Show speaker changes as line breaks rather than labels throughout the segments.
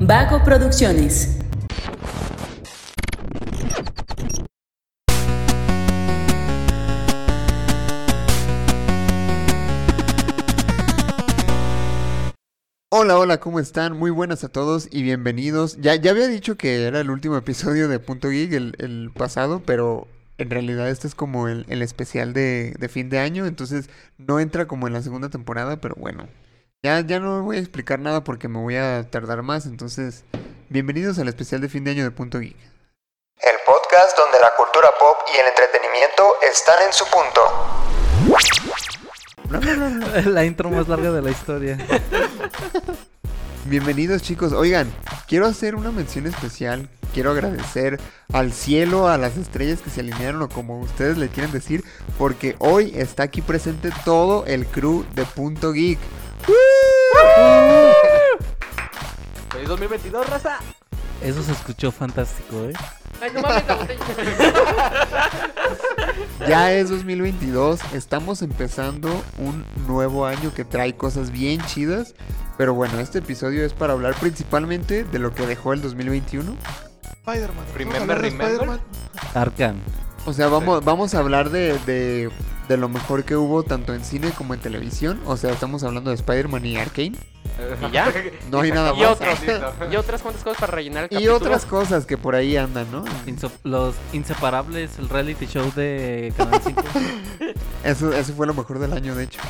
Vago Producciones.
Hola, hola, ¿cómo están? Muy buenas a todos y bienvenidos. Ya, ya había dicho que era el último episodio de Punto Geek, el, el pasado, pero en realidad este es como el, el especial de, de fin de año, entonces no entra como en la segunda temporada, pero bueno. Ya, ya no voy a explicar nada porque me voy a tardar más, entonces bienvenidos al especial de fin de año de Punto Geek.
El podcast donde la cultura pop y el entretenimiento están en su punto.
Bla, bla, bla, bla.
La intro más larga de la historia.
Bienvenidos chicos, oigan, quiero hacer una mención especial, quiero agradecer al cielo, a las estrellas que se alinearon o como ustedes le quieren decir, porque hoy está aquí presente todo el crew de Punto Geek.
¡Feliz 2022, raza!
Eso se escuchó fantástico, ¿eh?
Ay, no mames, la botella.
Ya es 2022, estamos empezando un nuevo año que trae cosas bien chidas, pero bueno, este episodio es para hablar principalmente de lo que dejó el 2021.
Spider-Man.
Remember,
Vamos a hablar de
remember.
Spider-Man.
Arkham.
O sea, vamos, vamos a hablar de, de- de lo mejor que hubo tanto en cine como en televisión. O sea, estamos hablando de Spider-Man y Arkane.
¿Y ya?
No hay nada
Y
más.
otros. Y otras cuantas cosas para rellenar el
Y
capítulo. Ah,
otras cosas que por ahí andan, ¿no?
Inso- los Inseparables, el reality show de Canal 5.
Eso, eso fue lo mejor del año, de hecho.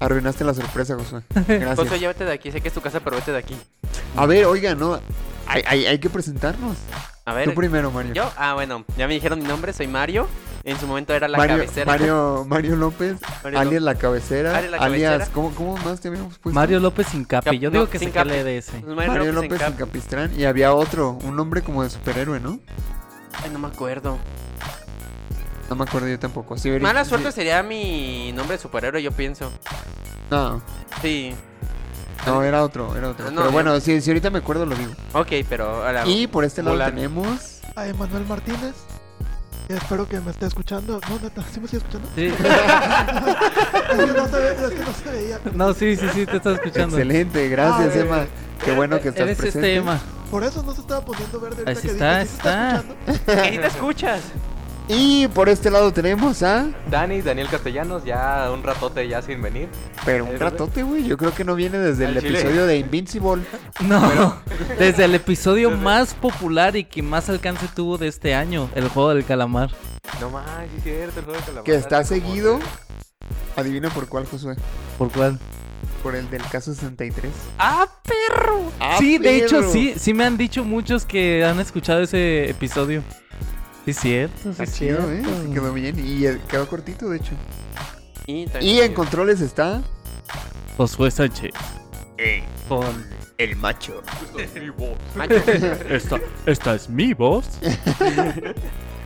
Arruinaste la sorpresa, Josué. Gracias.
Entonces llévate de aquí, sé que es tu casa, pero vete de aquí.
A ver, oiga, no. Hay, hay- hay que presentarnos.
A
Tú
ver,
primero, Mario.
yo, ah, bueno, ya me dijeron mi nombre, soy Mario. En su momento era la
Mario,
cabecera.
Mario, Mario López,
Mario
alias La Cabecera,
Alias La
alias,
Cabecera.
¿cómo, ¿cómo más te habíamos puesto?
Mario López sin capi.
Cap-
Yo
no,
digo que
sin
se cae
capi.
DS.
Pues Mario,
Mario
López
López
en
en
cap-
Capistrán y había otro, un nombre como de superhéroe, ¿no?
Ay, no me acuerdo.
No me acuerdo yo tampoco. Sí, ahorita-
Mala
sí.
suerte sería mi nombre de superhéroe, yo pienso.
No,
Sí.
no, era otro, era otro.
Ah, no,
Pero
yo-
bueno, si, si ahorita me acuerdo lo digo.
Ok, pero a la-
Y por este lado
Mulan.
tenemos...
A Emanuel Martínez. que espero que me esté escuchando. No, neta, ¿sí me estoy escuchando?
Sí.
Es que no se, ve, es que no se veía.
No, sí, sí, sí, te estás escuchando.
Excelente, gracias
Ah,
Emma. Qué
eh,
bueno que estás
Eres
presente.
este Emma.
Por eso no se estaba poniendo verde ahorita
Ahí sí
que
está,
dije, ¿sí se
está.
escuchando?
¿Qué ni te escuchas?
Y por este lado tenemos a...
Dani, Daniel Castellanos, ya un ratote ya sin venir.
Pero un ratote, güey. Yo creo que no viene desde el
Al chile.
episodio de Invincible.
No, desde el episodio más popular y que más alcance tuvo de este año, el juego del calamar.
No más, sí es cierto, el juego de calamar.
Que está
hace como
seguido.
tres-
Adivina por cuál, Josué.
¿Por cuál?
Por el del caso 63.
¡Ah, perro!
Ah,
sí, de hecho,
perro.
sí, sí me han dicho muchos que han escuchado ese episodio. Sí, es cierto, Ah, sí,
Está
es
chido, ¿eh?
cierto.
Sí quedó bien. Y eh, quedó cortito, de hecho.
Y, también-
Y en controles está.
Josué Sánchez. Con
Macho.
esta, esta es mi voz.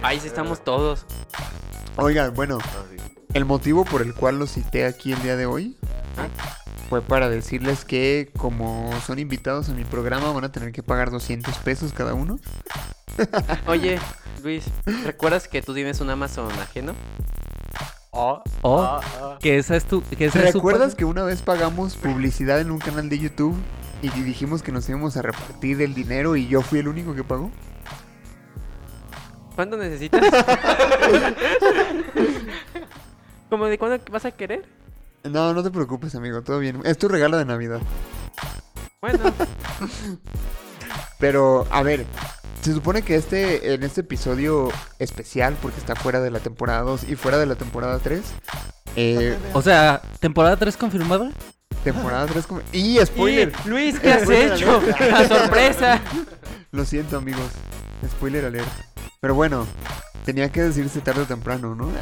Ahí sí estamos todos.
Oigan, bueno, el motivo por el cual los cité aquí el día de hoy fue para decirles que, como son invitados a mi programa, van a tener que pagar 200 pesos cada uno.
Oye, Luis, ¿recuerdas que tú tienes un Amazon ajeno?
Ah,
Oh,
ah, ah.
que esa es tu. Que esa es su
¿Recuerdas
pa-
que una vez pagamos publicidad en un canal de YouTube y dijimos que nos íbamos a repartir el dinero y yo fui el único que pagó?
¿Cuánto necesitas? ¿Cómo de cuándo vas a querer?
No, no te preocupes, amigo, todo bien. Es tu regalo de Navidad.
Bueno,
Pero, a ver, se supone que este, en este episodio especial, porque está fuera de la temporada 2 y fuera de la temporada 3, eh,
O sea, temporada 3 confirmada.
temporada 3... como- ¡Y spoiler!
Y, Luis, ¿qué has
Spoiler
hecho?
alert.
La sorpresa.
Lo siento, amigos. Spoiler alert. Pero bueno, tenía que decirse tarde o temprano, ¿no?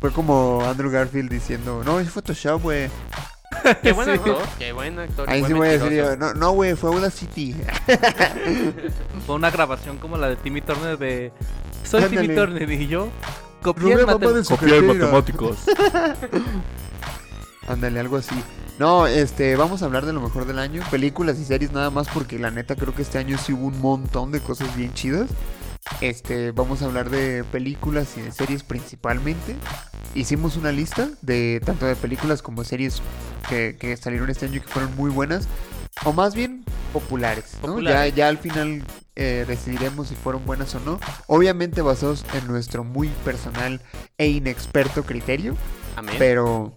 Fue como Andrew Garfield diciendo, no, es Photoshop, güey.
Qué buen
Sí.
actor. Qué buen actor.
Ahí
buen
sí voy a decir
mentiroso.
yo, no, no, güey, fue Audacity.
Fue una grabación como la de Timmy Turner de. Soy
Ándale.
Timmy Turner y yo. Copié
Rubén,
el
mamá de
matem-
su cartera. Ándale, algo así. No, este, vamos a hablar de lo mejor del año, películas y series nada más porque la neta creo que este año sí hubo un montón de cosas bien chidas. Este, vamos a hablar de películas y de series principalmente. Hicimos una lista de tanto de películas como series que, que salieron este año y que fueron muy buenas. O más bien, populares. ¿no? Ya,
Populares.
ya al final eh, decidiremos si fueron buenas o no. Obviamente basados en nuestro muy personal e inexperto criterio.
Amén.
Pero,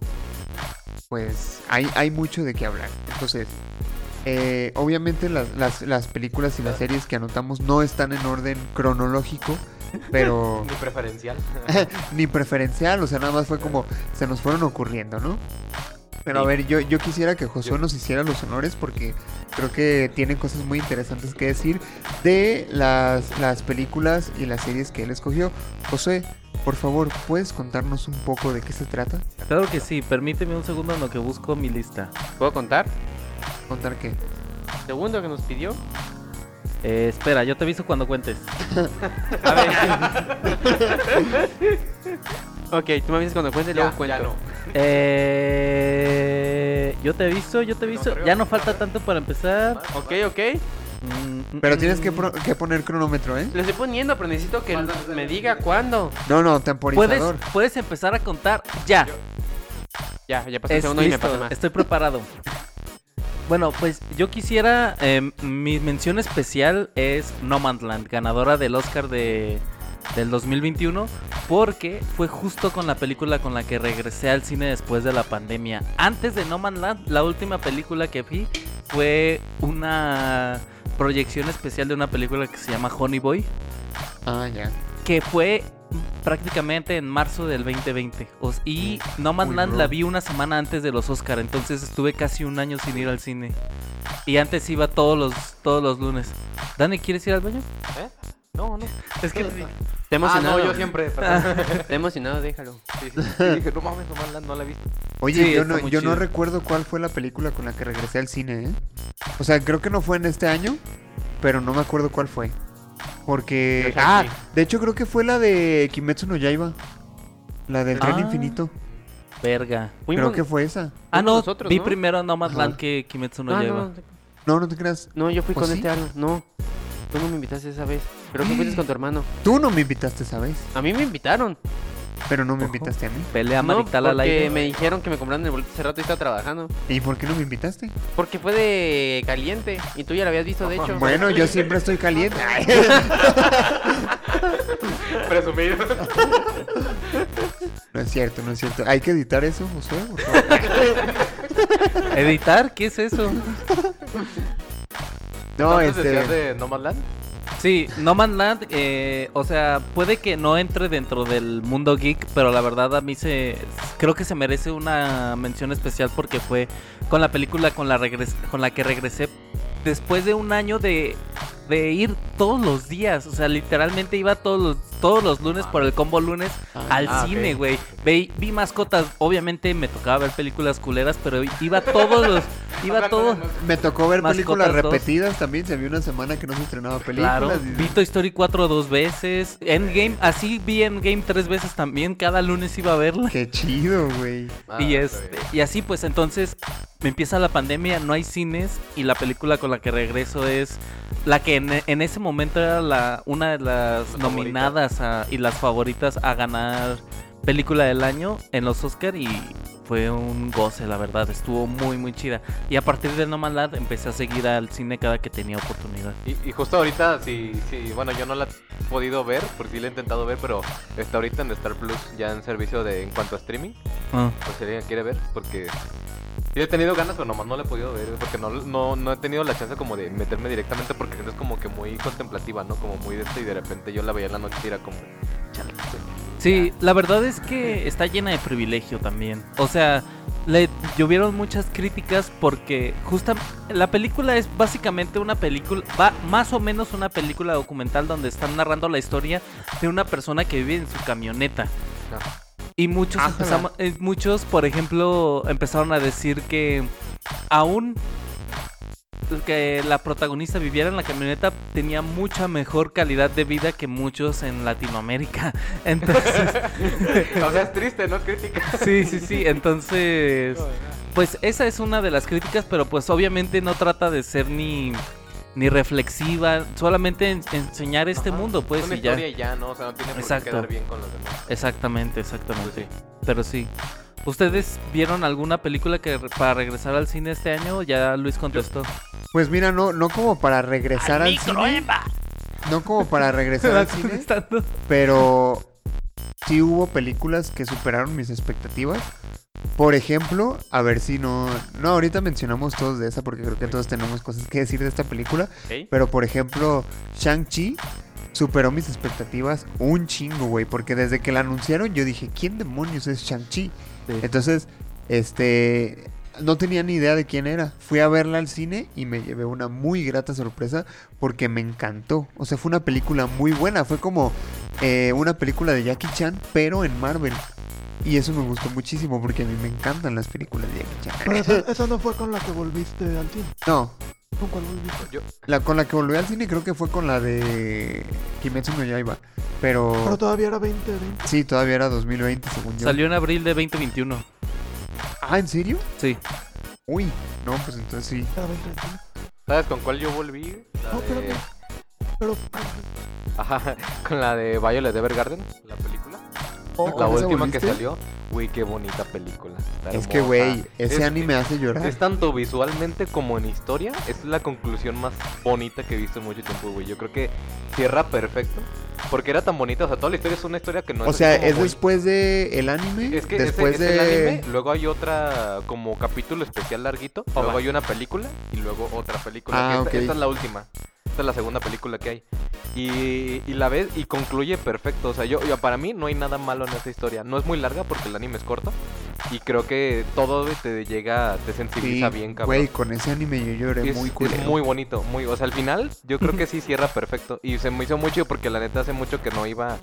pues, hay, hay mucho de qué hablar. Entonces, eh, obviamente las, las- las películas y las series que anotamos no están en orden cronológico, pero
Mi preferencial.
ni preferencial, o sea, nada más fue como se nos fueron ocurriendo, ¿no? Pero a
Sí.
ver, yo, yo quisiera que Josué
Yo-
nos hiciera los honores porque creo que tiene cosas muy interesantes que decir de las, las películas y las series que él escogió. Josué, por favor, ¿puedes contarnos un poco de qué se trata?
Claro que sí, permíteme un segundo en lo que busco mi lista.
¿Puedo contar?
¿Contar qué?
Segundo que nos pidió.
Eh, espera, yo te aviso cuando cuentes.
A ver. ok, tú me avisas cuando cuentes,
Ya,
luego cuento.
ya no.
Eh, yo te aviso, yo te aviso. Ya no falta tanto para empezar.
Ok, ok.
Mm, mm,
Pero tienes que,
mm.
pro- que poner cronómetro, ¿eh?
Lo estoy poniendo, pero necesito que me diga cuándo.
No, no,
Puedes,
temporizador.
puedes empezar a contar ya.
Ya, ya pasó el
Es
segundo y me
listo,
pasa más.
Estoy preparado. Bueno, pues yo quisiera. eh, mi mención especial es No Man's Land, ganadora del Oscar de, del 2021. Porque fue justo con la película con la que regresé al cine después de la pandemia. Antes de No Man's Land, la última película que vi fue una proyección especial de una película que se llama Honey Boy
Ah, ya.
que fue prácticamente en marzo del 2020. O s- y No Man's
Uy,
Land
bro.
la vi una semana antes de los Oscar, entonces estuve casi un año sin ir al cine. Y antes iba todos los todos los lunes. Dani, ¿quieres ir al baño?
¿Eh? No, no.
Es que
Te
Ah,
emocionado.
no, yo siempre. perdón.
Te emocionado, déjalo.
Sí, sí, sí, dije, no mames, no, mames, no la he visto.
Oye,
Sí,
yo,
está
no,
muy
yo no
chido.
recuerdo cuál fue la película con la que regresé al cine, ¿eh? O sea, creo que no fue en este año, pero no me acuerdo cuál fue. Porque...
Creo que
Ah,
sí.
de hecho creo que fue la de Kimetsu no Yaiba. La del tren
Ah.
infinito.
verga.
Creo
Fuimos-
que fue esa.
Ah, no,
nosotros,
vi
¿no?
primero No Man's
Ajá.
Land que Kimetsu no
no,
lleva.
Ah, no,
No, no te creas.
no, yo fui
¿O
con
¿Oh, sí?
este aro. No, tú no me invitaste esa vez. Creo que fuiste con tu hermano.
Tú no me invitaste esa vez,
A mí me invitaron.
pero no me
Ojo.
invitaste a mí.
Pelea
no,
marital al
porque
aire.
me dijeron que me compraron el boleto hace rato y estaba trabajando.
¿Y por qué no me invitaste?
Porque fue de caliente y tú ya lo habías visto, de hecho.
Bueno, yo siempre estoy caliente. Ay.
Presumido.
No es cierto, no es cierto. Hay que editar eso, José, por favor.
¿Editar? ¿Qué es eso?
No,
¿Antes
este...
decías de No Man's Land?
Sí, No Man's Land, eh, o sea, puede que no entre dentro del mundo geek, pero la verdad a mí se creo que se merece una mención especial porque fue con la película con la regres- con la que regresé después de un año de, de ir todos los días, o sea, literalmente iba todos los todos los lunes por el combo lunes al
ah, ok.
cine, güey. Ve- Vi, mascotas, obviamente me tocaba ver películas culeras, pero iba todos los iba todo
Me tocó ver películas
Mascotas dos.
repetidas también. Se vio una semana que no se estrenaba películas.
Claro,
y-
vi Toy Story 4 dos veces, Endgame, así vi Endgame tres veces también, cada lunes iba a verla.
Qué chido, güey.
Ah,
Y,
está
este,
bien.
y así pues entonces me empieza la pandemia, no hay cines y la película con la que regreso es la que en, en ese momento era la, una de las
Las
nominadas a- y las favoritas a ganar película del año en los Oscar y fue un goce la verdad, estuvo muy muy chida. Y a partir de No Man Land empecé a seguir al cine cada que tenía oportunidad.
Y, y justo ahorita, sí, sí, bueno, yo no la he podido ver, porque sí la he intentado ver, pero está ahorita en Star Plus, ya en servicio de en cuanto a streaming,
Ah.
por si alguien pues, quiere ver, porque sí he tenido ganas, pero nomás no la he podido ver, porque no, no, no he tenido la chance como de meterme directamente, porque es como que muy contemplativa, ¿no? Como muy de esto, y de repente yo la veía en la noche y era como, "Chale,
Sí, la verdad es que está llena de privilegio también. O sea, le llovieron muchas críticas porque justa la película es básicamente una película, va más o menos una película documental donde están narrando la historia de una persona que vive en su camioneta.
No.
Y muchos
Ájala.
empezamos- eh, muchos, por ejemplo, empezaron a decir que aún que la protagonista viviera en la camioneta tenía mucha mejor calidad de vida que muchos en Latinoamérica. Entonces,
O sea, es triste, ¿no? Es crítica.
sí, sí, sí. Entonces, pues esa es una de las críticas, pero pues obviamente no trata de ser ni, ni reflexiva, solamente en- enseñar este
Ajá,
mundo, pues,
Es una
y ya.
historia y ya, ¿no? O sea, no tiene por qué
Exacto.
quedar bien con los demás.
Exactamente, exactamente.
Pues sí.
Pero sí. ¿Ustedes vieron alguna película que re- para regresar al cine este año? Ya Luis contestó.
Pues mira, no, no como para regresar al, cine. No como para regresar al cine.
Contestando.
Pero sí hubo películas que superaron mis expectativas. Por ejemplo, a ver si no. No, ahorita mencionamos todos de esa porque creo que todos tenemos cosas que decir de esta película.
Ok.
Pero por ejemplo, Shang-Chi superó mis expectativas un chingo, güey. Porque desde que la anunciaron yo dije, ¿quién demonios es Shang-Chi? Entonces, este. No tenía ni idea de quién era. Fui a verla al cine y me llevé una muy grata sorpresa porque me encantó. O sea, fue una película muy buena. Fue como eh, una película de Jackie Chan, pero en Marvel. Y eso me gustó muchísimo porque a mí me encantan las películas de Jackie Chan.
Pero esa, esa no fue con la que volviste al cine.
No,
¿Con cuál volviste?
la, con la que volví al cine creo que fue con la de Kimetsu no Yaiba.
Pero
Pero
todavía era 20, 20.
sí, todavía era 2020 según yo.
Salió en abril de 2021.
Ah, ¿en serio?
Sí.
Uy, no, pues entonces sí.
Era 20, 21.
¿Sabes con cuál yo volví? La
No,
Eh.
de...
espérame. Pero. ay,
Ajá, con la de Violet Evergarden, la película.
Ah, ¿Con
la
esa
última
volviste?
que salió. Güey, qué bonita película. está
Es que,
hermosa.
güey, ese
Es-
anime hace llorar.
Es tanto visualmente como en historia. Es la conclusión más bonita que he visto en mucho tiempo, güey. Yo creo que cierra perfecto. Porque era tan bonita. O sea, toda la historia es una historia que no
o
así
sea,
como
es
muy-
después de el anime,
Es que ese-
después
ese
de
es el anime, luego hay otra como capítulo especial larguito, luego hay una película y luego otra película.
Ah,
que esta,
ok.
esta es la última, esta es la segunda película que hay. Y, y la ves y concluye perfecto. O sea, yo, yo- para mí no hay nada malo en esta historia. No es muy larga porque el anime es corto y creo que todo te llega, te
Sí,
sensibiliza bien, cabrón.
güey, con ese anime yo lloré
Es,
muy
es
culero.
muy bonito, muy, o sea, al final yo creo que sí cierra perfecto y se me hizo mucho porque la neta hace mucho que no iba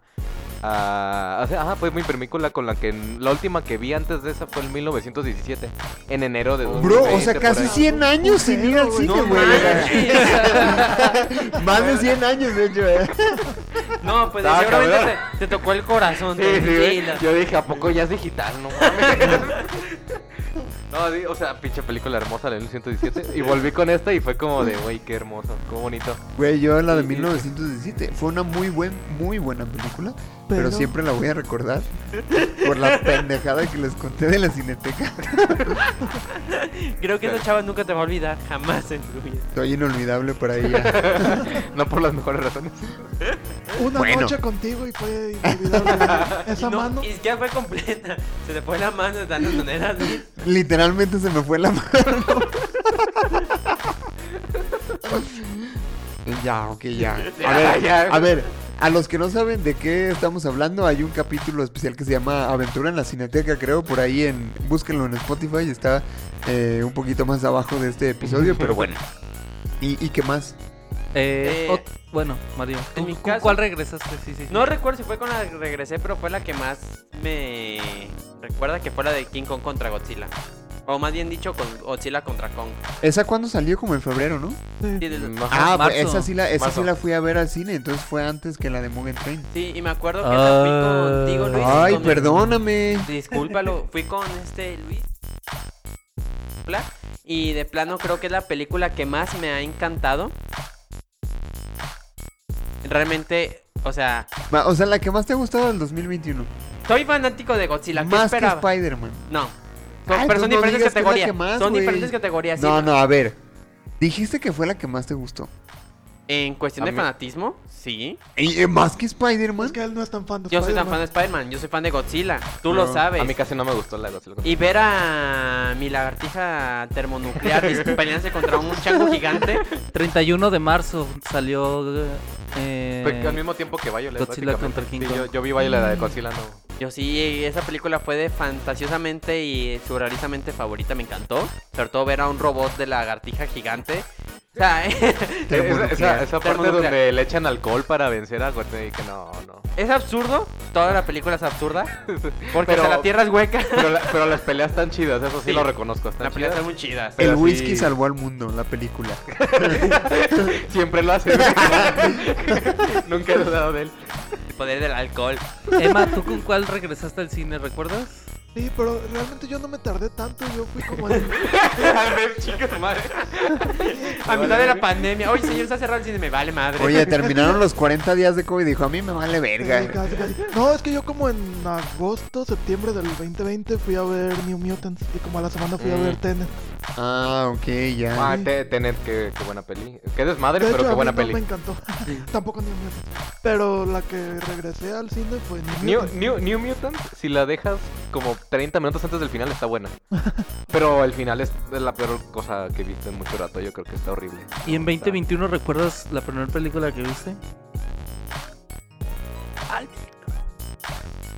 a, o sea, ajá, fue mi película con la que la última que vi antes de esa fue en 1917 en enero de 2020.
Bro, o sea,
por
casi
ahí.
100 años sin ir al cine,
No
güey. Más de 100 años, de hecho. eh.
No, pues
Ah,
seguramente
cabrón.
te, te tocó el corazón.
Sí,
te-
sí, güey.
Eh,
la-
Yo dije, ¿a poco ya es digital? No mames. No, sí, o sea, pinche película hermosa la de 1917 y volví con esta y fue como de, güey, qué hermoso, qué bonito.
Güey, yo la de
Sí, sí, sí.
1917. Fue una muy, buen, muy buena película, pero...
Pero-
siempre la voy a recordar por la pendejada que les conté de la cineteca.
Creo que esa chava nunca te va a olvidar. Jamás en tu vida.
Soy inolvidable para ella.
No por las mejores razones.
Una
Bueno.
noche contigo y fue inolvidable.
Y
Esa
no,
mano.
Y siquiera fue completa. Se te fue la mano de tantas maneras. Luis.
Literalmente se me fue la mano. ya, ok, ya. A ver, a ver, a los que no saben de qué estamos hablando, hay un capítulo especial que se llama Aventura en la Cineteca, creo, por ahí en... Búsquenlo en Spotify, está eh, un poquito más abajo de este episodio, pero bueno. ¿Y, y qué más?
Eh,
Eh,
ot- bueno, Mario, ¿tú-
mi
cu-
caso-
¿cuál regresaste? Sí, sí.
No recuerdo si fue con la que regresé, pero fue la que más me recuerda que fue la de King Kong contra Godzilla. O más bien dicho, con Godzilla contra Kong.
¿Esa cuándo salió? Como en febrero, ¿no?
Sí, de-
Mm,
No.
Ah, pues
marzo.
esa sí la, esa sí
Marzo.
la fui a ver al cine, entonces fue antes que la de Mugen Train.
sí, y me acuerdo que
Ah.
esa fui contigo, Luis. y
Ay,
con mi-
perdóname.
Discúlpalo, fui con este Luis. Pla- Y de plano creo que es la película que más me ha encantado. Realmente, o sea,
Ma- O sea, la que más te ha gustado del 2021.
soy fanático de Godzilla. ¿Qué
más que
esperaba?
Spider-Man.
no. Son,
Ay, pues
pero son
no digas que es la
diferentes categorías.
que más,
son
güey.
diferentes categorías. sí.
No, no, a ver. Dijiste que fue la que más te gustó.
En cuestión
A
de
mí-
fanatismo, sí.
¿Y eh, más que Spider-Man?
Es que él no es tan fan de
Yo soy tan
Spider-Man.
fan de Spider-Man, yo soy fan de Godzilla. Tú
No,
lo sabes.
A mí casi no me gustó la de Godzilla.
Y ver a mi lagartija termonuclear dis- peleándose contra un chango gigante.
31 de marzo salió. eh,
Fue al mismo tiempo que Violet.
Godzilla
básicamente.
contra King
Sí, yo,
Kong.
yo vi Violet la de Godzilla, no.
Yo sí, esa película fue de fantasiosamente y surrealistamente favorita, me encantó. Sobre todo ver a un robot de lagartija gigante. O sea,
Esa, esa- esa parte
Termonuclear.
donde le echan alcohol para vencer a Godzilla y que no, no.
es absurdo, toda la película es absurda. Porque
Pero-
o sea, la tierra es hueca.
Pero, la- pero las peleas están chidas, eso sí,
Sí.
lo reconozco. Están
La película está
chidas.
muy chida.
pero
el
sí.
whisky salvó al mundo, la película.
Siempre lo hace. Nunca he dudado de él.
El poder del alcohol.
Emma, ¿tú con cuál regresaste al cine? ¿Recuerdas?
Sí, pero realmente yo no me tardé tanto, yo fui como al...
A ver, chicos, madre.
A mitad de la pandemia. Oye, señor, está cerrado el cine. Me vale madre.
Oye, terminaron los 40 días de COVID y dijo, a mí me vale
Sí,
verga.
casi, casi. No, es que yo como en agosto, septiembre del 2020 fui a ver New Mutants y como a la semana fui a
Mm.
ver Tenet.
Ah, ok, ya.
Ah, te- Tenet, qué, qué buena peli. Qué desmadre,
De
pero
hecho,
qué
a
buena
mí no
peli.
me encantó. Tampoco New Mutants. Pero la que regresé al cine fue New,
New,
Mutants.
New, New Mutants, si la dejas como 30 minutos antes del final, está buena. Pero el final es de la peor cosa que he visto en mucho rato. Yo creo que está horrible.
¿Y en
O sea,
2021 recuerdas la primera película que viste?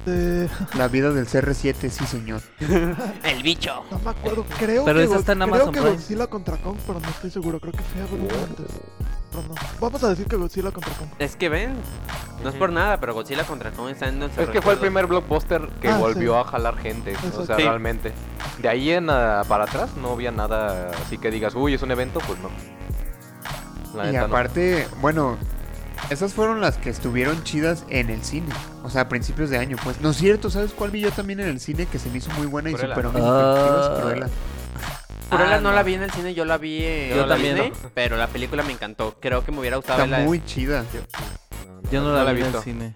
Eh,
La vida del CR7, sí, señor.
El bicho.
no me acuerdo,
Eh,
creo
Pero
que,
esa
Go-
está en
creo
Amazon
que
Prime.
Godzilla contra Kong, pero no estoy seguro, creo que fue algo
Oh.
antes. Pero no. Vamos a decir que Godzilla contra Kong.
Es que ven. No es por nada, pero Godzilla contra Kong está en nuestro
Es que fue el
recuerdo.
primer blockbuster que
Ah, sí.
volvió a jalar gente. O sea,
Sí.
realmente. De ahí en ah, para atrás no había nada así que digas, uy, es un evento, pues no. La
y
neta, no.
aparte, bueno, esas fueron las que estuvieron chidas en el cine. O sea, a principios de año, pues. No es cierto, ¿sabes cuál vi yo también en el cine que se me hizo muy buena y
Cruella.
superó mis
Ah.
expectativas? Cruella.
Cruella
Ah,
no,
no.
la vi en el cine, yo la vi en
Yo
la
también,
Disney,
¿no?
pero la película me encantó. Creo que me hubiera gustado
Está
verla.
muy chida.
Yo no,
No
la,
la he
vi en el
visto.
cine.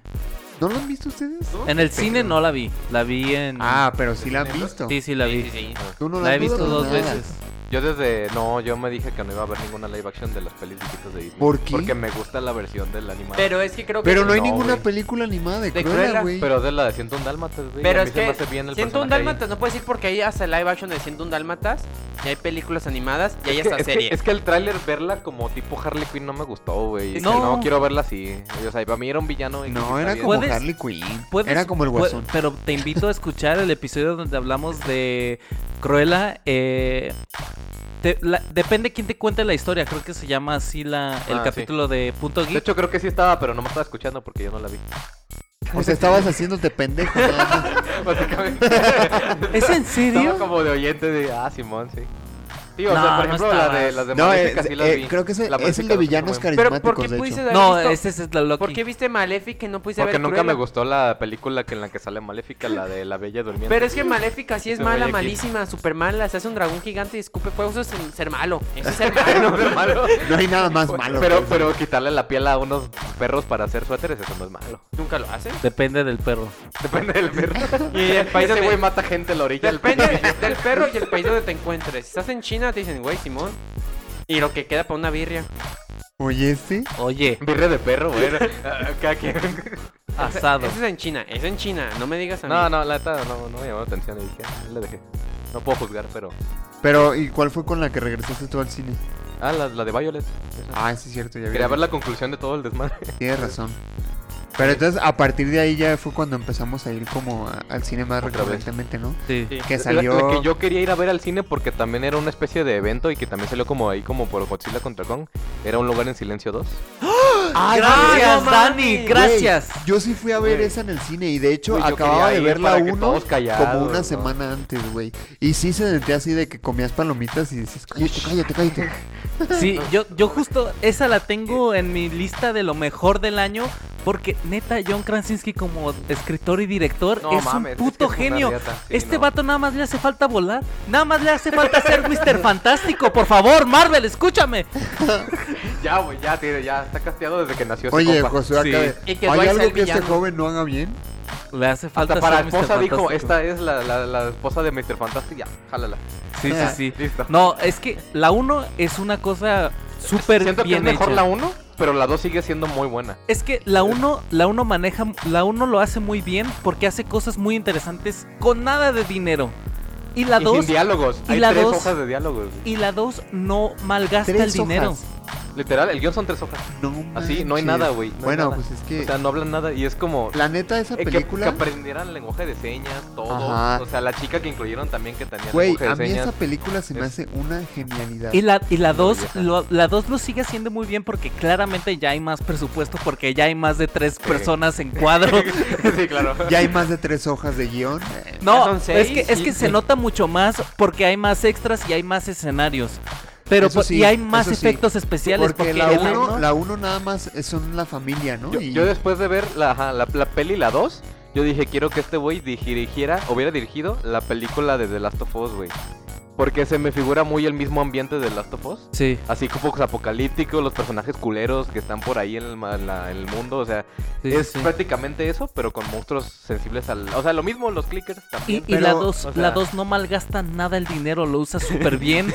¿No lo han visto ustedes?
En el cine no la vi. La vi en.
Ah, pero sí la han visto.
Mm. sí, sí, la
Sí,
vi.
sí, sí.
Tú no
La
has
he visto
dudado
dos
nada.
veces.
Yo desde. No, yo me dije que no iba a haber ninguna live action de las pelis viejitas de Disney.
¿Por qué?
Porque me gusta la versión del animal.
Pero es que creo que.
Pero no hay
No,
ninguna
güey.
película animada de,
De
Cruella,
Cruella,
güey.
Pero es de la de 101 Dálmatas, güey.
Pero
a mí
es
se me
que
hace bien el
101
personaje ahí.
Dálmatas no puedes decir porque hay hasta live action de 101 Dálmatas, y hay películas animadas, y hay
Es que-
hasta
es que-
series.
es que el tráiler verla como tipo Harley Quinn no me gustó, güey.
Es
No.
que-
no quiero verla así. O sea, para mí era un villano. y-
No, era
y-
como
¿Puedes-
Harley Quinn.
Puedes-
Era como el
pue-
guasón.
Pero te invito a escuchar el episodio donde hablamos de Cruella. eh, te- la- depende quién te cuente la historia. Creo que se llama así la, el
Ah, sí.
capítulo de Punto
De
Geek.
hecho, creo que sí estaba, pero no me estaba escuchando porque yo no la vi.
O sea, estabas haciéndote pendejo. nada más.
Básicamente.
¿Es en
estaba
serio?
como de oyente de. Ah, Simón, sí. Sí, o
No,
sea, por
no
ejemplo, la de,
estabas.
las de
No,
Maléfica
es-
sí las
eh,
vi.
creo que ese
La
es el
Maléfica
de
no es
villanos
muy buena.
Pero ¿por
carismáticos,
qué
de
pudiste
hecho.
haber
No,
visto-
ese es la Loki.
¿Por qué viste Maléfica y no pudiste
Porque
ver
nunca me
Cruella?
gustó la película que en la que sale Maléfica, la de La Bella Durmiente.
Pero es que Maléfica sí es
Eso
mala,
veía aquí.
malísima, super mala. Se hace un dragón gigante y escupe fuego. Eso es ser- ser malo. Eso es ser malo.
malo.
No hay nada más malo.
Pero,
que eso.
pero quitarle la piel a unos perros para hacer suéteres, eso no es malo.
Nunca lo hace.
Depende del perro.
Depende del perro.
Y el país
Ese
donde-
güey mata gente a la orilla del
Depende
perro.
del perro y el país donde te encuentres. Si estás en China, te dicen, güey, Simón. Y lo que queda para una birria.
Oye, este.
Oye,
Birre de perro, güey. Ah, Cada quien.
asado.
Eso es en China, eso es en China. No me digas a mí.
No, no, la neta no, no me llamó la atención y dije, ah, la dejé. No puedo juzgar, pero.
Pero, ¿y cuál fue con la que regresaste tú al cine?
Ah, la, la de Violet.
Ah, sí, es cierto, ya vi.
Quería ver la conclusión de todo el desmadre.
Tienes razón. Pero entonces, a partir de ahí ya fue cuando empezamos a ir como a- al cine más
Otra vez.
recurrentemente, ¿no?
Sí.
Sí.
Que
La-
salió.
La, que yo quería ir a ver al cine porque también era una especie de evento y que también salió como ahí, como por Godzilla contra Kong. Era un lugar en silencio 2.
¡Ah,
Gracias,
no mames!
Dani. Gracias.
Güey, yo sí fui a ver
Güey.
esa en el cine y de hecho
Güey, yo
acababa
quería
de
ir
ver la
para que
1
todos
como
callados,
una
¿no?
semana antes, güey. Y sí se sentía así de que comías palomitas y dices, cállate, cállate, cállate.
Sí, yo, yo justo esa la tengo en mi lista de lo mejor del año. Porque neta, John Krasinski como escritor y director es un puto genio. este vato nada más le hace falta volar. Nada más le hace falta ser Mr. Fantástico. Por favor, Marvel, escúchame.
Ya, güey, ya, tiene, ya está casteado desde que nació. ese
Oye,
compa.
José, acá
Sí.
de-
Y que
¿hay
Dwight sea
algo
el
que este
villano.
joven no haga bien?
Le hace falta
Hasta para
ser Mr.
esposa dijo,
Fantástico.
esta es la, la, la esposa de Mr. Fantastic, ya, jálala.
Sí,
Ah,
sí, sí.
Listo.
No, es que la 1 es una cosa súper bien
Siento que es mejor
hecha.
la 1, pero la 2 sigue siendo muy buena.
Es que la 1 la uno maneja, la 1 lo hace muy bien porque hace cosas muy interesantes con nada de dinero. Y la
y
2
sin diálogos.
y
Hay
la
tres
dos-
hojas de diálogos. güey.
y la 2 no malgasta el
Tres
dinero.
hojas.
Literal, el guión son tres hojas.
No
Así, Ah, no hay
manches.
nada, güey, no hay
bueno,
nada.
pues es que
O sea, no hablan nada y es como...
la neta esa
eh, que-
película,
Que, aprendieran lenguaje de señas, todo.
Ajá.
O sea, la chica que incluyeron también que tenía
güey,
lenguaje
a
de
mí
señas.
esa película se me
es-
hace una genialidad.
Y la, y la 2
belleza.
lo, la dos lo sigue haciendo muy bien porque claramente ya hay más presupuesto porque ya hay más de tres personas en cuadro.
sí, claro.
Ya hay más de tres hojas de guión. Eh,
Ya
No,
son
es
seis,
que, es
sí,
que se
sí.
nota mucho más porque hay más extras y hay más escenarios. Pero
Eso
po-
sí,
y hay más
eso sí.
efectos especiales
Porque,
porque,
la
el-
uno, la uno nada más es- son la familia, ¿no?
Yo,
Y-
yo después de ver la, ajá, la, la peli, la 2, Yo dije, quiero que este güey dirigiera, hubiera dirigido la película de The Last of Us, güey. Porque se me figura muy el mismo ambiente de The Last of Us.
Sí.
Así como apocalíptico, los personajes culeros que están por ahí en el, ma- la- en el mundo. O sea,
sí,
es
sí.
prácticamente eso, pero con monstruos sensibles al. O sea, lo mismo los clickers
Y,
también.
y la
Pero,
2
o sea-
la dos no malgasta nada el dinero, lo usa súper bien.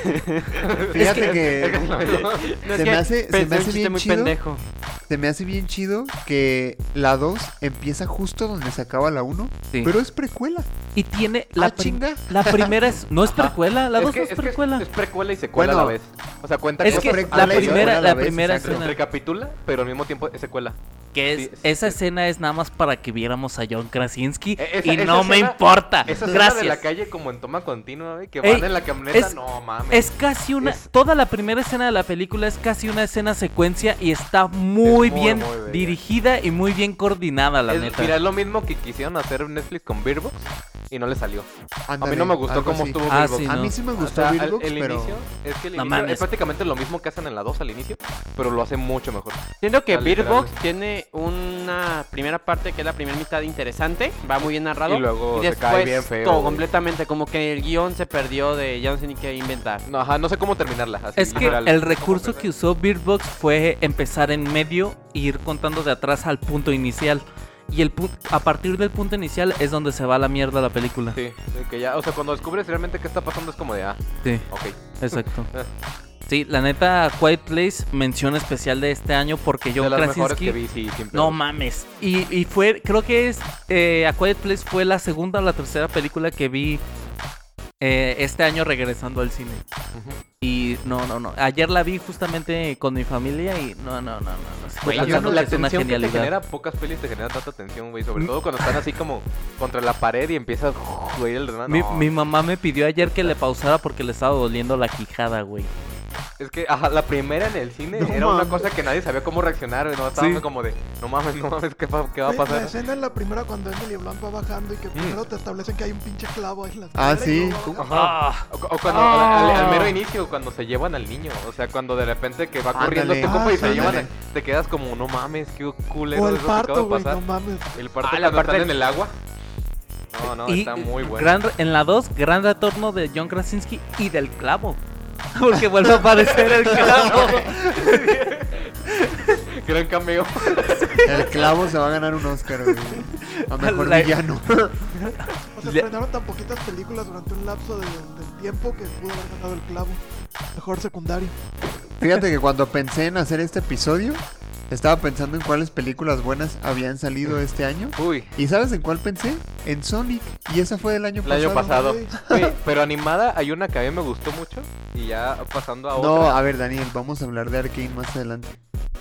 Fíjate que
No, es
Se
que
me hace- se
pensé
me
un
hace
chiste
bien
muy
chido.
pendejo.
se me hace bien chido que la 2 empieza justo donde se acaba la 1,
Sí.
pero es precuela.
Y tiene la,
Ah,
prim-
chinga.
la primera es no es
Ajá.
precuela, la
Es
2
que-
no es
que
precuela.
Es precuela y secuela a la
Bueno,
vez. O sea, cuenta
Es
cosas
que
Cosas
la
precuela y
primera,
secuela a
la
vez,
primera
exacto.
escena,
Recapitula, pero al mismo tiempo es secuela.
que es,
sí, sí,
esa
sí.
escena es nada más para que viéramos a John Krasinski
E- esa-
y
esa
no me
escena-
importa.
Esa escena de la
Ah, Gracias.
calle como en toma continua, güey, que
Ey,
van en la camioneta,
es-
no mames.
Es casi una
Es-
toda la primera escena de la película es casi una escena secuencia y está muy,
Es muy,
bien
muy bella.
dirigida y muy bien coordinada la
Es-
neta.
mira, es lo mismo que quisieron hacer en Netflix con Beerbox y no le salió. a mí
Ándale,
no me gustó
algo
cómo
así.
estuvo
Ah,
Beerbox.
sí,
A
no.
mí sí me
O
gustó
sea, al-
Beerbox,
el
pero
inicio es que el
No
inicio
mames.
es prácticamente lo mismo que hacen en la 2 al inicio, pero lo hacen mucho mejor.
Siento que
Ah, literal.
Beerbox tiene una primera parte que es la primera mitad interesante, va muy bien narrado.
Y luego se
después
cae bien feo.
todo
güey.
completamente, como que el guión se perdió de ya no sé ni qué inventar.
No, ajá, no sé cómo terminarla. así,
Es que
literal.
el
Como
recurso que
empezar.
usó Beatbox fue empezar en medio e ir contando de atrás al punto inicial. Y el pu- a partir del punto inicial es donde se va la mierda la película.
Sí, sí, que ya, o sea, cuando descubres realmente qué está pasando es como de, ah,
Sí,
ok.
exacto.
Eh.
Sí, la neta, Quiet Place, mención especial de este año porque John
de las mejores
Krasinski.
que vi, sí, siempre.
No mames. Y, y fue, creo que es. eh, a Quiet Place fue la segunda o la tercera película que vi eh, este año regresando al cine. Y no, no, no. Ayer la vi justamente con mi familia y no, no, no, no. no. Estoy
Güey,
pensando
la
que es una
tensión que te
genialidad. Mm.
genera, pocas pelis te genera tanta tensión, güey. Sobre todo cuando están así como contra la pared y empiezas, güey, el drama.
Mi,
no.
mi mamá me pidió ayer que le pausara porque le estaba doliendo la quijada, güey.
Es que, ajá, la primera en el cine
No
era una
mames.
cosa que nadie sabía cómo reaccionar, güey. No, estábamos como de, no mames, no mames, ¿qué, pa- qué va a
Güey, La
pasar? Mm.
escena en la primera cuando Emily Blunt va bajando y que primero te establecen que hay un pinche clavo ahí en la
Ah,
escalera y
sí.
luego bajas.
O, o cuando, al, al mero inicio, cuando se llevan al niño. O sea, cuando de repente que va corriendo
Ándale.
tu compa y se
Ah,
llevan,
ándale.
a- te quedas como, no mames, qué culero
O el
es lo que acaba de
parto, güey,
pasar.
no mames.
El parto
Ah, la
cuando están
parte-
en el agua. No, no,
y
está muy bueno.
gran, en la 2, gran retorno de John Krasinski y del clavo. Porque vuelve a aparecer el clavo.
Gran cameo.
el clavo se va a ganar un Oscar, güey. A mejor
La-
villano.
O sea,
Le-
estrenaron tan poquitas películas durante un lapso de- del tiempo que pudo haber ganado el clavo. Mejor secundario.
Fíjate que cuando pensé en hacer este episodio, estaba pensando en cuáles películas buenas habían salido este año.
Uy,
¿Y sabes en cuál pensé? En Sonic. Y esa fue del año
el
pasado.
año pasado.
güey.
Güey, pero animada hay una que a mí me gustó mucho. Y ya pasando a
No,
otra.
a ver, Daniel, vamos a hablar de Arkane más adelante.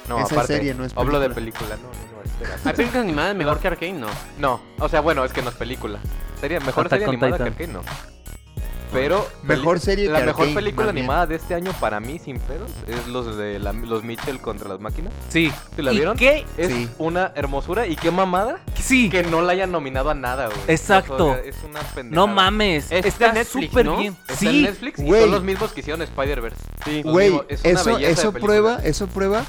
No,
esa es serie, no es
Hablo de película, no, no, no, espera.
Hay películas animadas mejor que Arkane, no.
No, o sea, bueno, es que no es película. Sería mejor
Attack
serie
on
animada que
Titan.
Arkane, no. Pero
Mejor
peli-
serie
la
que
mejor
Arcane,
película
más bien.
animada de este año para mí sin pedos es los de la- los Mitchell contra las máquinas.
Sí.
¿Te la
¿Y
vieron?
qué?
Es
Sí.
una hermosura y qué mamada
Sí.
que no la hayan nominado a nada, güey.
Exacto.
O sea, es una pendejada. Eh,
No mames.
Es de
Está
Netflix,
súper
¿no?
bien.
Está en
Sí.
Netflix y
güey.
son los mismos que hicieron Spider-Verse. Sí, los
Güey,
mismos. Es una
eso,
belleza de
eso
película.
prueba, eso prueba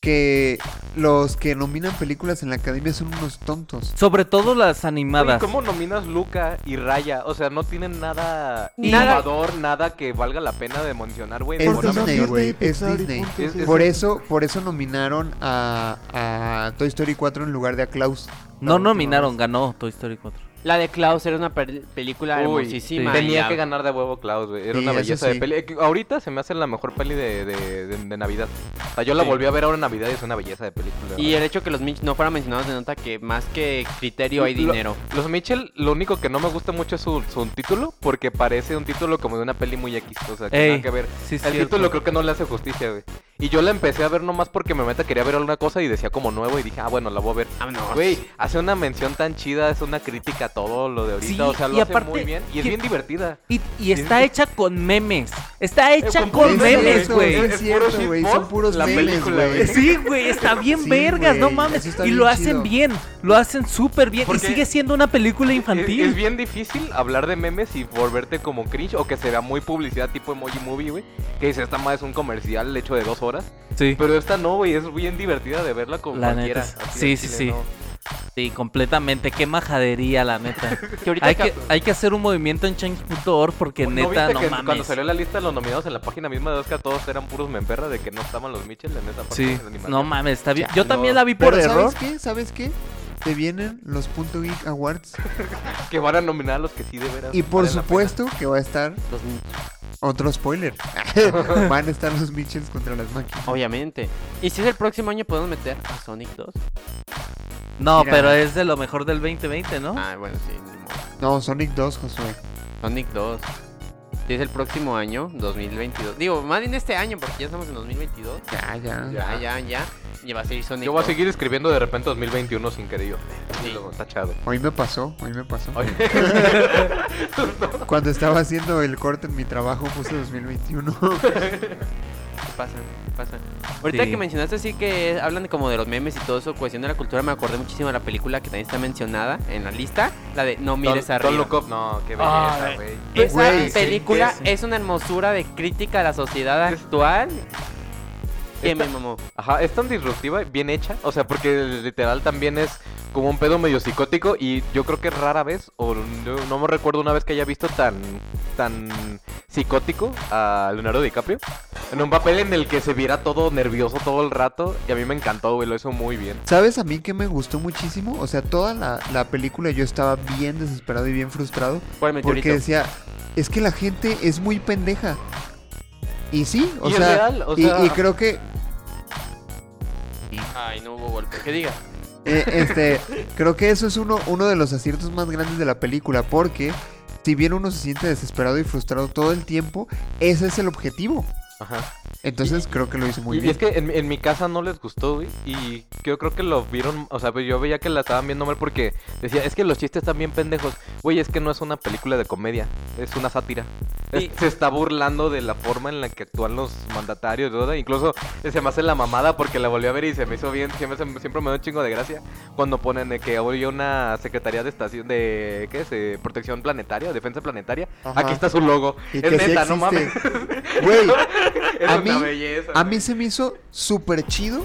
que los que nominan películas en la academia son unos tontos.
Sobre todo las
Oye,
animadas.
¿Cómo nominas Luca y Raya? O sea, no tienen nada
Y-
innovador, nada que valga la pena de mencionar, güey.
Es
Por-
Porque son
Disney, güey,
y
es
Pixar y
Disney.
punto,
Es-
sí.
es-
Por eso, por eso nominaron a, a Toy Story 4 en lugar de a Klaus.
No nominaron, ganó Toy Story 4.
La de Klaus era una per- película
Uy,
hermosísima.
sí.
Tenía
y
que ganar de huevo Klaus, güey. Era
Sí,
una
eso
belleza
sí.
de peli. Eh, que Ahorita se me hace la mejor peli de, de- de- de Navidad. O sea, yo la volví a ver ahora en Navidad y es una belleza de película.
Y el hecho que los Mitch no fueran mencionados denota que más que criterio hay
Lo-
dinero.
Los Mitchell, lo único que no me gusta mucho es su, su título, porque parece un título como de una peli muy X, o sea, que
Ey,
nada que ver.
Sí,
El
cierto.
título creo que no le hace justicia, güey. Y yo la empecé a ver nomás porque mi meta quería ver alguna cosa y decía como nuevo y dije, ah, bueno, la voy a ver.
Vámonos.
Güey, hace una mención tan chida, es una crítica a todo lo de ahorita,
Sí,
o sea, lo
y
hace muy
aparte,
bien y es
que-
bien divertida.
Y, y está hecha con memes. Está hecha
Eh, con
con
puros
memes,
memes,
güey.
güey.
Es
Es puro
cierto, güey,
shitpost
son puros
la
memes,
película,
güey.
güey.
Sí, güey, está bien
Sí,
vergas, no
güey,
mames.
eso está
Y
bien
lo hacen
chido.
bien, lo hacen súper bien. Y
Porque-
sigue siendo una película
Es,
infantil.
es bien difícil hablar de memes y volverte como cringe o que se vea muy publicidad tipo emoji movie, güey. Que dice, esta madre es un comercial hecho de dos horas.
Sí.
Pero esta no, güey, es bien divertida de verla con
La
cualquiera.
neta,
así
sí,
al
sí,
chile,
sí.
no.
Sí, completamente. Qué majadería, la neta.
Que ahorita
hay,
ca-
que, hay que hacer un movimiento en change.org porque
¿No
neta,
viste
no
que
mames.
Cuando salió la lista de los nominados en la página misma de Oscar, todos eran puros memperra de que no estaban los Mitchell en esa parte
Sí,
de animación.
no mames, está bien.
Ya,
Yo
no.
también la vi
Pero
por error.
¿sabes qué? ¿Sabes qué? Te vienen los Punto Geek Awards.
Que van a nominar a los que sí de veras.
Y por
valen la
supuesto que va a estar
Los-
otro spoiler. Van a estar los Mitchells contra las máquinas.
Obviamente. ¿Y si es el próximo año podemos meter a Sonic 2?
No,
Mira.
pero es de lo mejor del 2020, ¿no?
Ah, bueno, sí. ni modo.
No, Sonic 2, Josué.
Sonic 2. Si es el próximo año, 2022. Digo, más bien este año, porque ya estamos en 2022.
Ya, ya.
Ya, ya, ya. Y va a seguir Sonic
Ah. Yo voy a
2.
seguir escribiendo de repente 2021 sin querer yo.
Sí.
Y luego tachado.
Hoy me pasó, hoy me pasó.
Oye,
Cuando estaba haciendo el corte en mi trabajo puse 2021.
¿Qué pasa? ¿Qué pasa? Ahorita
Sí.
que mencionaste así que hablan como de los memes y todo eso, cuestión de la cultura, me acordé muchísimo de la película que también está mencionada en la lista, la de No mires
Don't- Don't
arriba.
Look Up. No, qué
Ah,
belleza, güey.
Esa
Güey, sí,
película
sí.
es una hermosura de crítica a la sociedad actual que me mamó.
Ajá, es tan disruptiva, y bien hecha. O sea, porque literal también es como un pedo medio psicótico. Y yo creo que rara vez, o no, no me recuerdo una vez que haya visto tan, tan psicótico a Leonardo DiCaprio. En un papel en el que se viera todo nervioso todo el rato. Y a mí me encantó, güey, lo hizo muy bien.
¿Sabes a mí que me gustó muchísimo? O sea, toda la, la película yo estaba bien desesperado y bien frustrado
Por el meteorito.
porque decía, es que la gente es muy pendeja. Y sí, o
Y es
sea,
real, o
y-
sea-
y creo que
Ay, no hubo golpe. ¿Qué diga?
Eh, este, creo que eso es uno, uno de los aciertos más grandes de la película, porque si bien uno se siente desesperado y frustrado todo el tiempo, ese es el objetivo.
Ajá.
Entonces creo que lo hizo muy
y
bien.
es que en, mi- en mi casa no les gustó, güey. Y yo creo que lo vieron. O sea, pues yo veía que la estaban viendo mal porque decía, es que los chistes están bien pendejos. Güey, es que no es una película de comedia, es una sátira. Es-
Y-
se está burlando de la forma en la que actúan los mandatarios, ¿verdad? Incluso eh, se me hace la mamada porque la volví a ver y se me hizo bien. Siempre, se- siempre me da un chingo de gracia cuando ponen de que había una secretaría de estación de. ¿Qué es? Eh, protección planetaria, defensa planetaria.
Ajá.
Aquí está su logo.
Y
es
que sí
neta, no mames.
existe. Güey,
es
A
una
mí-
belleza.
a mí se me hizo súper chido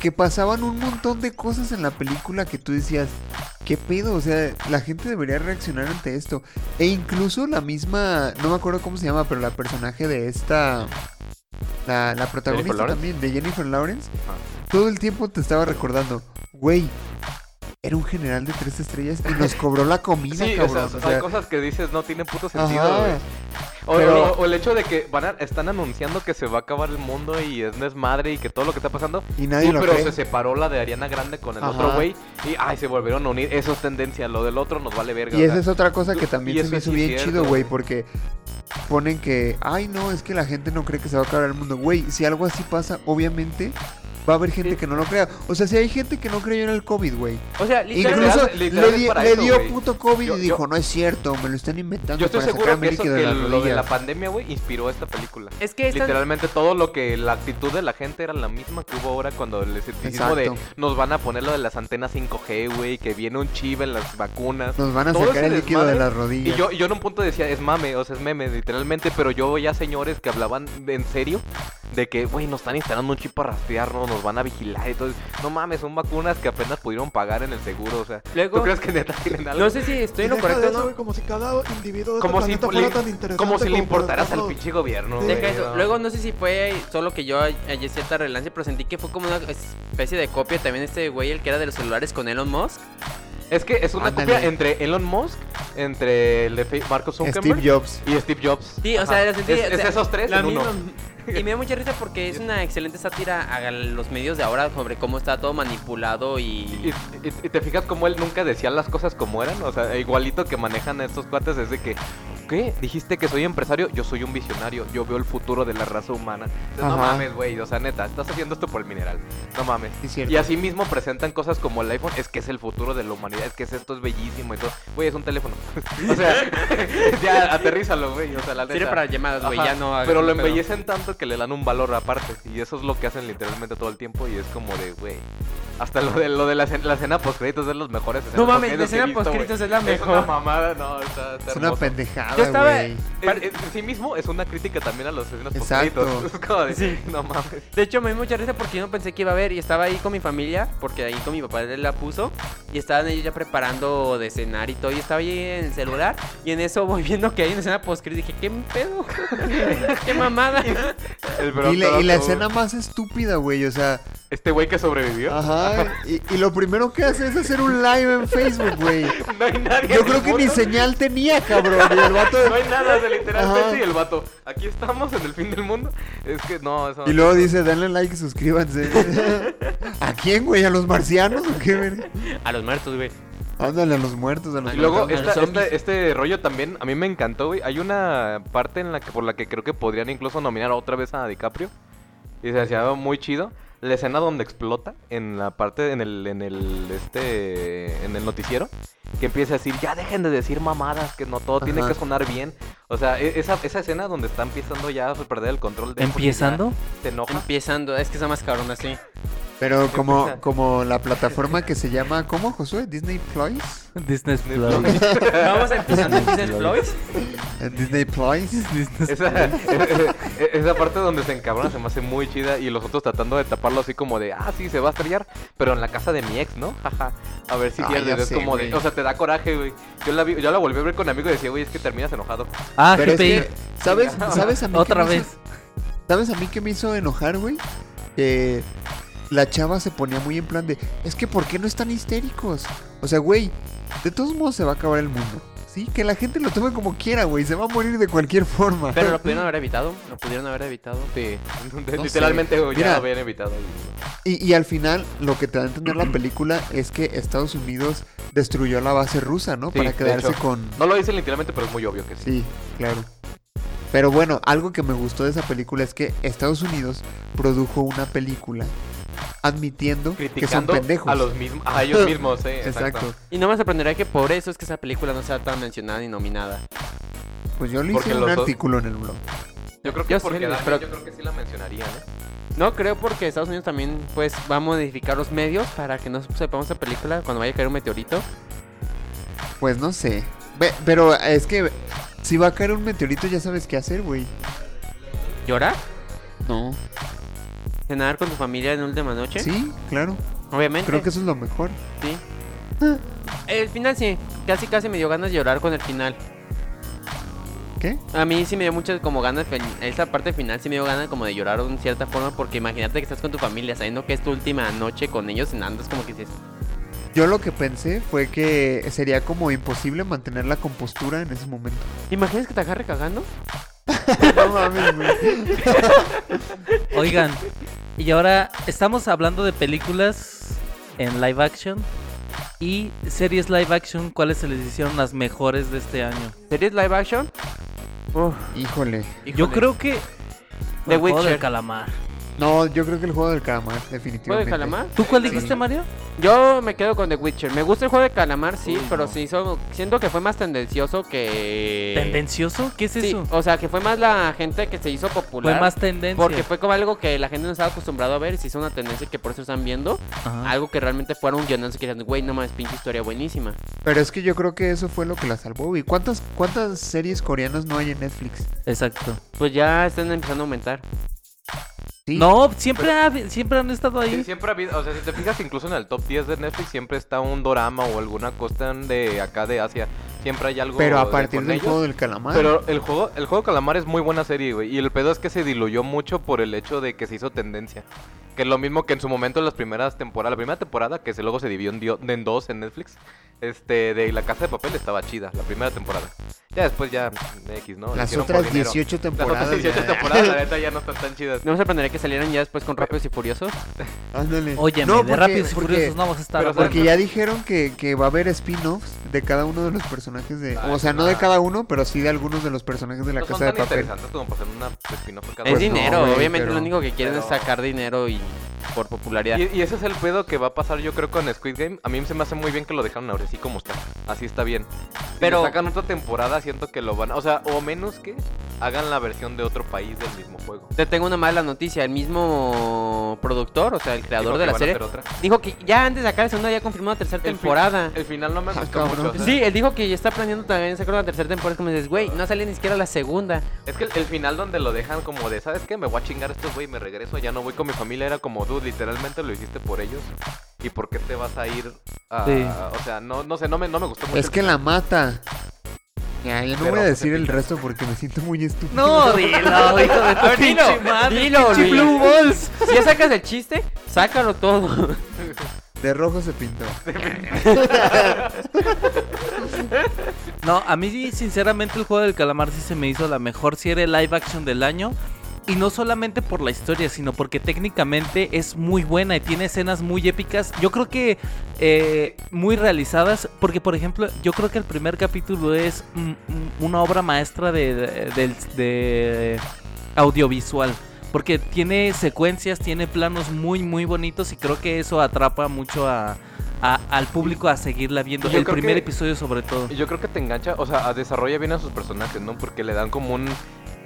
que pasaban un montón de cosas en la película que tú decías, ¿qué pedo? O sea, la gente debería reaccionar ante esto. E incluso la misma, no me acuerdo cómo se llama, pero la personaje de esta... La, la protagonista
Lawrence?
también, de Jennifer Lawrence,
Ajá.
todo el tiempo te estaba recordando, güey, era un general de tres estrellas y nos cobró la comida,
Sí, o sea,
cabrón. o
hay
sea,
cosas que dices no tienen puto
ajá.
sentido, güey. O,
pero-
o- o el hecho de que van a- están anunciando que se va a acabar el mundo y es desmadre y que todo lo que está pasando.
y nadie
Sí,
lo
pero
cree.
se separó la de Ariana Grande con el
Ajá.
otro güey y ay, se volvieron a unir. Eso es tendencia, lo del otro nos vale verga.
Y
o
esa
sea,
es otra cosa
tú-
que
y
también se
eso
me
sí
hizo
es
bien
cierto,
chido, güey,
güey.
porque ponen que, ay, no, es que la gente no cree que se va a acabar el mundo. Güey, si algo así pasa, obviamente va a haber gente que no lo crea. O sea, si hay gente que no creyó en el COVID, güey.
O sea, literalmente...
Incluso
literal
le,
es
di-
para
le
eso,
dio
güey.
puto COVID
Yo-
y
yo-
dijo, no es cierto, me lo están inventando
Yo estoy
para sacarme
seguro que eso
líquido
que
de las
lo de la
rodillas.
pandemia, güey, inspiró esta película.
Es que esta-
Literalmente todo lo que la actitud de la gente era la misma que hubo ahora cuando el escepticismo de
Exacto.
nos van a poner lo de las antenas 5G, güey, que viene un chivo en las vacunas.
Nos van a
todo
sacar
ese
el líquido de
desmadre,
las
Y
rodillas.
yo, yo en un punto decía, es mame, o sea, es meme, literalmente, pero yo veía señores que hablaban de- en serio de que, güey, nos están instalando un chip para rastrearnos, nos van a vigilar, entonces, no mames, son vacunas que apenas pudieron pagar en el seguro, o sea,
Luego-
¿tú crees que neta tienen algo?
No sé si estoy en lo
Y deja de
correcto o
eso,
no.
güey, Como si cada individuo de este
como si,
planeta
le,
fuera tan interesante
como si le
como para
importaras al
estarlo-
pinche gobierno.
Sí.
güey,
Deja eso.
no.
Luego no sé si fue solo que yo hallé cierta relevancia, pero sentí que fue como una especie de copia también este güey, el que era de los celulares con Elon Musk.
Es que es una
Ándale.
copia entre Elon Musk, entre el de Fe- Mark Zuckerberg
Steve Jobs.
y Steve Jobs.
Sí, o
Ajá.
sea, lo sentí,
es,
o
es
sea,
esos tres
la
en uno.
misma- Y me da mucha risa porque es una excelente sátira a los medios de ahora sobre cómo está todo manipulado
Y,
y...
y- y te fijas como él nunca decía las cosas como eran, o sea, igualito que manejan estos cuates es de que, ¿qué? Dijiste que soy empresario, yo soy un visionario, yo veo el futuro de la raza humana. O sea, no
Ajá.
mames, güey, o sea, neta, estás haciendo esto por el mineral, no mames.
Sí, cierto.
Y así mismo presentan cosas como el iPhone, es que es el futuro de la humanidad, es que es esto es bellísimo y todo. Güey, es un teléfono. o sea, ya aterrízalo, güey, o sea, la neta.
Sirve para llamadas, güey,
Ajá,
ya no... hagas
Pero lo
un pedo.
embellecen tanto que le dan un valor aparte. Y eso es lo que hacen literalmente todo el tiempo. Y es como de, güey. Hasta lo de, lo de la, escena- la escena postcréditos es los mejores.
No
escenas
mames, la
postcréditos que
escena
he visto,
postcritos
güey.
es la
Es una
mejor.
mamada, no, está, está
Es una
hermoso.
pendejada,
Yo estaba-
güey.
Es- es- en sí mismo es una crítica también a los escenas
Exacto.
postcréditos. Es como de,
Sí.
no mames.
De hecho, me dio mucha risa porque yo no pensé que iba a ver y estaba ahí con mi familia, porque ahí con mi papá él la puso y estaban ellos ya preparando de cenar y todo. Y estaba ahí en el celular y en eso voy viendo que hay una escena post y dije, ¿qué pedo? ¿Qué mamada?
Y
El
la, y la
Brontosaurus.
escena Ah. más estúpida, güey, o sea,
Este güey que sobrevivió.
ajá, y, y lo primero que hace es hacer un live en Facebook, güey.
No hay nadie. en
Yo
el
creo que ni
mundo.
señal tenía, cabrón, y el vato...
No hay nada, de literalmente.
Ajá.
Y el vato, aquí estamos en el fin del mundo. Es que no, eso.
Y luego dice, denle like y suscríbanse. ¿A quién, güey? ¿A los marcianos o qué, güey?
A los muertos, güey.
Ándale, a los muertos, a los
Y luego
A los
esta- esta-
zombies.
este rollo también a mí me encantó, güey. Hay una parte en la que por la que creo que podrían incluso nominar otra vez a DiCaprio y se hacía muy chido. La escena donde explota en la parte en el en el este en el noticiero que empieza a decir, "Ya dejen de decir mamadas, que no todo tiene
Ajá.
que sonar bien." O sea, e- esa, esa escena donde está empezando ya a perder el control de
¿Empiezando?
te enoja.
Empezando, es que está más cabrón así.
Pero como,
empieza.
como la plataforma que se llama, ¿cómo, Josué? ¿Disney Plus?
Disney
Disney
Plus.
Vamos a empezar con Disney Floyd.
Eh, ¿Disney Plus?
Disney-
Esa, e, esa parte donde se encabrona se me hace muy chida y los otros tratando de taparlo así como de, ah, sí, se va a estrellar, pero en la casa de mi ex, ¿no? Jaja. A ver si
Ah,
pierdes.
ya
es
sé,
como de,
güey.
o sea, te da coraje, güey. Yo la, vi- yo la volví a ver con amigos y decía, güey, es que terminas enojado.
Ah,
Pero es
GPI.
que, ¿sabes, ¿sabes a mí qué
Otra
me hizo-
vez.
¿Sabes a mí qué me hizo enojar, güey? Que la chava se ponía muy en plan de, es que ¿por qué no están histéricos? O sea, güey, de todos modos se va a acabar el mundo. Sí, que la gente lo tome como quiera, güey. Se va a morir de cualquier forma.
Pero lo pudieron haber evitado, lo pudieron haber evitado.
Sí.
sé.
Literalmente, güey, ya
Mira.
lo habían evitado.
Y, y al final, lo que te da a entender la película es que Estados Unidos destruyó la base rusa, ¿no?
Sí,
Para
de
quedarse
hecho.
con...
No lo dicen literalmente, pero es muy obvio que sí.
Sí, claro. Pero bueno, algo que me gustó de esa película es que Estados Unidos produjo una película admitiendo que son
Criticando
pendejos.
a los mismos, a ellos mismos, sí, exacto.
Exacto.
Y no me sorprendería que por eso es que esa película no sea tan mencionada ni nominada.
Pues yo le
Porque
hice un
los dos-
artículo en el blog.
Yo creo que
Yo sí,
porque Dani,
pero-
yo creo que sí la mencionaría, ¿no?
No, creo porque Estados Unidos también pues va a modificar los medios para que no sepamos la película cuando vaya a caer un meteorito.
Pues no sé. Ve- pero es que si va a caer un meteorito ya sabes qué hacer, güey.
¿Llorar?
No.
¿Cenar con tu familia en última noche?
Sí, claro.
Obviamente.
Creo que eso es lo mejor.
sí. El final sí, casi casi me dio ganas de llorar con el final.
¿Qué?
A mí sí me dio muchas como ganas, fe- esa parte final sí me dio ganas como de llorar de cierta forma porque imagínate que estás con tu familia sabiendo que es tu última noche con ellos cenando, es como que dices,
Yo lo que pensé fue que sería como imposible mantener la compostura en ese momento.
¿te imaginas que te agarre cagando?
No mames, güey.
Oigan, y ahora estamos hablando de películas en live action y series live action, ¿cuáles se les hicieron las mejores de este año?
¿Series live action? Uf,
Híjole.
Yo
híjole.
creo que
The
El juego
Witcher.
del calamar.
No, yo creo que el juego del calamar, definitivamente.
¿Juego de calamar?
¿Tú cuál
Sí.
dijiste, Mario?
Yo me quedo con The Witcher. Me gusta el juego de calamar, sí,
Uy,
pero
no.
sí son- siento que fue más tendencioso que
¿Tendencioso? ¿Qué es
Sí,
eso?
o sea, que fue más la gente que se hizo popular.
Fue más tendencia.
porque fue como algo que la gente no estaba acostumbrado a ver y se hizo una tendencia que por eso están viendo.
Ajá.
Algo que realmente fuera un guionazo que dijeron, güey, no mames, pinche historia buenísima.
Pero es que yo creo que eso fue lo que la salvó. ¿Y cuántas, cuántas series coreanas no hay en Netflix?
Exacto.
Pues ya están empezando a aumentar.
Sí.
No, siempre, ha- siempre han estado
Sí,
ahí.
siempre ha habido, o sea, si te fijas incluso en el top 10 de Netflix siempre está un dorama o alguna cosa de acá de Asia, siempre hay algo
Pero a
de-
partir
con
del
ellos.
juego del calamar.
Pero el juego, el juego Calamar es muy buena serie, güey, y el pedo es que se diluyó mucho por el hecho de que se hizo tendencia. Que es lo mismo que en su momento las primeras temporadas, la primera temporada que se luego se dividió en, dio- en dos en Netflix, este de La Casa de Papel estaba chida, la primera temporada. Ya después ya X, ¿no?
las
Hicieron por
otras
dinero.
18
las
temporadas.
otras 18
ya.
temporadas, la neta ya no están tan chidas.
No me sorprendería que salieran ya después con Rápidos y Furiosos.
Ándale.
Óyeme,
No,
de
porque-
Rápidos y
porque-
Furiosos no vamos a estar.
Pero
hablando.
Porque ya dijeron que, que va a haber spin-offs de cada uno de los personajes de...
Ay,
o sea, no de
no.
cada uno, pero sí de algunos de los personajes de la
no Ah. son
Casa de
tan
Papel.
interesantes como para hacer una spin-off cada
es
Pues
uno.
dinero,
güey,
obviamente
pero-
lo único que quieren es
pero-
sacar dinero y por popularidad.
Y, y ese es el pedo que va a pasar yo creo con Squid Game. A mí se me hace muy bien que lo dejaron ahora así como está. Así está bien. Si
Pero-
le sacan otra temporada siento que lo van, a- o sea, o menos que hagan la versión de otro país del mismo juego.
Te tengo una mala noticia. El mismo productor, o sea, el creador
Dijo
de
que
la
van a
serie,
hacer otra.
dijo que ya antes de acabar la segunda ya confirmó la tercera
El fin-
temporada.
El final no me
Ah,
gustó
cabrón.
mucho. o sea,
Sí, él dijo que ya está planeando también sacar una tercera temporada. Es como dices, güey, no sale ni siquiera la segunda.
Es que el, el final donde lo dejan como de, ¿sabes qué? Me voy a chingar a estos güey, me regreso, ya no voy con mi familia. Era como, dude, literalmente lo hiciste por ellos. ¿Y por qué te vas a ir a.?
Sí.
O sea, no, no sé, no me, no me gustó mucho.
Es
el
que
final.
la mata. Ya, yo no
Pero,
voy a
¿qué
decir
te
el resto porque me siento muy estúpido.
No, dilo, hijo de tu pinche madre.
dilo,
pinche
Luis.
Blue Balls.
Si ya sacas el chiste, sácalo todo.
De rojo se pintó.
No, a mí sí, sinceramente el juego del calamar sí se me hizo la mejor serie live action del año. Y no solamente por la historia, sino porque técnicamente es muy buena y tiene escenas muy épicas. Yo creo que eh, muy realizadas, porque por ejemplo, yo creo que el primer capítulo es mm, mm, una obra maestra de, de- del- de audiovisual. Porque tiene secuencias, tiene planos muy, muy bonitos y creo que eso atrapa mucho a- a- al público a seguirla viendo.
Yo
el
creo
primer
que-
episodio sobre todo.
Y Yo creo que te engancha, o sea, desarrolla bien a sus personajes, ¿no? Porque le dan como un.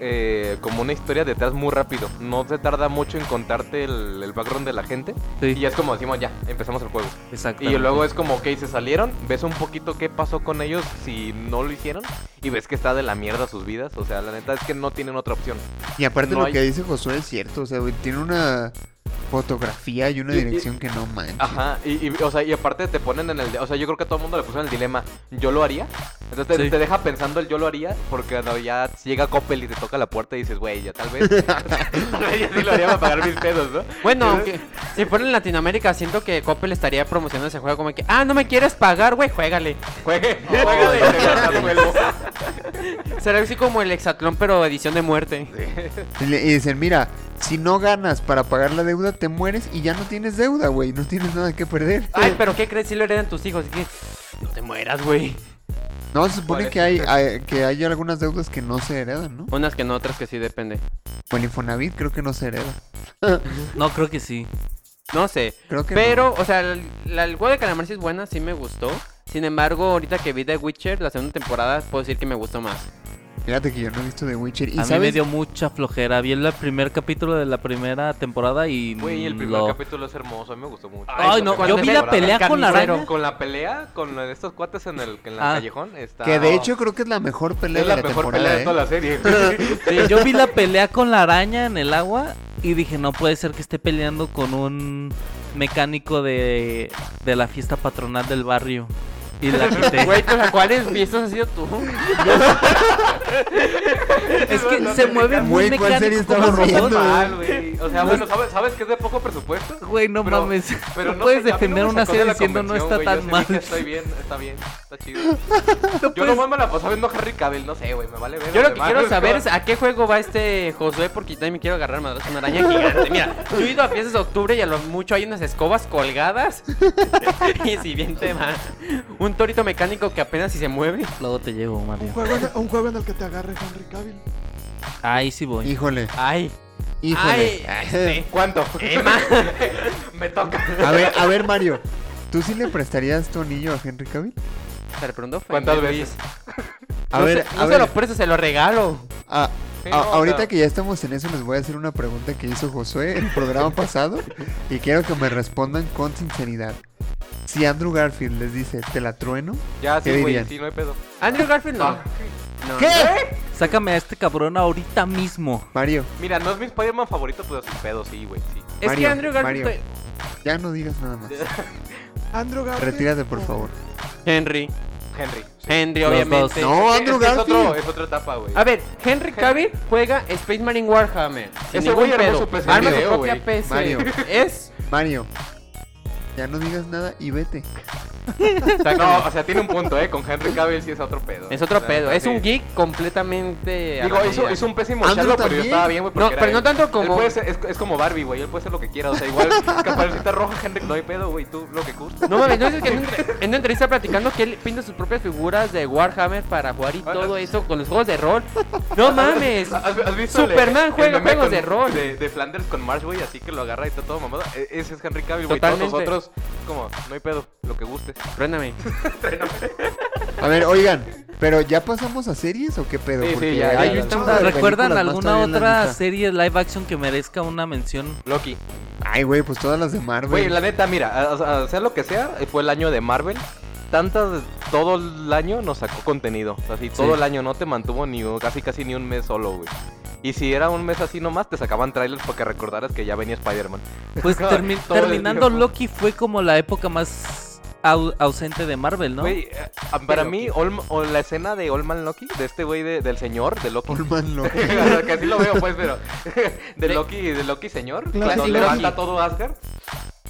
eh, como una historia detrás muy rápido. No se tarda mucho en contarte el, el background de la gente.
Sí.
Y ya es como decimos, ya, empezamos el juego.
Exacto.
Y luego es como, ok, se salieron, ves un poquito qué pasó con ellos si no lo hicieron. Y ves que está de la mierda sus vidas. O sea, la neta es que no tienen otra opción.
Y aparte
No
lo
hay-
que dice Josué es cierto, o sea, güey, tiene una fotografía y una
Y- y-
dirección que no manches.
Ajá, y, y, o sea, y aparte te ponen en el... O sea, yo creo que a todo el mundo le puso en el dilema, ¿yo lo haría? Entonces te,
Sí.
te deja pensando el yo lo haría, porque cuando ya llega Coppel y te toca la puerta y dices, güey, ya tal vez... tal vez ya sí lo haría para pagar mis pedos, ¿no?
Bueno, aunque si fuera en Latinoamérica, siento que Coppel estaría promocionando ese juego como que, ah, no me quieres pagar, güey, juégale.
Juegue, juega de- de verdad, vuelvo.
Será así como el Hexatlón, pero edición de muerte.
Y, le- y dicen, mira, si no ganas para pagar la deuda, te mueres y ya no tienes deuda, güey, no tienes nada que perder.
Ay, pero ¿qué crees si lo heredan tus hijos? Así que, no te mueras, güey.
No, se supone
Parece
que hay, hay- que hay algunas deudas que no se heredan, ¿no?
Unas que no, otras que sí depende.
Bueno, Infonavit creo que no se hereda.
No, creo que sí.
No sé.
Creo que no.
Pero, o sea, el, la- el juego de calamar sí es buena, sí me gustó. Sin embargo, ahorita que vi The Witcher, la segunda temporada, puedo decir que me gustó más.
Fíjate que yo no he visto The Witcher. ¿Y
A mí me
sabes?
dio mucha flojera. Vi el primer capítulo de la primera temporada y.
Güey, el primer
lo-
capítulo es hermoso, a mí me gustó mucho.
Ay, no,
cuando
yo vi la
empezaron
pelea
el
con la
carnicero.
araña.
Ah, Con la pelea, con estos cuates en el en la
Ah.
callejón, está...
Que de hecho creo que es la mejor pelea
es la
de la
mejor
temporada.
pelea de
¿eh?
toda la serie. güey.
Sí, yo vi la pelea con la araña en el agua y dije, no puede ser que esté peleando con un mecánico de, de la fiesta patronal del barrio. Y la quité.
Güey, o sea, ¿cuáles fiestas has sido tú?
es que se mueve muy
Güey, ¿cuál serie
mecánico como
estamos
robot.
viendo?
Mal, güey. O sea, bueno, ¿sabes, ¿sabes que es de poco presupuesto?
Güey, no
Pero-
mames.
Pero no
puedes
sé, a mí no
defender
me
una
sacó de
serie
la
diciendo no está tan
convención, güey, yo sí
mal.
dije, Estoy bien, está bien, está chido. Yo nomás me la pasaba viendo Harry Cavill, no sé, güey, me vale ver.
Yo lo que
demás,
quiero
güey,
saber es
pero-
a qué juego va este Josué, porque yo también me quiero agarrar madras con una araña gigante. Mira, yo he ido a fiestas de octubre y a lo mucho hay unas escobas colgadas. y si bien te va, un torito mecánico que apenas si se mueve.
Luego te llevo,
Un
Mario.
juego, en, un juego en el que te agarre Henry Cavill.
Ahí sí voy.
Híjole,
Ay,
híjole.
ay, este,
¿Cuánto?
Emma.
me toca.
A ver, a ver, Mario. ¿Tú sí le prestarías tu anillo a Henry Cavill?
Se le preguntó fue
¿Cuántas
Luis.
veces?
A
no
ver,
se,
a
no se
ver.
lo presto, se lo regalo.
a-
Sí,
a-
no, o sea-
Ah, ahorita que ya estamos en eso, les voy a hacer una pregunta que hizo Josué el programa pasado y quiero que me respondan con sinceridad. Si Andrew Garfield les dice, te la trueno,
Ya,
¿Qué
sí, güey,
dirían?
sí, no hay pedo.
Andrew Garfield no.
Ah.
No,
Sácame a este cabrón ahorita mismo.
Mario,
Mira, no es mi Spider-Man favorito, pero sin pedo, sí, güey, sí.
Es que
Mario,
Andrew Garfield.
Mario. ya no digas nada más.
Andrew Garfield.
Retírate, por
o-
favor.
Henry.
Henry. sí.
Henry,
Los dos,
obviamente.
No,
Es que
Oh, Andrew
es otro,
Garfield.
es otra etapa, güey.
A ver, Henry Cavill juega Space Marine Warhammer. Sin
Ese
ningún
güey armó su PC
Arma su
video,
propia
güey.
PC.
Mario.
Es.
Mario, ya no digas nada y vete.
No, o sea, tiene un punto, eh. Con Henry Cavill sí es otro pedo.
Es otro
La
pedo.
neta,
Es un
sí.
geek completamente. a
Digo,
la
eso
medida.
es un pésimo
Andrew
chavo, pero yo
también.
estaba bien, güey. porque
No,
era
pero no
él.
tanto
Él
como-
puede ser- es, es como Barbie, güey. Él puede ser lo que quiera. O sea, igual Caperucita Roja, Henry, no hay pedo, güey. Tú lo que gustes.
No mames, no es que en, una entre- en una entrevista platicando que él pinta sus propias figuras de Warhammer para jugar y todo eso con los juegos de rol. No mames.
¿Has, has visto el-
Superman
el
juega
meme
juegos
con-
de rol.
De, de Flanders con Mars, güey, así que lo agarra y está todo mamado. E- Ese es Henry Cavill, güey. Todos
Totalmente.
nosotros, como, no hay pedo. lo que guste.
Truéname.
A ver, oigan, pero ¿ya pasamos a series o qué pedo?
Sí, sí,
Porque
ya, ya,
hay
ya,
un
ya.
chingo de películas
¿Recuerdan
más
alguna
todavía en la
otra
lista.
serie live action que merezca una mención?
Loki.
Ay, güey, pues todas las de Marvel.
Güey, la neta, mira, a- a- sea lo que sea, eh, fue el año de Marvel. Tantas, todo el año nos sacó contenido. Así, todo
Sí.
el año no te mantuvo ni un- casi casi ni un mes solo, güey. Y si era un mes así nomás, te sacaban trailers porque recordaras que ya venía Spider-Man.
Pues
No,
termi-
todo el
terminando
día.
Loki fue como la época más au- ausente de Marvel, ¿no?
Güey, eh, para mí, Ol- o la escena de Old Man Loki, de este güey de- del señor, de Loki.
Pullman Loki.
O sea, que así lo veo, pues, pero. De
De-
Loki, de Loki señor.
Claro,
Cuando
sí,
levanta
Loki.
todo Asgard.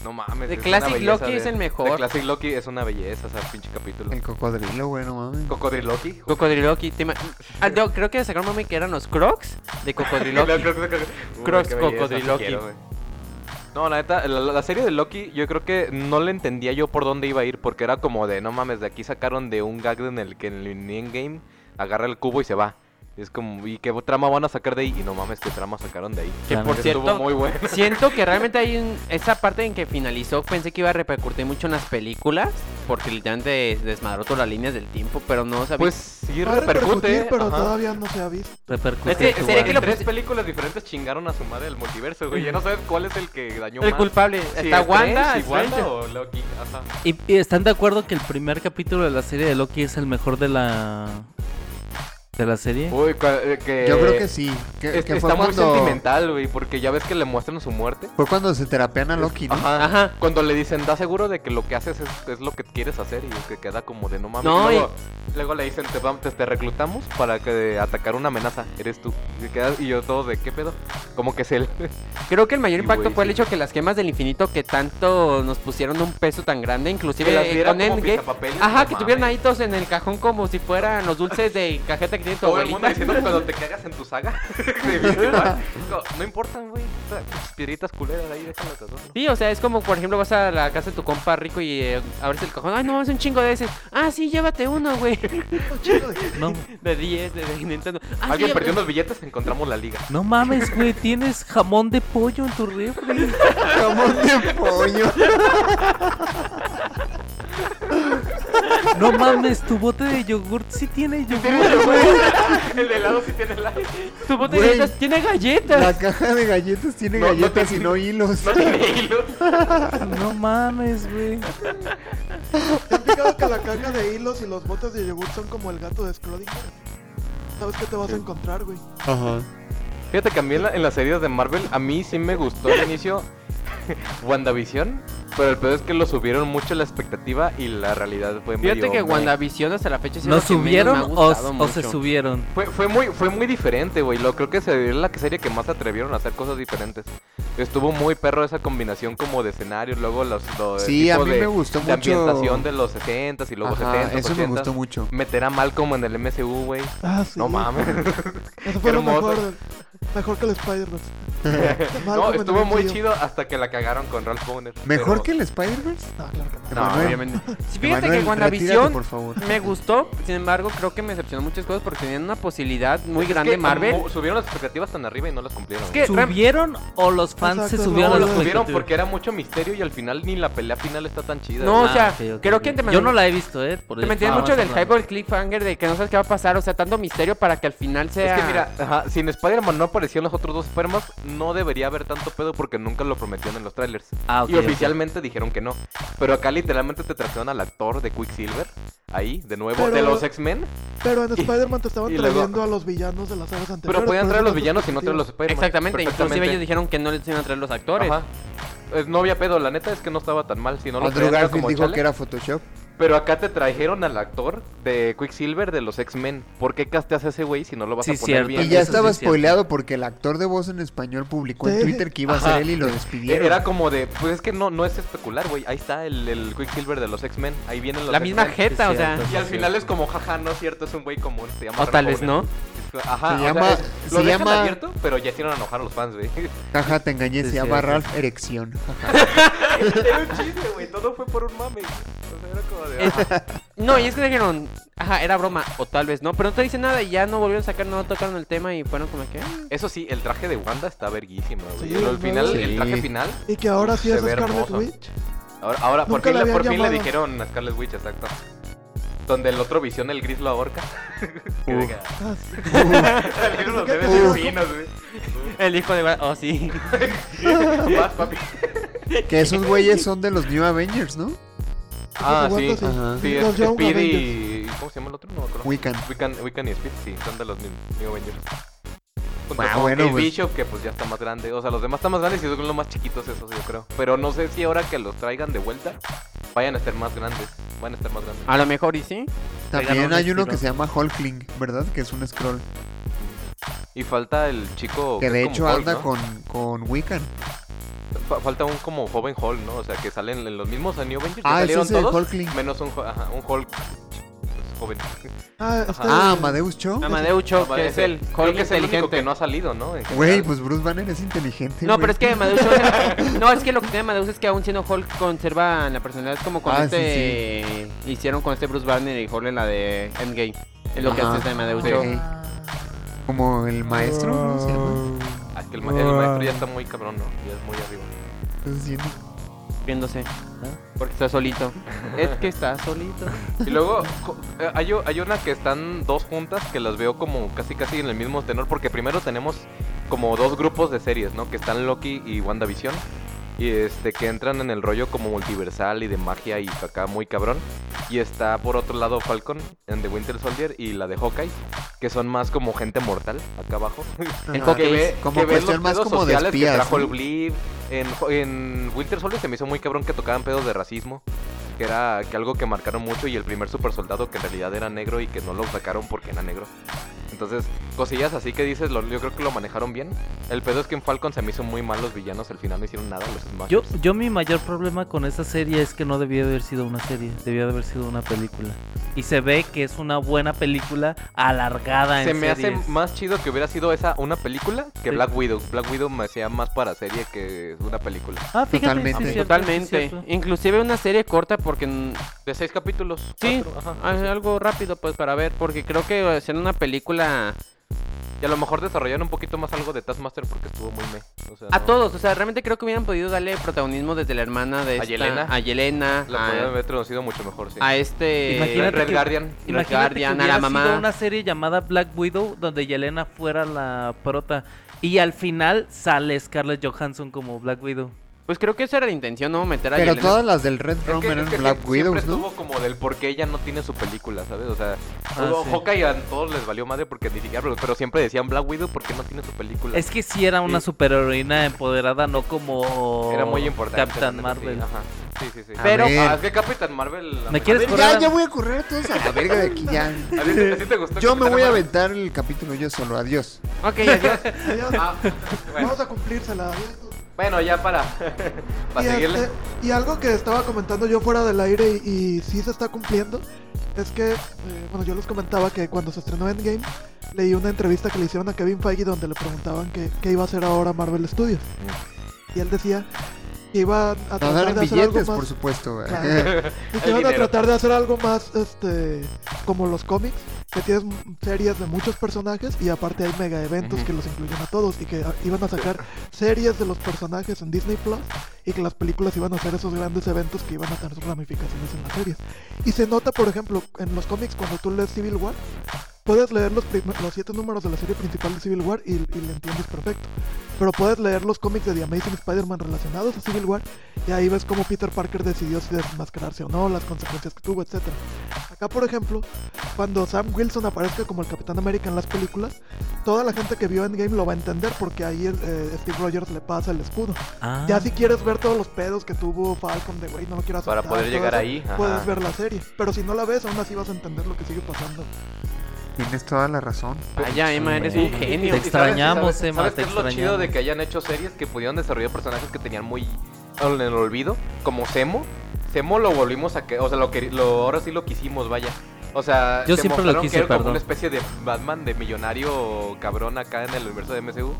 No mames.
The
es
Classic
una belleza
Loki es el mejor.
The Classic Loki es una belleza, o sea, pinche capítulo.
El cocodrilo, güey, no mames.
Cocodriloqui.
Cocodriloqui. te ima- Ah, no, creo que sacaron mami que eran los Crocs de Cocodriloqui. Crocs Cocodriloqui.
No, la neta, la, la serie de Loki yo creo que no le entendía yo por dónde iba a ir porque era como de, no mames, de aquí sacaron de un gag en el que en el endgame agarra el cubo y se va. Es como, ¿y qué trama van a sacar de ahí? Y no mames, qué trama sacaron de ahí.
Que
Claro.
por
Estuvo
cierto,
muy bueno.
Siento que realmente hay un- esa parte en que finalizó, pensé que iba a repercutir mucho en las películas, porque literalmente desmadró todas las líneas del tiempo, pero no sabía.
Pues sí
Va a
repercute.
repercutir, pero
ajá.
todavía no se ha visto.
Repercute
Es que
en tu
sería que
En
alma.
lo
tres
puse-
películas diferentes chingaron a su madre el multiverso, güey. Ya no sabes cuál es el que dañó
el
más.
culpable
Sí,
está
es
Wanda,
Strange,
es
y Wanda
Strange.
o Loki, ajá.
¿Y, y están de acuerdo que el primer capítulo de la serie de Loki es el mejor de la de la serie?
Uy, cua- eh, que...
Yo creo que sí. Que,
es-
que fue
está muy
cuando,
sentimental, güey, porque ya ves que le muestran su muerte.
fue cuando se terapean a Loki, ¿no?
Ajá.
Ajá.
Cuando le dicen, da seguro de que lo que haces es, es lo que quieres hacer y que queda como de no mames.
No,
Y luego, luego le dicen, te, vam- te, te reclutamos para que atacar una amenaza, eres tú. Y, quedas- y yo todo de, ¿qué pedo? Como que es él.
Creo que el mayor
Sí,
impacto
güey,
fue el
sí.
hecho que las gemas del infinito que tanto nos pusieron un peso tan grande, inclusive
Que las
eh,
vieran
con
como
Endgame.
pisapapeles,
Ajá,
no
que tuvieran ahí
mames.
todos en el cajón como si fueran los dulces de cajeta que tiene tu
Todo el mundo
abuelita.
diciendo cuando te cagas en tu saga. de Infinity War. no, no importan, güey. O sea, pinches piedritas culeras ahí, déjalas las dos, ¿no?
Sí, o sea, es como, por ejemplo, vas a la casa de tu compa rico y eh, abres el cajón. Ay, no, es un chingo de ese. Ah, sí, llévate uno, güey.
No,
De 10, de, de Nintendo. Ah,
Alguien
sí,
perdió unos billetes, encontramos la liga.
no mames, güey, tienes jamón de pollo en tu refri.
Jamón de pollo.
No mames, tu bote de yogurt sí tiene yogurt.
El helado sí tiene helado.
Tu bote de
Güey.
galletas tiene galletas.
La caja de galletas tiene
No, no
galletas
tiene-
y no hilos.
No tiene hilo.
No mames, güey.
¿Te han fijado que la caja de hilos y los botes de yogur son como el gato de Schrödinger? ¿Sabes qué te vas a encontrar, güey?
Ajá.
Fíjate que a mí en, la- en las series de Marvel, a mí sí me gustó al inicio WandaVision, pero el peor es que lo subieron mucho la expectativa y la realidad fue
Fíjate
medio
que
meh.
WandaVision hasta la fecha es
¿Nos
lo pues que menos
subieron
me ha
o,
gustado
o se
mucho.
subieron?
Fue, fue muy fue muy diferente, güey. Lo creo que se- es la serie que más se atrevieron a hacer cosas diferentes. Estuvo muy perro esa combinación como de escenarios, luego los, los
Sí,
tipo
a mí
de,
me gustó
de
mucho.
ambientación de los 60s y luego
Ajá,
70s,
eso me
80s.
gustó mucho.
Meter a Malcolm en el MCU, güey.
Ah, sí.
No mames.
Eso fue lo
hermoso.
mejor. del- Mejor que el Spider-Man.
no,
Malcolm en
estuvo
el
muy
MCU.
chido hasta que la cagaron con Ralph Bonner.
¿Mejor
pero-
que el Spider-Verse?
No, claro que no.
No,
Emanuel.
obviamente.
Sí, Fíjate
Emanuel,
que
retírate, por
WandaVision
favor.
me gustó. Sin embargo, creo que me decepcionó muchas cosas porque tenían una posibilidad muy
Es
grande
que
Marvel.
mu- Subieron las expectativas tan arriba y no las cumplieron.
Es que ram-
¿Subieron o los fans se
Exacto,
subieron
no,
a
no
los
las subieron
expectativas?
porque era mucho misterio y al final ni la pelea final está tan chida.
No,
güey.
o sea,
Ah, ok, ok,
creo
ok.
que te man-
Yo no la he visto, ¿eh? Por
Te
el-
metían
Ah,
mucho
vas
del
hablando.
hype o el cliffhanger de que no sabes qué va a pasar. O sea, tanto misterio para que al final sea.
Es que mira, ajá, si en Spider-Man no aparecían los otros dos Spider-Man, no debería haber tanto pedo porque nunca lo prometían en los trailers.
Ah, ok,
y
ok.
oficialmente dijeron que no. Pero acá literalmente te trajeron al actor de Quicksilver, ahí, de nuevo,
Pero-
de los X-Men.
Pero en Spider-Man te estaban
y luego-
trayendo a los villanos de las sagas anteriores.
Pero podían
por
traer a
eso
los
no es
villanos y no traer a los Spider-Man.
Exactamente, inclusive
Perfectamente.
ellos dijeron que no les iban a traer los actores.
Ajá. Pues no había pedo, la neta es que no estaba tan mal. Si no lo
Andrew
traían, era
Garfield
como
dijo
chale.
que era Photoshop.
Pero acá te trajeron al actor de Quicksilver de los X-Men. ¿por qué casteas a ese güey si no lo vas
Sí,
a poner
cierto.
bien?
Y ya
eso sí
estaba
es cierto.
spoileado porque el actor de voz en español publicó en
Sí.
Twitter que iba a ser
Ajá.
él y lo despidieron.
Era como de, pues es que no, no es especular, güey. Ahí está el, el Quicksilver de los X-Men. Ahí vienen los
La misma
X-Men.
jeta, o
Sí,
sea.
cierto.
Y al final es como, jaja, no es cierto, es un güey común. Se llama
O tal vez
Ramón.
no.
Ajá,
Se
o sea,
llama-
es- lo
se
dejan
llama-
abierto, pero ya hicieron enojar a los fans, güey.
Jaja, te engañé,
Sí,
se llama
cierto.
Ralph Erección.
era un chiste, güey. Todo fue por un mame. O sea, era como de,
Es- No, y es que dijeron, ajá, era broma, o tal vez no, pero no te dicen nada y ya no volvieron a sacar, no tocaron el tema y fueron como que. "Ah".
Eso sí, el traje de Wanda está verguísima, güey.
Sí,
el,
el
final,
nuevo-
el
Sí.
traje final
Y que ahora sí
se
es
ve
Scarlet
hermoso.
Witch.
Ahora, ahora por,
Nunca
fin,
la
le-
habían
por fin le
llamado.
dijeron a Scarlet Witch, exacto. Donde el otro visión, el gris lo ahorca. Que
Uf.
diga, "Ah,
Ah, sí.
el gris los
¿Qué
debe
te
ser
digo?
finos, güey.
El hijo de... Bra- Oh, sí.
Vas, papi.
Que esos güeyes son de los New Avengers, ¿no?
Ah, sí.
Aguanta, sí.
Sí,
Los
es
Young
Speed y... ¿Cómo se llama el otro? No me acuerdo.
Wiccan.
Wiccan, Wiccan y Speed, sí, son de los New, New Avengers. Junto
Ah,
con
bueno,
el
pues.
Bishop, que pues ya está más grande. O sea, los demás están más grandes y son los más chiquitos esos, yo creo. Pero no sé si ahora que los traigan de vuelta, vayan a ser más grandes. Van a estar más grandes.
Ah.
A lo mejor y sí.
También
ganó
hay
un
uno que
estilo.
se llama Hulkling, ¿verdad? Que es un scroll.
Y falta el chico...
Que
es
de
como
hecho
Hulk,
anda
¿no?
con, con Wiccan.
Fa- falta un como joven Hulk, ¿no? O sea, que salen en los mismos a New Avengers. ya
Ah, ese
salieron
es el
todos,
Hulkling.
menos un, Hulk- ajá, un Hulk joven.
Ah, este-
Ah, Amadeus Cho.
Amadeu Cho,
Vale,
que es
ese-
el
Creo
Hulk
que es el único
inteligente.
que no ha salido, ¿no? En
Güey,
general.
pues Bruce Banner es inteligente.
No,
güey.
pero es que Amadeus Cho- No, es que lo que tiene Amadeus es que aún siendo Hulk conserva la personalidad como con
Ah,
este... Hicieron con este Bruce Banner y Hulk en la de Endgame. Es lo que
Ajá.
hace este Amadeus
Sí.
Cho.
Como el maestro, ¿no? Se llama.
Ah, que el, ma- el maestro ya está muy cabrón, ¿no? Ya es muy arriba.
Entonces, sí, no.
Viéndose.
¿Ah?
Porque está solito. es que está solito.
Y luego jo- eh, hay, o- hay una que están dos juntas que las veo como casi casi en el mismo tenor porque primero tenemos como dos grupos de series, ¿no? Que están Loki y WandaVision y este que entran en el rollo como multiversal y de magia y acá muy cabrón. Y está por otro lado Falcon en The Winter Soldier y la de Hawkeye, que son más como gente mortal acá abajo.
El
Ajá.
Hulk
Ah, que ve,
Como
que ve
cuestión
los
más
pedos
como de
sociales
espías,
que trajo
¿no?
el Blip. En, en Winter Soldier se me hizo muy cabrón que tocaban pedos de racismo. Que era que algo que marcaron mucho y el primer super soldado que en realidad era negro y que no lo sacaron porque era negro. Entonces, cosillas así que dices, lo- yo creo que lo manejaron bien. El pedo es que en Falcon se me hizo muy mal los villanos, al final no hicieron nada los Smashers.
Yo, yo mi mayor problema con esta serie es que no debió de haber sido una serie, debió de haber sido una película. Y se ve que es una buena película alargada
se
en
me hace
series.
más chido que hubiera sido esa una película que
Sí.
Black Widow. Black Widow me hacía más para serie que una película.
Ah, fíjate, sí,
Totalmente.
es cierto, sí, es
Totalmente.
cierto.
Inclusive una serie corta porque mm,
De seis capítulos.
Sí,
cuatro, ajá.
haz algo rápido pues para ver, porque creo que hacer una película
Y a lo mejor desarrollaron un poquito más algo de Taskmaster porque estuvo muy me. O sea,
a
no-
todos, o sea, realmente creo que hubieran podido darle protagonismo desde la hermana de
A
esta,
Yelena.
a Yelena,
La
a-
podrían haber traducido mucho mejor, sí.
a este
Imagínate
Red
que-
Guardian.
Red
Imagínate que
Guardian, a la
hubiera
mamá.
sido una serie llamada Black Widow donde Yelena fuera la prota y al final sale Scarlett Johansson como Black Widow.
Pues creo que esa era la intención, ¿no? Meter a
Pero
Yelena.
todas las del Red
Es que-
Room
es
eran
que sí,
Black
siempre
Widows,
estuvo
¿no?
como del por qué ella no tiene su película, ¿sabes? O sea,
Ah,
luego
sí.
Hawkeye a todos les valió madre porque ni siquiera, pero, pero siempre decían Black Widow porque no tiene su película.
Es que sí era una
Sí.
superheroína empoderada, no como
Era muy importante.
Captain
la neta, sí,
Marvel.
ajá. Sí, sí, sí.
A
Pero,
ver.
ah, es que Captain Marvel...
¿Me
la mejor-
quieres
A ver,
correr?
ya, ya voy a correr a todos a la verga de aquí, ya.
¿A ti te- a ti te gustó
Yo me
Capitana
voy a
Marvel?
aventar el capítulo yo solo, adiós.
Ok, adiós.
Ya,
Ah, bueno,
Vamos a cumplírsela.
bueno, ya para...
Y,
para
eh,
seguirle.
este, y algo que estaba comentando yo fuera del aire y, y sí se está cumpliendo es que, eh, bueno, yo les comentaba que cuando se estrenó Endgame leí una entrevista que le hicieron a Kevin Feige donde le preguntaban que- qué iba a hacer ahora Marvel Studios. Y él decía que iba a
A
tratar
dar
de hacer algo
billetes, por
más...
supuesto. güey.
Claro. Y que
El
iban a
dinero.
tratar de hacer algo más este como los cómics, que tienes m- series de muchos personajes y aparte hay mega eventos
Ujú.
que los incluyen a todos y que ah, iban a sacar series de los personajes en Disney Plus y que las películas iban a hacer esos grandes eventos que iban a tener sus ramificaciones en las series. Y se nota, por ejemplo, en los cómics cuando tú lees Civil War, puedes leer los, prim- los siete números de la serie principal de Civil War y, y le entiendes perfecto. Pero puedes leer los cómics de The Amazing Spider-Man relacionados a Civil War y ahí ves cómo Peter Parker decidió si desmascararse o no, las consecuencias que tuvo, etc. Acá, por ejemplo, cuando Sam Wilson aparezca como el Capitán América en las películas, toda la gente que vio Endgame lo va a entender porque ahí el, eh, Steve Rogers le pasa el escudo.
Ah,
Ya si quieres ver todos los pedos que tuvo Falcon de güey, no lo quiero
Para
aceptar",
poder
todo
llegar
eso,
ahí, ajá.
Puedes ver la serie, pero si no la ves, aún así vas a entender lo que sigue pasando.
Tienes toda la razón.
Vaya, Emma, eres un genio.
Te
¿Y sabes-
extrañamos,
sabes-
Emma,
¿sabes
te
qué es lo chido
extrañamos.
de que hayan hecho series que pudieron desarrollar personajes que tenían muy en el olvido? Como Semo. Semo lo volvimos a que, o sea, lo, que, lo ahora sí lo quisimos, vaya. O sea,
Yo
te
siempre lo
mostraron
quise,
que era como
perdón.
una especie de Batman de millonario cabrón acá en el universo de MCU.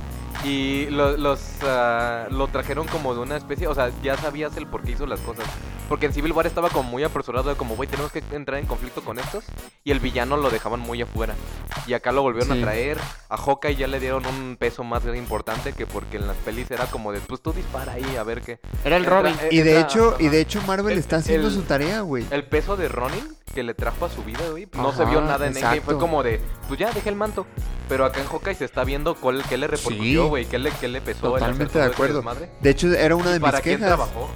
Y lo, los ah, lo trajeron como de una especie, o sea, ya sabías el por qué hizo las cosas. Porque en Civil War estaba como muy apresurado de como, güey, tenemos que entrar en conflicto con estos. Y el villano lo dejaban muy afuera. Y acá lo volvieron
Sí.
a traer. A Hawkeye ya le dieron un peso más importante que porque en las pelis era como de, pues tú dispara ahí a ver qué.
Era el
Entra-
Robin.
eh,
Y de
entra-
hecho, y
ajá.
de hecho Marvel
El-
está haciendo
el-
su tarea, güey.
El peso de Ronin que le trajo a su vida, güey, no
Ajá,
se vio nada en Endgame. Fue
exacto.
como de, pues ya, dejé el manto. Pero acá en Hawkeye se está viendo cuál, qué le repercutió,
Sí.
güey, qué, le, qué le pesó. el hacer
Totalmente
todo
de
ese
acuerdo.
desmadre.
De hecho, era una de mis
¿Para quién
quejas.
trabajó?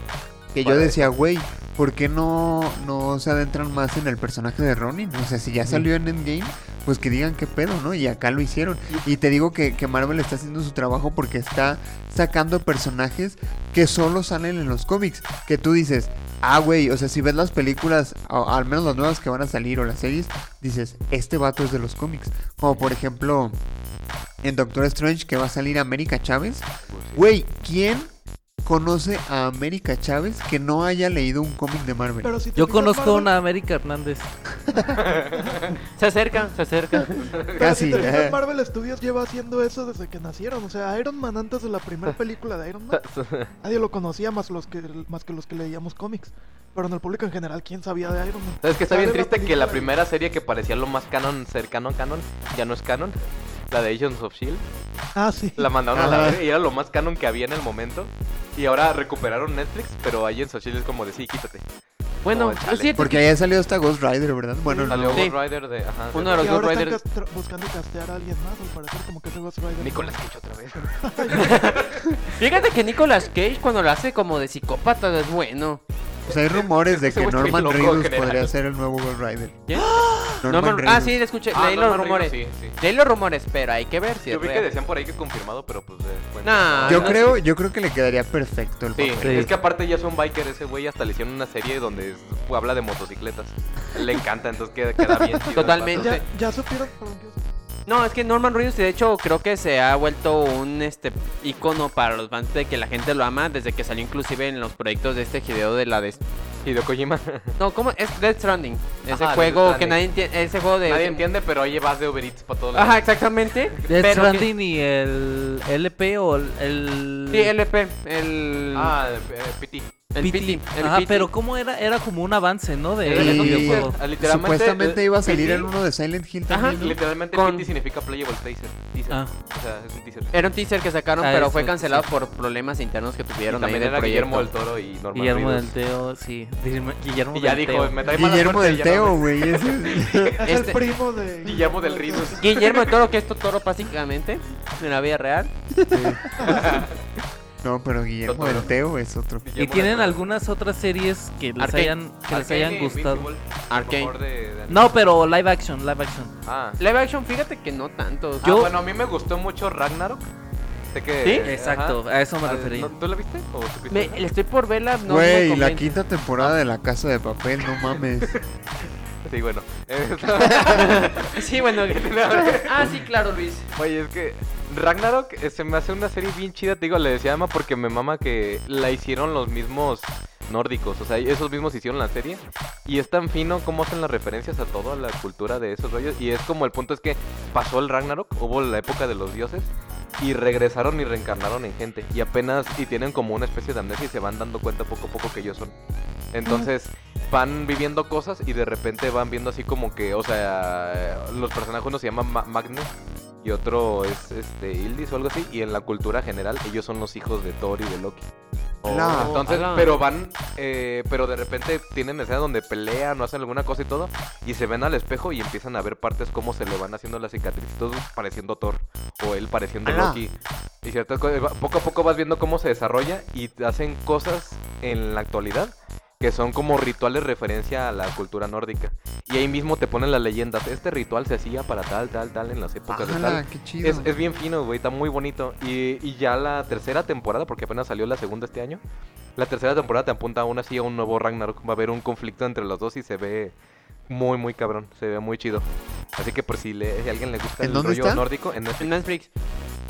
Que yo
Para-
decía, güey, ¿por qué no, no se adentran más en el personaje de Ronin? O sea, si ya salió en Endgame, pues que digan qué pedo, ¿no? Y acá lo hicieron. Y te digo que, que Marvel está haciendo su trabajo porque está sacando personajes que solo salen en los cómics. Que tú dices, ah, güey, o sea, si ves las películas, o al menos las nuevas que van a salir o las series, dices, este vato es de los cómics. Como por ejemplo, en Doctor Strange que va a salir América Chávez. Güey, ¿quién conoce a América Chávez que no haya leído un cómic de Marvel?
Pero si te
Yo
fijas,
conozco a
Marvel-
una América Hernández.
Se acerca, se acerca.
Pero
Casi.
si te fijas,
eh.
Marvel Studios lleva haciendo eso desde que nacieron. O sea, Iron Man antes de la primera película de Iron Man, nadie lo conocía más, los que, más que los que leíamos cómics. Pero en el público en general, ¿quién sabía de Iron Man?
¿Sabes que está
Sale
bien
una
triste que la
película
primera serie que parecía lo más canon, cercano a canon, ya no es canon? La de Agents of Shield.
y- Ah, sí.
E La mandaron a la
Ajá.
verga y era lo más canon que había en el momento. Y ahora recuperaron Netflix, pero Agents of Shield E es como de sí, quítate.
Bueno,
Oh, chale.
es cierto.
Porque haya salido hasta Ghost Rider, ¿verdad? Bueno,
Salió
no.
Sí.
Ghost Rider de. Ajá,
Uno
de
de
y
los Ghost
ahora
Rider.
están castra- buscando castear a alguien más, al parecer, como que ese Ghost Rider.
Nicolas Cage otra vez.
Fíjate que Nicolas Cage cuando lo hace como de psicópata es bueno.
Pues hay rumores de
Ese
que
güey está bien
Norman
loco en
Reedus
general.
podría ser el nuevo Ghost Rider.
¿Quién?
Norman
Norman- ah,
Reedus.
sí, le escuché,
Ah,
leí los
Norman
rumores.
Reedus, sí, sí.
Leí los rumores, pero hay que ver si
Yo
es
vi que
real.
decían por ahí que confirmado, pero pues. eh, bueno.
Nah,
Yo
no,
creo, yo creo que le quedaría perfecto el
Sí,
papel.
es que aparte ya es un biker ese güey, hasta le hicieron una serie donde es- habla de motocicletas. Le encanta, entonces queda, queda bien. chido el
Totalmente.
vato.
Ya, ya supieron. perdón, ¿qué ibas a decir?
No, es que Norman Reedus, de hecho, creo que se ha vuelto un este ícono para los fans de que la gente lo ama desde que salió inclusive en los proyectos de este video de la de...
Y de Kojima.
No, ¿cómo? Es Death Stranding. Ese
Ajá,
juego
Death
que
Stranding.
nadie entiende, ese juego de...
Nadie entiende, pero ahí vas de Uber Eats para todos lados.
Ajá, exactamente.
Death
pero que-
Stranding y el LP o el. el-
Sí, LP, el...
Ah, eh, PT.
el
PT.
PT, el
Ajá,
PT.
pero ¿cómo era? Era como un avance, ¿no? De,
Era
del
como un
videojuego.
teaser. Literalmente,
Supuestamente
eh,
iba a salir
PT.
en uno de Silent Hill
Ajá.
también. ¿no?
Literalmente
Con-
PT significa Playable Teaser. teaser.
Ah.
O sea, es un teaser.
Era un teaser que sacaron,
Ah,
pero
es
fue
un
cancelado
teaser.
por problemas internos que
Y
tuvieron ahí
también
del
era Guillermo del
proyecto.
Toro y Norman
Guillermo del
Reedus.
Teo, sí. Guillermo, Guillermo
Y ya
del
dijo,
Teo.
me trae mala
Guillermo
suerte,
del
ya no
Teo,
me-
güey. ese-
Es
Este-
el primo de.
Guillermo del Ridus.
Guillermo del Toro, que es Totoro básicamente, en la vida real.
No, pero Guillermo del
Totoro.
Teo es otro.
¿Y tienen algunas otras series que les
Arcane.
hayan, que les hayan gustado?
Arcane.
No, pero live action, live action.
Ah.
Live action, fíjate que no tanto.
Ah,
Yo-
bueno, a mí me gustó mucho Ragnarok. Sé que,
¿Sí?
ajá.
Exacto, a eso me
Ah,
refería.
¿no- ¿Tú la viste? ¿O supiste?
Me- le estoy por verla, no
Güey, la
me convence.
quinta temporada de La Casa de Papel, no mames.
Sí, bueno.
Sí, bueno. ah, sí, claro, Luis.
Oye, es que Ragnarok eh, se me hace una serie bien chida, te digo, le decía a Ama porque me mama que la hicieron los mismos nórdicos, o sea, esos mismos hicieron la serie y es tan fino cómo hacen las referencias a toda la cultura de esos rollos y es como el punto es que pasó el Ragnarok, hubo la época de los dioses y regresaron y reencarnaron en gente y apenas y tienen como una especie de amnesia y se van dando cuenta poco a poco que ellos son. Entonces van viviendo cosas y de repente van viendo así como que, o sea, los personajes uno se llama Ma- Magnus y otro es este Ildis o algo así y en la cultura general ellos son los hijos de Thor y de Loki.
La-
Entonces,
ala.
pero van, eh, pero de repente tienen escenas donde pelean o hacen alguna cosa y todo, y se ven al espejo y empiezan a ver partes cómo se le van haciendo las cicatrices, todos pareciendo Thor, o él pareciendo
Ala.
Loki, y ciertas cosas. Va- Poco a poco vas viendo cómo se desarrolla y hacen cosas en la actualidad que son como rituales referencia a la cultura nórdica. Y ahí mismo te ponen las leyendas. Este ritual se hacía para tal, tal, tal en las épocas de tal.
Ojalá, qué chido.
Es, es bien fino, güey, está muy bonito. Y, y ya la tercera temporada, porque apenas salió la segunda este año, la tercera temporada te apunta aún así a un nuevo Ragnarok. Va a haber un conflicto entre los dos y se ve muy, muy cabrón. Se ve muy chido. Así que por si, le, si a alguien le gusta
¿En
el
dónde
rollo
está?
nórdico, en Netflix.
En Netflix.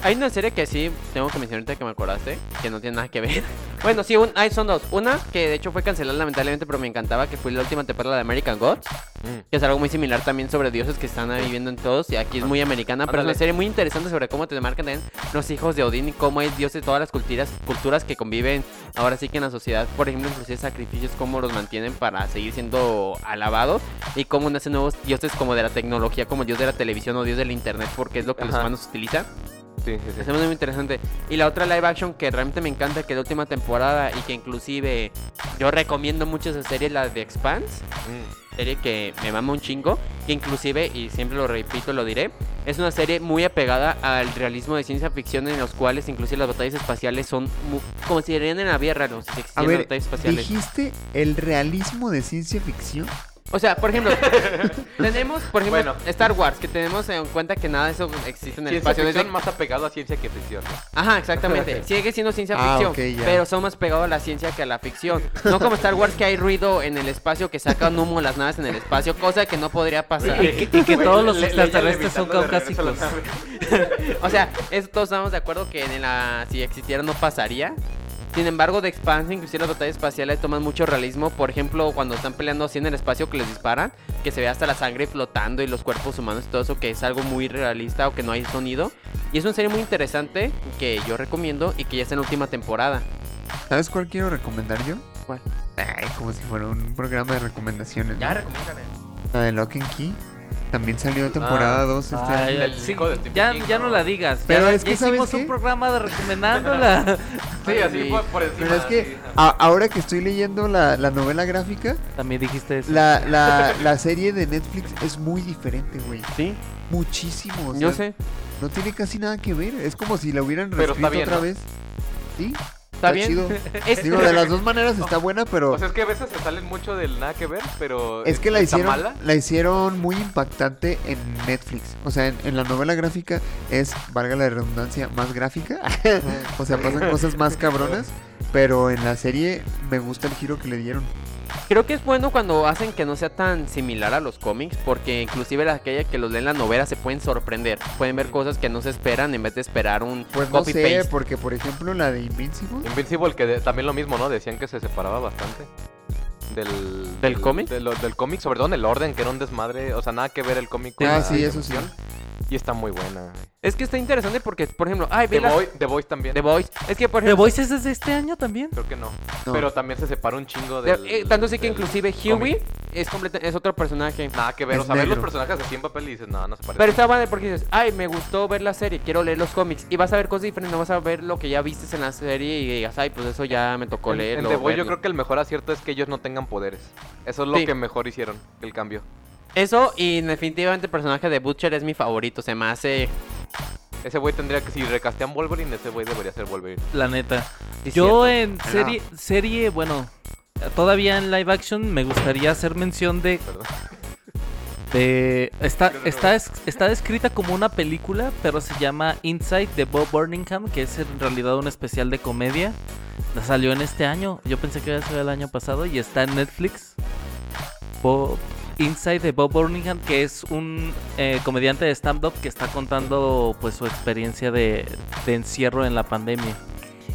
Hay una serie que sí tengo que mencionarte que me acordaste, que no tiene nada que ver. Bueno, sí, un, ahí son dos. Una, que de hecho fue cancelada lamentablemente, pero me encantaba, que fue la última temporada de American Gods,
Mm,
que es algo muy similar también sobre dioses que están ahí viviendo en todos, y aquí es muy americana, pero es una
Ándale.
serie muy interesante sobre cómo te marcan también los hijos de Odín y cómo es dios de todas las culturas, culturas que conviven ahora sí que en la sociedad, por ejemplo, inclusive sacrificios, cómo los mantienen para seguir siendo alabados, y cómo nacen nuevos dioses como de la tecnología, como el dios de la televisión o dios del internet, porque es lo que los
Ajá.
humanos utilizan.
Sí, sí, sí.
Es muy interesante. Y la otra live action que realmente me encanta, que es la última temporada y que inclusive yo recomiendo mucho esa serie, la de Expanse.
Mm.
Serie que me mama un chingo. Que inclusive, y siempre lo repito, lo diré, es una serie muy apegada al realismo de ciencia ficción en los cuales inclusive las batallas espaciales son mu- como si serían en la vida real, o sea,
A
si existieran
ver,
batallas espaciales.
dijiste el realismo de ciencia ficción.
O sea, por ejemplo, tenemos, por ejemplo,
Bueno.
Star Wars, que tenemos en cuenta que nada de eso existe en el
Ciencia
espacio.
ficción
desde-
más apegado a ciencia que ficción. ¿no?
Ajá, exactamente. Sigue siendo ciencia
Ah,
ficción,
ok, ya.
pero son más pegados a la ciencia que a la ficción. No como Star Wars que hay ruido en el espacio, que sacan humo las naves en el espacio, cosa que no podría pasar.
Y que, y que
Güey,
todos los
le- le-
extraterrestres son
levitando de regreso a la
caucásicos.
nave.
O sea, eso todos estamos de acuerdo que en la, si existiera no pasaría. Sin embargo, de Expanse, inclusive las batallas espaciales toman mucho realismo. Por ejemplo, cuando están peleando así en el espacio que les disparan, que se ve hasta la sangre flotando y los cuerpos humanos y todo eso, que es algo muy realista o que no hay sonido. Y es una serie muy interesante que yo recomiendo y que ya está en la última temporada.
¿Sabes cuál quiero recomendar yo?
¿Cuál?
Ay, como si fuera un programa de recomendaciones. ¿no?
recomiéndame.
La de Lock and Key. También salió temporada 2 este
Ay,
año.
El
sí,
hijo del Stephen
ya,
King,
ya no
¿no?
la digas.
Pero
ya,
es
ya
que, ¿sabes
hicimos
qué?
un programa de recomendándola.
Sí, así
Sí.
por, por encima.
Pero es
sí.
que a- ahora que estoy leyendo la, la novela gráfica,
También dijiste eso.
la, la, la serie de Netflix es muy diferente, güey.
Sí,
Muchísimo. o
yo
sea,
sé.
No tiene casi nada que ver. Es como si la hubieran
Pero
reescrito
está bien,
otra
¿no?
vez. Sí,
Está bien.
chido.
Es-
Digo, de las dos maneras está buena, pero
O sea, es que a veces se salen mucho del nada que ver, pero.
es que la
¿está
hicieron,
mala?
la hicieron muy impactante en Netflix. O sea, en, en la novela gráfica es, valga la redundancia, más gráfica. o sea, pasan cosas más cabronas. Pero en la serie me gusta el giro que le dieron.
Creo que es bueno cuando hacen que no sea tan similar a los cómics, porque inclusive la- aquella que los leen la novela se pueden sorprender, pueden ver cosas que no se esperan en vez de esperar un
Pues no
copy
sé,
paste.
porque por ejemplo la de Invincible.
Invincible, que de- también lo mismo, ¿no? Decían que se separaba bastante. Del.
¿Del cómic?
de lo- del cómic, sobre todo en el orden, que era un desmadre. O sea, nada que ver el cómic con
Ah,
la
sí, eso sí.
animación. Y está muy buena.
Es que está interesante porque, por ejemplo, ay, ve
The,
las-
Boy- The Voice también.
The Voice. Es que, por
¿The
ejemplo,
Voice es desde este año también?
Creo que no.
No.
Pero también se separa un chingo
de-
de.
eh, tanto así que inclusive Huey es, completa- es otro personaje.
Nada que ver.
Es
o sea, ver los
negro.
personajes así en papel y dices, no, no se parece.
Pero está padre porque dices, ay, me gustó ver la serie, quiero leer los cómics. Y vas a ver cosas diferentes, no vas a ver lo que ya viste en la serie y digas, ay, pues eso ya me tocó
En-
leerlo.
en The Boy yo
verlo".
creo que el mejor acierto es que ellos no tengan poderes. Eso es lo
Sí.
que mejor hicieron, el cambio.
Eso, y definitivamente el personaje de Butcher es mi favorito, se me hace...
Ese güey tendría que, si recastean Wolverine, ese güey debería ser Wolverine.
La neta.
Sí,
Yo
cierto.
en serie, serie, bueno, todavía en live action me gustaría hacer mención de...
Perdón.
de- Eh, está,
Creo que no
está, es- está descrita como una película, pero se llama Inside de Bob Burningham, que es en realidad un especial de comedia. La salió en este año, yo pensé que había salido el año pasado y está en Netflix. Bob- Inside de Bob Burningham, que es un eh, comediante de stand-up que está contando pues su experiencia de, de encierro en la pandemia.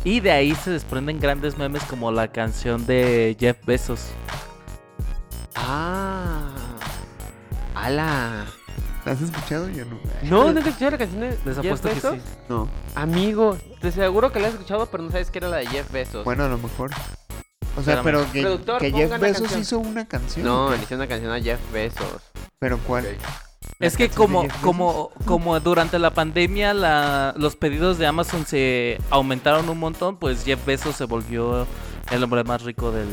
Y de ahí se desprenden grandes memes como la canción de Jeff Bezos.
Ah. ¡Hala!
¿La has escuchado? Yo no.
No, no te escuchado la canción de
Les
Jeff
apuesto que
Bezos.
sí.
No.
Amigo, te seguro que la has escuchado, pero no sabes que era la de Jeff Bezos.
Bueno, a lo mejor. O sea,
Espérame.
pero que,
Productor,
que
pongan
Jeff
la
Bezos
canción.
hizo una canción.
no, le hice una canción a Jeff Bezos.
¿Pero cuál?
Ok.
Es que
canción de
como,
Jeff Bezos?
como, como durante la pandemia la- los pedidos de Amazon se aumentaron un montón, pues Jeff Bezos se volvió el hombre más rico del,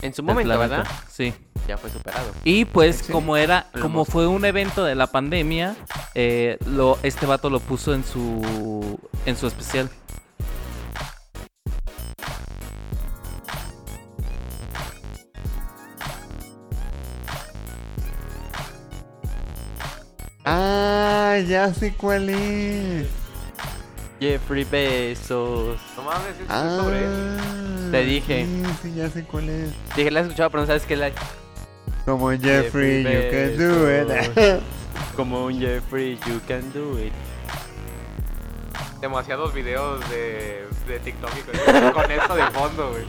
En su
del
momento,
planeta.
¿verdad?
Sí.
Ya fue superado.
Y pues
¿En serio?
como era,
Elon
como
Musk.
fue un evento de la pandemia, eh, lo, este vato lo puso en su en su especial.
Ah, ya sé cuál es.
Jeffrey Bezos.
No mames, es
Ah,
sobre él.
Te dije.
Sí, sí, ya sé cuál es.
Dije, la has escuchado, pero no sabes que la...
Como Jeffrey,
Jeffrey
you can do it.
Como un Jeffrey, you can do it.
demasiados videos de, de TikTok y cosas con esto de fondo, güey.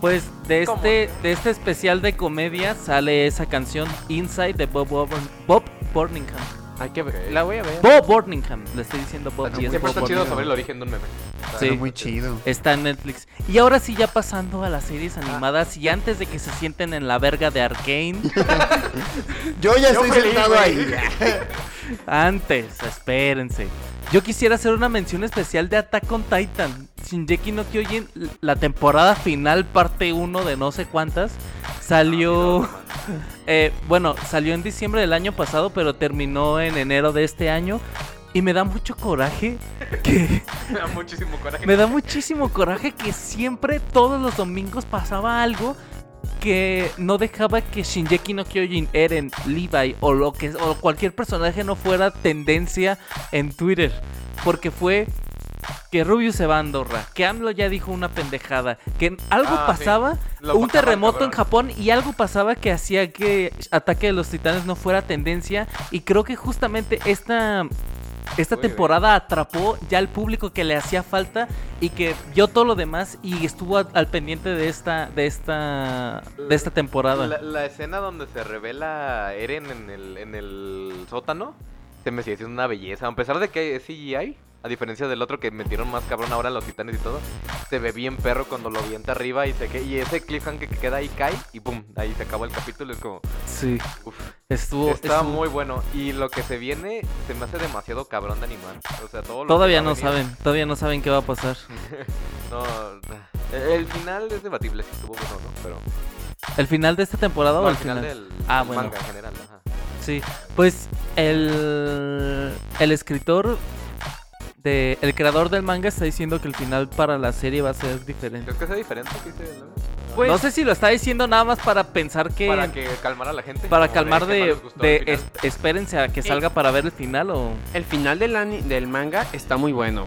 Pues de
¿Cómo?
este, de este especial de comedia sale esa canción Inside de Bob, Orban- Bob Burningham.
Hay que ver.
Ok.
La voy a ver.
Bob Burningham, le estoy diciendo Bob. y es
Siempre
Bob
está chido
Burningham.
saber el origen de un meme. Está
Sí.
muy chido.
Está en Netflix. Y ahora sí, ya pasando a las series animadas y antes de que se sienten en la verga de Arkane,
Yo ya
Yo
estoy
feliz,
sentado
güey.
ahí.
antes, espérense. Yo quisiera hacer una mención especial de Attack on Titan. Shinjeki no Kyojin, la temporada final, parte 1 de no sé cuántas, salió... eh, bueno, salió en diciembre del año pasado, pero terminó en enero de este año. Y me da mucho coraje que...
Me da muchísimo coraje.
Me da muchísimo coraje que siempre, todos los domingos, pasaba algo que no dejaba que Shinjeki no Kyojin, Eren, Levi o, lo que, o cualquier personaje no fuera tendencia en Twitter. Porque fue que Rubius se va a Andorra, que AMLO ya dijo una pendejada, que algo
Ah, sí.
pasaba,
Lo
un
bajaban,
terremoto en
cabrón.
Japón y algo pasaba que hacía que Ataque de los Titanes no fuera tendencia. Y creo que justamente esta, esta
Muy bien.
temporada atrapó ya al público que le hacía falta y que vio todo lo demás y estuvo a- al pendiente de esta, de esta, de esta temporada.
La, la escena donde se revela Eren en el, en el sótano se me sigue siendo una belleza. A pesar de que es CGI, a diferencia del otro que metieron más cabrón ahora los titanes y todo, se ve bien perro cuando lo avienta arriba y se que y ese cliffhanger que queda ahí cae y pum, ahí se acabó el capítulo. Es como,
sí,
uff,
estuvo.
está
estuvo-
muy bueno. Y lo que se viene se me hace demasiado cabrón de animar. O sea, todo lo que va
Todavía
a
no
venir-
saben, todavía no saben qué va a pasar.
No, eh, el- el final es debatible si estuvo bueno o no, pero.
¿El final de esta temporada
No,
o
al
el final?
final, del
Ah,
del
bueno.
manga en general, ajá.
Sí, pues el, el escritor, de, el creador del manga está diciendo que el final para la serie va a ser diferente.
Creo que sea diferente que hice, ¿no?
Pues,
no sé si lo está diciendo nada más para pensar que...
Para que calmar a la gente.
para
como
calmar
que no
de,
les gustó
de este-
el final.
es- espérense a que
Sí.
salga para ver el final o...
el final del, ani- del manga está muy bueno.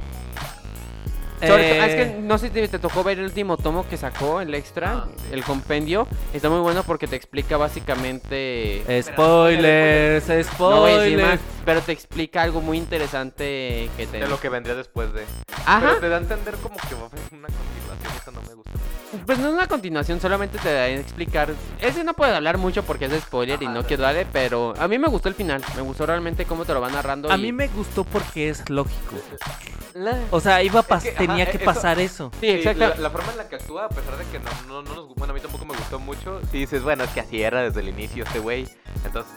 Sobre to- ah, es que
Eh,
no sé si te, te tocó ver el último tomo que sacó, el extra,
Ah, sí.
el compendio. Está muy bueno porque te explica básicamente.
Eh, Spoilers,
no voy a decir más,
spoilers.
pero te explica algo muy interesante que te.
De lo que vendría después de.
Ajá.
Pero te da a entender como que va a haber una continuación. Esto no me gusta.
Pues no es una continuación, solamente te da a explicar. Ese no puedo hablar mucho porque es de spoiler y no quiero darle, pero a mí me gustó el final. Me gustó realmente cómo te lo van narrando.
A
y-
mí me gustó porque es lógico.
La-
O sea, iba a pas-
que, ajá,
tenía
eh,
que
eso-
pasar eso.
Sí,
Sí,
exacto.
La, la forma en la que actúa, a pesar de que no, no, no nos gustó, bueno, a mí tampoco me gustó mucho. Sí, dices, bueno, es que así era desde el inicio este güey. Entonces,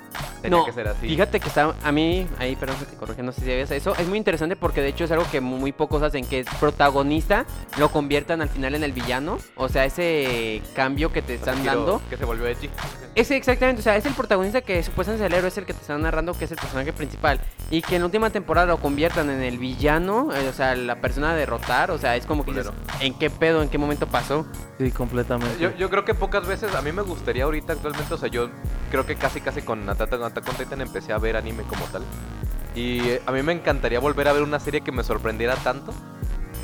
tenía
No,
que ser así.
Fíjate que está a mí, ahí perdón que te corrige, no sé si debes eso. Es muy interesante porque de hecho es algo que mu- muy, pocos hacen, que el protagonista lo conviertan al final en el villano. O sea, ese cambio que te están
Quiero
dando.
Que se volvió Edgy.
Ese exactamente, o sea, es el protagonista que supuestamente es el héroe, es el que te están narrando que es el personaje principal. Y que en la última temporada lo conviertan en el villano, eh, o sea, la persona a derrotar. O sea, es como que dices, ¿en qué pedo, en qué momento pasó?
Sí, completamente.
Yo, yo creo que pocas veces, a mí me gustaría ahorita actualmente, o sea, yo creo que casi casi con Attack Attack on Titan empecé a ver anime como tal. Y eh, a mí me encantaría volver a ver una serie que me sorprendiera tanto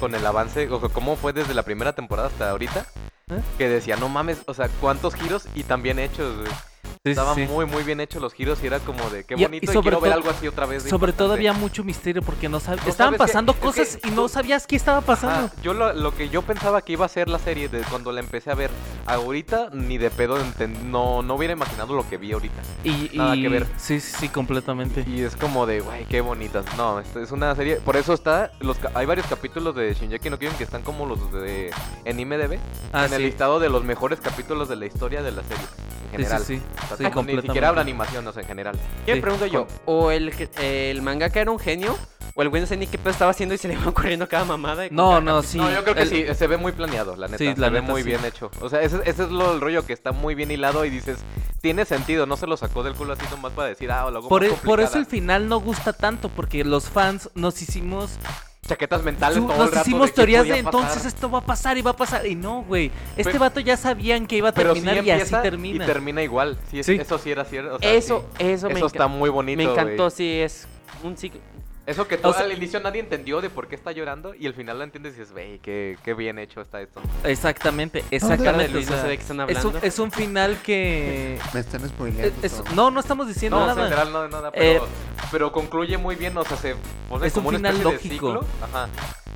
con el avance, o sea, cómo fue desde la primera temporada hasta ahorita,
¿Eh?
que decía, no mames, o sea, cuántos giros y tan bien hechos, güey.
Sí, sí,
Estaban
sí.
muy, muy bien hechos los giros y era como de, qué
Y- y
bonito, y,
sobre
quiero ver
todo-
algo así otra vez. de
Sobre todo
importante".
había mucho misterio porque no sabían.
No
Estaban
sabes qué-
pasando
es que
cosas y no
tú-
sabías qué estaba
Ajá,
pasando.
Ah, yo lo, lo que yo pensaba que iba a ser la serie de cuando la empecé a ver ahorita, ni de pedo enten- no, no hubiera imaginado lo que vi ahorita.
Y,
Nada
y-
que ver.
Sí, sí, sí, completamente.
Y es como de, güey, qué bonitas. No, esto es una serie. Por eso está. Los, ca- hay varios capítulos de Shinjeki no Kyojin que están como los de. En IMDb.
Ah,
en el
sí.
listado de los mejores capítulos de la historia de la serie. En
Sí, sí,
general.
sí.
O sea,
Sí,
no- ni
completamente.
siquiera habla animación, o sea, en general.
¿Qué
Sí,
me pregunto yo? ¿O el, que- el mangaka era un genio? ¿O el güey no sé ni qué pedo estaba haciendo y se le iba ocurriendo cada mamada? y
No,
cada
no,
capítulo?
sí.
no, yo creo que
el-
sí. Se ve muy planeado, la neta.
Sí,
se
la
ve
neta,
muy
sí.
bien hecho. O sea, ese, ese es lo, el rollo que está muy bien hilado y dices. Tiene sentido, no se lo sacó del culo así nomás para decir, ah, lo hago
Por,
más
e- por eso
complicada.
el final no gusta tanto, porque los fans nos hicimos,
Chaquetas mentales
su-
todo el
nos
rato
hicimos
de qué
teorías
podía
de entonces
pasar".
esto va a pasar y va a pasar. Y no, güey. Este
Pero-
vato ya sabían que iba a
Pero
terminar
sí
y así
empieza
termina.
Y termina igual. Sí, es-
Sí.
Eso sí era cierto. o sea,
Eso,
sí.
eso, me,
Eso está
enca-
muy bonito.
me encantó,
güey.
sí, es un ciclo.
Eso que
O
tú
sea-
al inicio nadie entendió de por qué está llorando y al final lo entiendes y dices, wey, qué, qué bien hecho está esto.
Exactamente,
Cara de
exactamente.
Luis,
o
no
sea,
sé de qué están
es,
hablando.
un, es un final que...
Me están
es-
spoileando.
es-
todo.
no, no estamos diciendo
No, o sea,
nada.
literal, no, no, no, pero
Eh,
pero concluye muy bien, o sea, se pone
Es
como
un
una
final
especie
lógico.
de ciclo, ajá,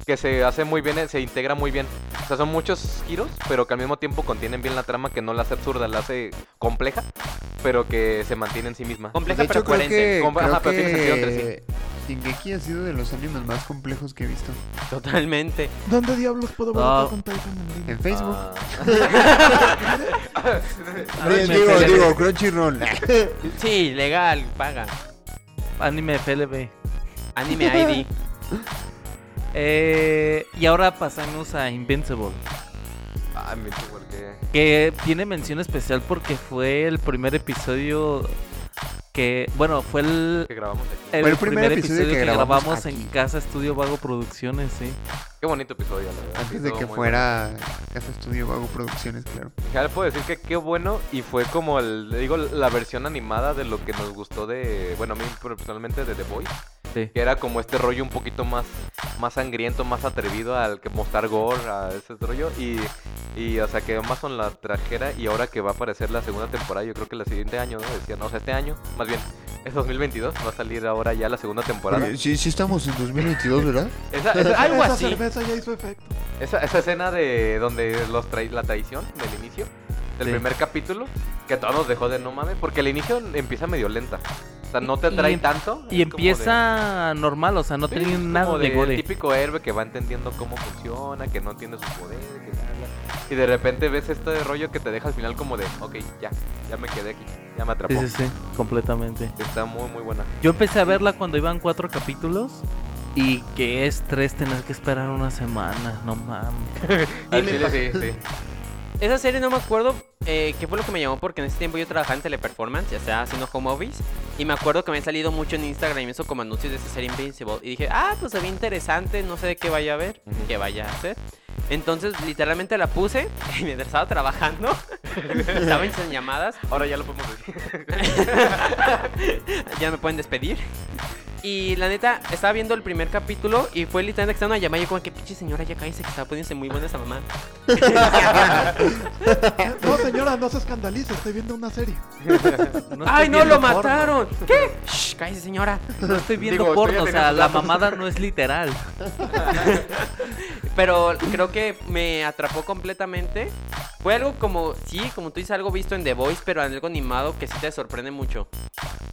que se hace muy bien, eh, se integra muy bien. O sea, son muchos giros, pero que al mismo tiempo contienen bien la trama, que no la hace absurda, la hace compleja, pero que se mantiene en sí misma.
Compleja
De
pero
hecho, creo
coherente.
que,
Compa-
creo
ajá, pero tiene sentido
que Shingeki ha sido de los animes más complejos que he visto.
Totalmente.
¿Dónde diablos puedo ver
Ah.
Attack on Titan en línea?
En Facebook.
Ah.
De-
Crunchy-
digo, digo, Crunchyroll.
Sí, legal, paga.
Anime FLB.
Anime ID.
Eh, y ahora pasamos a Invincible.
Ah, me dice, porque-
Que tiene mención especial porque fue el primer episodio que. Bueno, fue el.
que grabamos aquí.
el
Fue el primer episodio que grabamos aquí.
en Casa Estudio Vago Producciones, sí.
Qué bonito episodio, la verdad.
Antes
sí,
de
todo
que
muy
fuera Casa Estudio Vago Producciones, claro.
bueno. Ya le puedo decir que qué bueno y fue como el, le digo, la versión animada de lo que nos gustó de, bueno, a mí personalmente de The Boys.
sí.
Que era como este rollo un poquito más, más sangriento, más atrevido al que mostrar gore, a ese rollo. Y, y o sea, que Amazon la trajera y ahora que va a aparecer la segunda temporada, yo creo que el siguiente año, ¿no? Decían, no, o sea, este año, más bien, es 2022, va a salir ahora ya la segunda temporada.
Porque Sí, sí estamos en 2022, ¿verdad?
Esa- esa- algo
Esa
así.
cerveza ya hizo efecto.
Esa, esa escena de donde los trai- la traición del inicio, del
Sí.
primer capítulo, que a todos nos dejó de no mames, porque el inicio empieza medio lenta. O sea, no te atrae
Y- em-
tanto.
Y
es como de-
empieza normal, o sea, no
sí,
tiene
es como
nada de
del
gore.
típico héroe que va entendiendo cómo funciona, que no entiende sus poderes, que bla, bla. Y de repente ves este rollo que te deja al final como de, ok, ya, ya me quedé aquí, ya me atrapó.
Sí, sí, sí, completamente.
Está muy, muy buena.
Yo empecé a verla cuando iban cuatro capítulos. Y qué estrés tener que esperar una semana, no mames.
Al
Dime,
chile, sí, sí.
Esa serie no me acuerdo eh, qué fue lo que me llamó porque en ese tiempo yo trabajaba en teleperformance, ya sea haciendo home office, y me acuerdo que me han salido mucho en Instagram y eso como anuncios de esa serie Invincible. Y dije, ah, pues se ve interesante, no sé de qué vaya a ver,
Ujú.
qué vaya a hacer. Entonces literalmente la puse y mientras estaba trabajando, estaba en llamadas,
Ahora ya lo podemos decir.
ya me pueden despedir. Y la neta, estaba viendo el primer capítulo y fue literalmente que estaba una llamada y yo como, que pinche señora, ya cállese que estaba poniéndose muy buena esa mamá.
No, señora, no se escandalice, estoy viendo una serie.
estoy
¡Ay, no,
viendo
lo
porno,
mataron! ¿Qué? Shh, cállese señora.
No estoy viendo
Digo,
porno, o
estoy
sea, la
atendiendo-
mamada no es literal.
Pero creo que me atrapó completamente. Fue algo como, sí, como tú dices, algo visto en The Voice, pero algo animado que sí te sorprende mucho.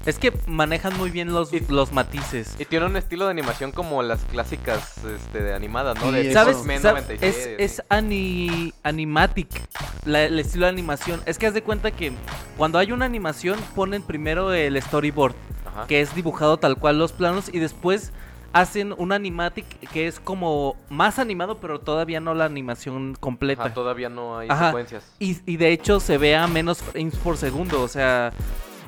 Es que manejan muy bien los, los matices.
Y tiene un estilo de animación como las clásicas este, de animadas, ¿no?
Sí,
De
es-
¿Sabes?
X-Men
Sab-
97,
Es,
sí.
es ani- animatic, la- el estilo de animación. Es que haz de cuenta que cuando hay una animación ponen primero el storyboard,
Ajá.
que es dibujado tal cual los planos, y después hacen un animatic que es como más animado, pero todavía no la animación completa.
Ajá, todavía no hay
Ajá.
secuencias.
Y, y de hecho se ve a menos frames por segundo, o sea,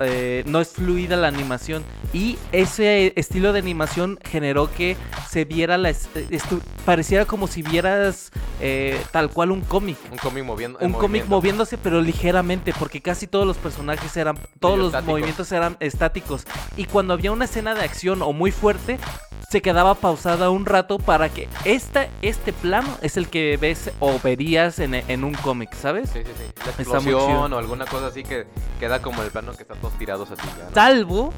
eh, no es fluida la animación. Y ese estilo de animación generó que se viera la... es- eh, estu- pareciera como si vieras eh, tal cual un cómic.
Un cómic moviendo. en
Un cómic
movimiento.
moviéndose pero ligeramente, porque casi todos los personajes eran, todos los
estáticos.
movimientos eran estáticos. Y cuando había una escena de acción o muy fuerte, se quedaba pausada un rato para que esta, este plano es el que ves o verías en, en un cómic, ¿sabes?
Sí, sí, sí. La
muy chido.
explosión o alguna cosa así que queda como el plano que están todos tirados así ya. ¿no?
Salvo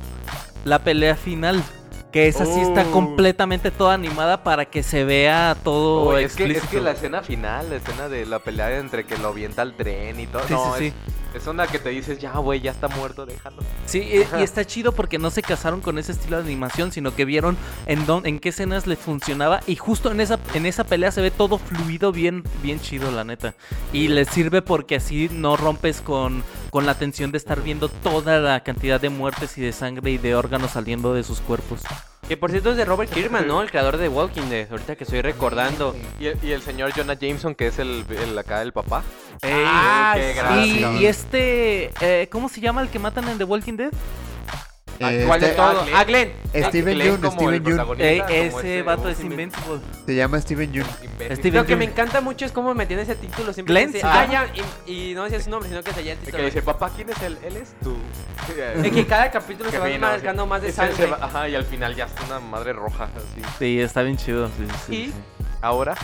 la pelea final. Que esa sí está
Oh.
completamente toda animada para que se vea todo
Oye, Oh, es, que,
Oh, explícito.
es que la escena final, la escena de la pelea entre que lo avienta al tren y todo.
Sí,
no,
sí,
es, es una que te dices, ya, güey, ya está muerto, déjalo.
Sí, y, y está chido porque no se casaron con ese estilo de animación, sino que vieron en, dónde- en qué escenas les funcionaba. Y justo en esa, en esa pelea se ve todo fluido, bien, bien chido, la neta. Y les sirve porque así no rompes con, con la tensión de estar viendo toda la cantidad de muertes y de sangre y de órganos saliendo de sus cuerpos.
Que por cierto es de Robert Kirkman, ¿no? El creador de Walking Dead, ahorita que estoy recordando.
Y el, y el señor Jonah Jameson, que es el, el acá el papá.
Ah,
qué
sí.
gracioso.
Y, y este, eh, ¿cómo se llama el que matan en The Walking Dead?
Ah,
Eh,
¿cuál de
este-
todos?
Todo. Ah, Glenn.
Steven
Glenn
Yeun,
como
Steven
el
Yeun.
protagonista,
Ey,
como
ese vato es
imbécil.
invincible.
Se llama Steven Yeun.
Imbécil.
Steven-
Lo que me encanta mucho es cómo meten ese título siempre.
Glenn,
dice,
sí,
ah,
ya.
ya, y, y no decía su nombre, sino que salía el
Y
título.
que dice, papá, ¿quién es él? Él es tú.
Es que cada capítulo se
Que
va
vino,
marcando
sí.
más de
Ese- se
sangre.
va- Ajá, y al final ya está una madre roja. Así.
Sí, está bien chido. sí, sí, sí,
Y-
sí.
Ahora,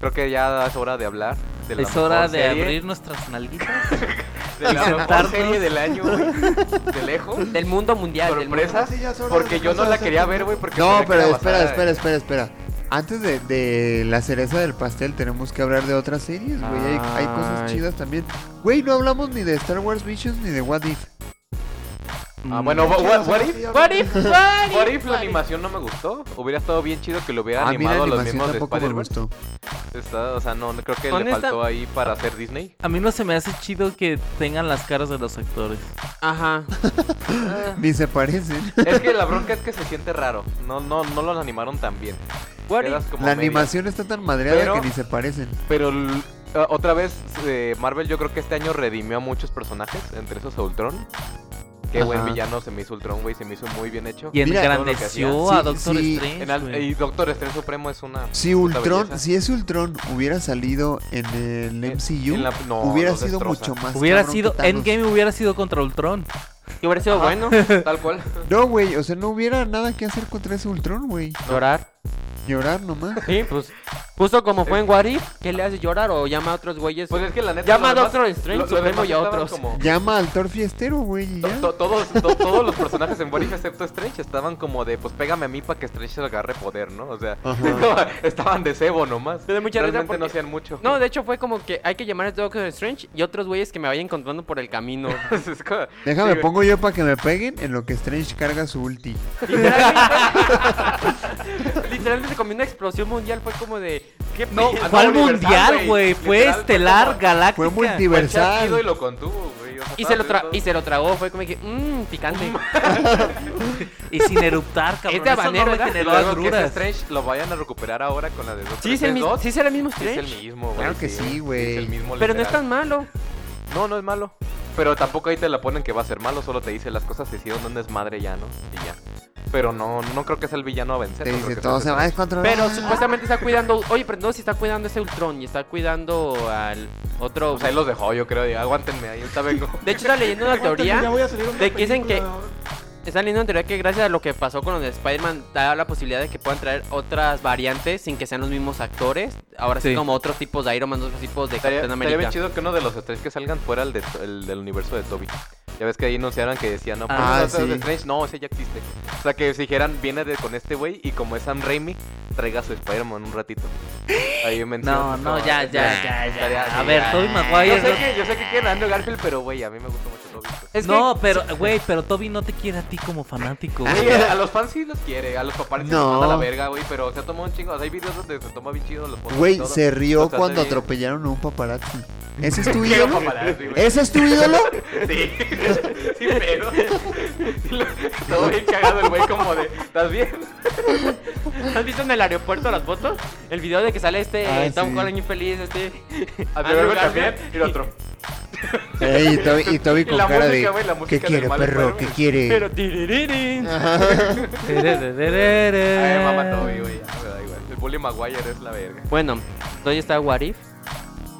creo que ya es hora de hablar. De la
Es hora
mejor
de
serie.
abrir nuestras nalguitas.
de la mejor
sentarnos.
serie del año, güey. De lejos.
Del mundo mundial. del mundo-
Sorpresas.
Sí, ya es hora
Porque
de
yo no
empezar a
la
hacer
quería
cosas.
ver, güey. Porque
No,
sabía que eh.
pero
era
espera,
basada
espera, espera, espera. Antes de, de la cereza del pastel tenemos que hablar de otras series, güey. Hay, hay cosas
Ay.
chidas también. Güey, no hablamos ni de Star Wars Visions ni de What If.
Ah,
Mm.
bueno, what, what- what if?
What if, what if,
What if la
what if?
animación no me gustó? Hubiera estado bien chido que lo hubiera
Ah, mira,
animado a los
animación
mismos de
tampoco me
Spider-Verse.
gustó.
Está- O sea, no, no creo que le
Honesta-
faltó ahí para hacer Disney.
A mí no se me hace chido que tengan las caras de los actores.
Ajá.
Ni se parecen.
Es que la bronca es que se siente raro. No, no, no los animaron tan bien.
What
Quedas
if?
como
La
medio.
animación está tan madreada
Pero-
que ni se parecen.
Pero l- ah, otra vez, eh, Marvel yo creo que este año redimió a muchos personajes, entre esos a Ultron. Qué buen
Ajá.
villano se me hizo Ultron, güey, se me hizo muy bien hecho.
Y
Mira,
engrandeció
todo lo
a
que hacía.
Doctor
Sí, sí,
Strange.
En al-
güey.
y Doctor Strange Supremo es una...
Si
puta
Ultron,
belleza.
si ese Ultron hubiera salido en el
En-
MCU,
en la- no,
hubiera
los
sido
destroza.
mucho más.
Hubiera
cabrón
sido,
que Thanos.
Endgame hubiera sido contra Ultron.
Que hubiera sido
Ajá.
bueno.
Tal cual.
No, güey, o sea, no hubiera nada que hacer contra ese Ultron, güey.
Llorar.
Llorar nomás.
Sí, pues. Justo como fue en What If, ¿qué le hace llorar? O llama a otros güeyes.
Eh. Pues es que la neta...
Llama
lo
a
demás-
Doctor Strange,
lo- lo
Supremo
demás
y a
estaban
otros.
como-
Llama al Thor Fiestero, güey, y
to-
ya.
to- Todos, to- todos los personajes en What If excepto Strange estaban como de, pues pégame a mí para que Strange se agarre poder, ¿no? O sea,
Ajá.
estaban de cebo nomás.
Me da mucha risa
Realmente no
porque-
hacían mucho.
No, de hecho fue como que hay que llamar a Doctor Strange y otros güeyes que me vayan encontrando por el camino.
Es como-
Déjame,
sí, güey.
pongo yo para que me peguen en lo que Strange carga su ulti.
Literalmente, literalmente como una explosión mundial fue como de ¿qué
No,
pe-
ah,
Fue al
universal,
mundial,
güey.
güey. Fue
Literal, fue
estelar,
como-
galáctica.
Fue
Fue chasquido y
multiversal.
lo contuvo, güey. o sea,
y se lo
estaban
tra-
haciendo-
y se lo tragó, fue como que mmm, picante.
Y sin eruptar, cabrón.
Este
Eso
habanero
no
era-
me
Y
generó
luego que ese
agruras.
Strange lo vayan a recuperar ahora con la de Doctor
sí, es el
Strange
mismo,
2.
sí será el mismo
Sí es
Strange,
el mismo, güey.
Claro que sí, güey.
es el mismo,
pero no es tan
literal.
malo.
No, no es malo. Pero tampoco ahí te la ponen que va a ser malo, solo te dice las cosas se hicieron donde es madre ya, ¿no? Y ya. Pero no, no creo que sea el villano a vencer.
Te
no creo
dice,
que
todo se
sea
va a
ese
descontrolar.
Pero supuestamente está cuidando, oye, pero no, si está cuidando ese Ultron y está cuidando al
O
otro.
sea, Pues ahí los dejó, yo creo. y aguántenme, ahí está vengo.
De hecho está leyendo una teoría.
Ya voy a salir una
de que dicen que-
película.
Está leyendo una teoría que gracias a lo que pasó con los de Spider-Man da la posibilidad de que puedan traer otras variantes sin que sean los mismos actores. Ahora sí,
Sí.
como otros tipos de Iron Man, otros tipos de
Estaría
Capitán
estaría bien
América.
chido que uno de los Strange que salgan fuera el, de, el del universo de Toby. Ya ves que ahí anunciaron que decían, no, pues
Ah,
nosotros
sí.
de Strange, no, ese ya existe. O sea, que si dijeran, viene de, con este güey y como es Sam Raimi, traiga su Spider-Man un ratito. Ahí mencionan,
No, no, ya, ya, ya, ya.
estaría-
A ver, Tobey Maguire.
Yo sé
no-
que, yo sé que quieren a Andrew Garfield, pero güey, a mí me gusta mucho Toby. pues.
Es que-
No, pero, güey, pero Toby no te quiere a ti como fanático, güey.
Güey, a los fans sí los quiere, a los papás sí
No.
los manda a la verga, güey, pero se ha tomado un chingo. O sea, hay videos donde se toma bien chido los ponen y
Güey,
todo.
se rió
Los hace
cuando
bien.
atropellaron a un paparazzi. ¿Ese es tu
Qué
ídolo?
paparazzi, güey.
¿Ese es tu ídolo?
Sí, sí, pero. Todo bien cagado el güey, como de. ¿Estás bien?
¿Has visto en el aeropuerto las fotos? El video de que sale este
Ah,
eh, Tom
sí.
Holland infeliz, este.
Andrew
Andrew
Ah, también.
Garfield.
Y el otro.
Ey, y Toby, y Toby
Y
con
la
cara
música, güey, la
de. ¿Qué
música del
quiere,
mal
perro?
Spider-Man".
¿Qué quiere?
Pero tiriririn.
Ajá.
Ay, mamá, todo bien, güey. ya, me da igual. El Bully Maguire es la verga.
Bueno, ¿dónde está What If?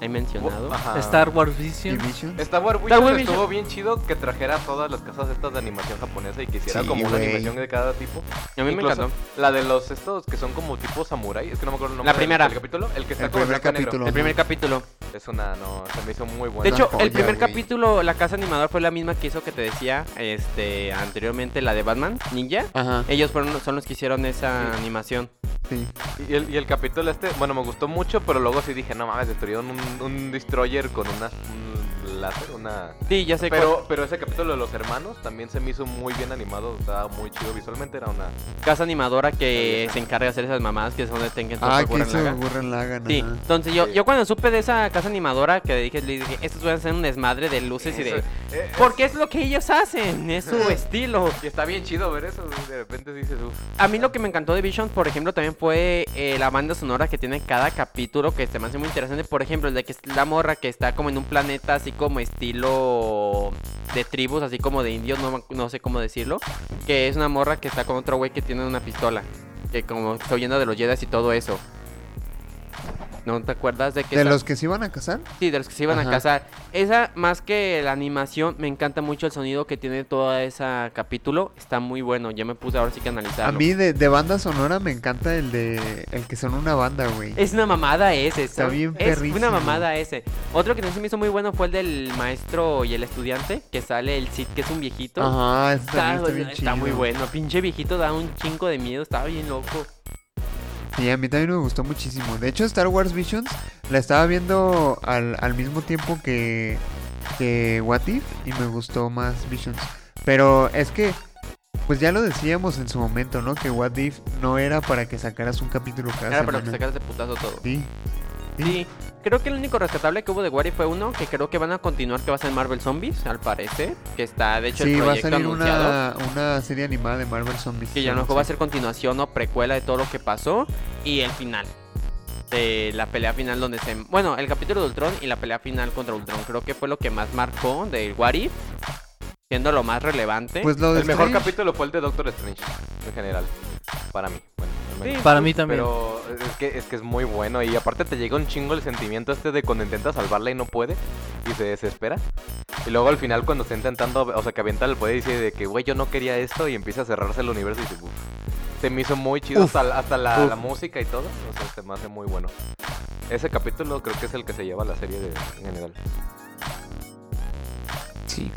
He mencionado.
Oh, Ajá.
Star Wars Vision.
Division.
Esta War Witch
Star War Vision.
estuvo bien chido que trajera todas las casas estas de animación japonesa y que hiciera
Sí,
como una
güey.
animación de cada tipo.
A mí me
Incluso
encantó.
La de los estos que son como tipo samurai, es que no me acuerdo el nombre.
La
del-
primera.
del capítulo, el que está
El
como en
primer
blanco y negro.
capítulo.
El primer capítulo.
Es una, no, se me hizo muy buena.
De hecho,
joya,
el primer
güey.
capítulo, la casa animadora fue la misma que hizo que te decía este anteriormente, la de Batman, Ninja.
Ajá,
Ellos fueron, son los que hicieron esa
Sí.
animación.
sí.
Y el, y el capítulo este, bueno, me gustó mucho, pero luego sí dije, no mames, destruyeron un, un destroyer con una, un láser, una...
Sí, ya sé cuál.
Pero, pero ese capítulo de los hermanos también se me hizo muy bien animado, estaba muy chido visualmente, era una...
Casa animadora
Está
que
bien.
se encarga de hacer esas mamadas que son de Tengen
Ah,
Toppa
que
Gurren
hizo
Lagann.
Gurren Lagann.
Sí,
ajá.
entonces yo,
Sí.
yo cuando supe de esa casa animadora que dije, le dije, estos van a hacer un desmadre de luces y de...
Eso- eh,
Porque es lo que ellos hacen, es su estilo.
Y está bien chido ver eso, güey, de repente dices, uff.
A mí lo que me encantó de Vision, por ejemplo, también fue eh, la banda sonora que tiene cada capítulo, que se me hace muy interesante. Por ejemplo, el de que es la morra que está como en un planeta así como estilo de tribus, así como de indios, no, me- no sé cómo decirlo. Que es una morra que está con otro güey que tiene una pistola, que como está huyendo de los Jedi y todo eso. ¿No te acuerdas de que
¿De
esa-
los que se iban a casar?
Sí, de los que se iban
Ajá.
a casar. Esa, más que la animación, me encanta mucho el sonido que tiene todo ese capítulo. Está muy bueno. Ya me puse ahora sí que a
A
analizarlo.
mí de, de banda sonora me encanta el de... El que son una banda, güey.
Es una mamada ese.
Está
¿no?
bien
Es
perrísimo.
una mamada ese. Otro que también se me hizo muy bueno fue el del maestro y el estudiante, que sale el Cid, que es un viejito.
Ajá, ese
Está,
también está bien
está muy
chido.
bueno. Pinche viejito da un chingo de miedo. Estaba bien loco.
Sí, a mí también me gustó muchísimo. De hecho, Star Wars Visions la estaba viendo al, al mismo tiempo que, que What If y me gustó más Visions. Pero es que, pues ya lo decíamos en su momento, ¿no? Que What If no era para que sacaras un capítulo cada
Era para que
semana.
sacaras de putazo todo.
Sí. Sí.
Sí, creo que el único rescatable que hubo de Wari fue uno que creo que van a continuar, que va a ser Marvel Zombies, al parecer. Que está, de hecho,
Sí,
el
va a
proyecto
salir
anunciado.
una, una serie animada de Marvel Zombies.
Que ya no va a ser continuación o precuela de todo lo que pasó. Y el final. De la pelea final donde se... Bueno, el capítulo de Ultron y la pelea final contra Ultron. Creo que fue lo que más marcó del What If, Siendo lo más relevante.
Pues lo de
El mejor
Strange,
capítulo fue el de Doctor Strange, en general. Para mí. Bueno, al menos.
Para mí también.
Pero es que, es que es muy bueno y aparte te llega un chingo el sentimiento este de cuando intenta salvarla y no puede y se desespera. Y luego al final cuando está intentando, o sea, que avienta el poder y dice de que, güey, yo no quería esto y empieza a cerrarse el universo y dice, "Uf". Se me hizo muy chido
Uf.
hasta, la- hasta la,
Uf.
la música y todo. O sea, se me hace muy bueno. Ese capítulo creo que es el que se lleva la serie de, en general.
Sí.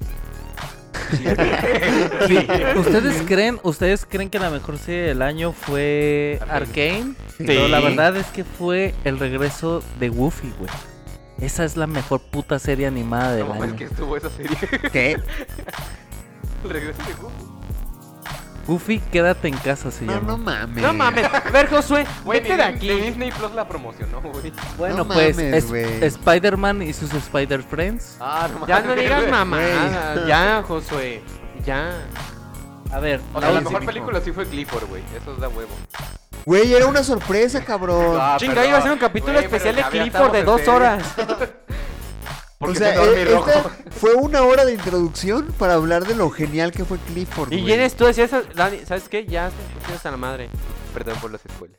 ¿Ustedes creen, ustedes creen que la mejor serie del año fue Arkane? Pero la verdad es que fue el regreso de Woofy, güey. Esa es la mejor puta serie animada del
No mames,
año.
que estuvo esa serie.
¿Qué?
el regreso de Goofy.
Goofy, quédate en casa, se
No,
llama.
no mames.
No mames. A ver, Josué,
Güey, ni-
vete de
ni
aquí.
Disney Plus la promocionó, güey.
bueno,
no
pues
mames,
es-
güey.
Spider-Man y sus Spider-Friends.
Ah, no
Ya no digas
Güey.
mamá. Ya, Josué. Ya.
A ver,
O sea, la
Sí,
mejor
mijo.
película sí fue Clifford, güey. Eso es da huevo. Ah,
Güey, era una sorpresa, cabrón.
Chinga, iba a ser un capítulo
Güey,
especial de
pero ya
Clifford de
estamos en
dos horas.
¿Por
o
qué
sea,
se duerme
eh,
rojo?
esta fue una hora de introducción para hablar de lo genial que fue Clifford.
Y
güey.
vienes tú, decías, Dani, ¿sabes qué? Ya tienes a la madre.
Perdón por las escuelas.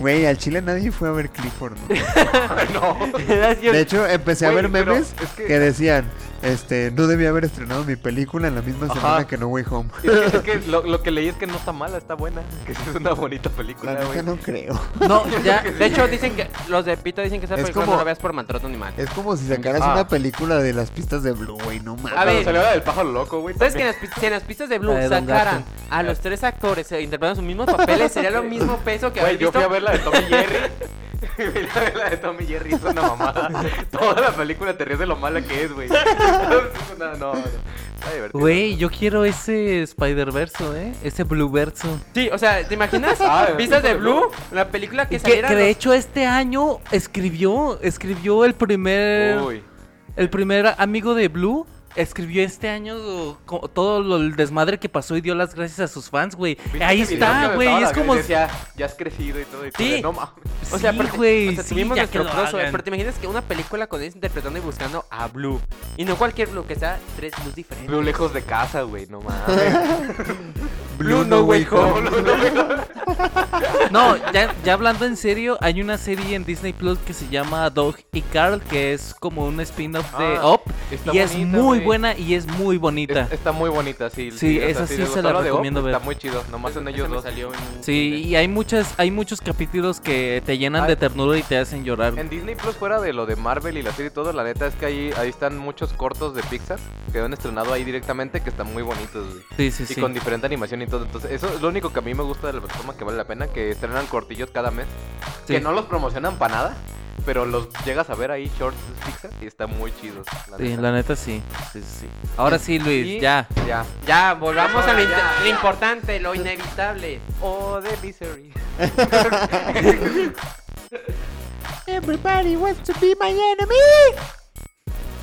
Güey, al Chile nadie fue a ver Clifford. ¿no?
no.
De hecho, empecé a
Güey,
ver
pero
memes
es que-
que decían, este, no debía haber estrenado mi película en la misma
Ajá.
semana que No Way Home.
Es que, es que lo, lo que leí es que no está mala, está buena. Que sí es una bonita
La
película,
neta
güey.
no creo.
no, ya.
De hecho, dicen que los de Pita dicen que esa
Es
película
como-
no la veas por maltrato animal.
Es como si sacaras
Ah.
una película de las pistas de Blue, güey, no mames.
A ver.
Cuando salió la del pájaro loco, güey.
¿Sabes que en
también.
las, pis- si en las pistas de Blue
La de Don
sacaran
Gato.
a los tres actores eh, interpretando sus mismos papeles? Sería lo mismo peso que
Güey,
haber
yo
visto.
fui a ver la de Tommy Jerry. Fui a ver la de Tommy Jerry, es una mamada. Toda la película te ríes de lo mala que es, güey. No, no, no. Está divertido.
Güey, yo quiero ese Spider-Verso, ¿eh? Ese Blue-Verso.
Sí, o sea, ¿te imaginas?
Ah, de
pistas de
Blue.
Blue, la película que
Que,
saliera.
que de
los-
hecho este año escribió, escribió el primer,
Uy.
el primer amigo de Blue. Escribió este año co- todo lo- el desmadre que pasó y dio las gracias a sus fans, güey.
¿Viste
Ahí
ese video que
está,
me
güey.
estaba
Es
la-
como.
decía, ya has crecido y todo. Y tú
Sí.
de, No mames.
O sea,
Sí,
aparte-
güey,
o sea,
sí,
tuvimos
ya
nuestro
que lo
crossover,
hagan.
pero te imaginas que una película con ellos interpretando y buscando a Blue. Y no cualquier Blue, que sea tres Blues diferentes.
Vivo lejos de casa, güey, no mames.
Blue No Way Home.
No, ya, ya hablando en serio, hay una serie en Disney Plus que se llama Dog y Carl, que es como un spin-off de
Ah,
Up.
está
y es
bonita,
muy
güey.
buena y es muy bonita.
Es- está muy bonita, sí.
Sí,
o sea,
esa sí
les
se
gustó
la
de Up,
recomiendo ver.
Está muy chido, nomás en ellos
Esa me
dos.
salió en-
Sí, y hay muchas, hay muchos capítulos que te llenan de
Ay.
ternura y te hacen llorar.
En Disney Plus, fuera de lo de Marvel y la serie y todo, la neta es que ahí, ahí están muchos cortos de Pixar que han estrenado ahí directamente que están muy bonitos, güey.
Sí, sí,
Y
sí.
con diferente animación y todo. Entonces, eso es lo único que a mí me gusta de la plataforma que vale la pena, que estrenan cortillos cada mes.
Sí.
Que no los promocionan para nada, pero los llegas a ver ahí, shorts de Pixar, y están muy chidos. la
Sí,
neta.
la neta sí. Sí, sí, sí. Ahora sí, Luis,
Y-
ya.
Ya.
Ya, volvamos a lo,
Ah, Ya,
inte-
ya.
lo importante, lo inevitable.
Oh, de misery.
Everybody wants to be my enemy.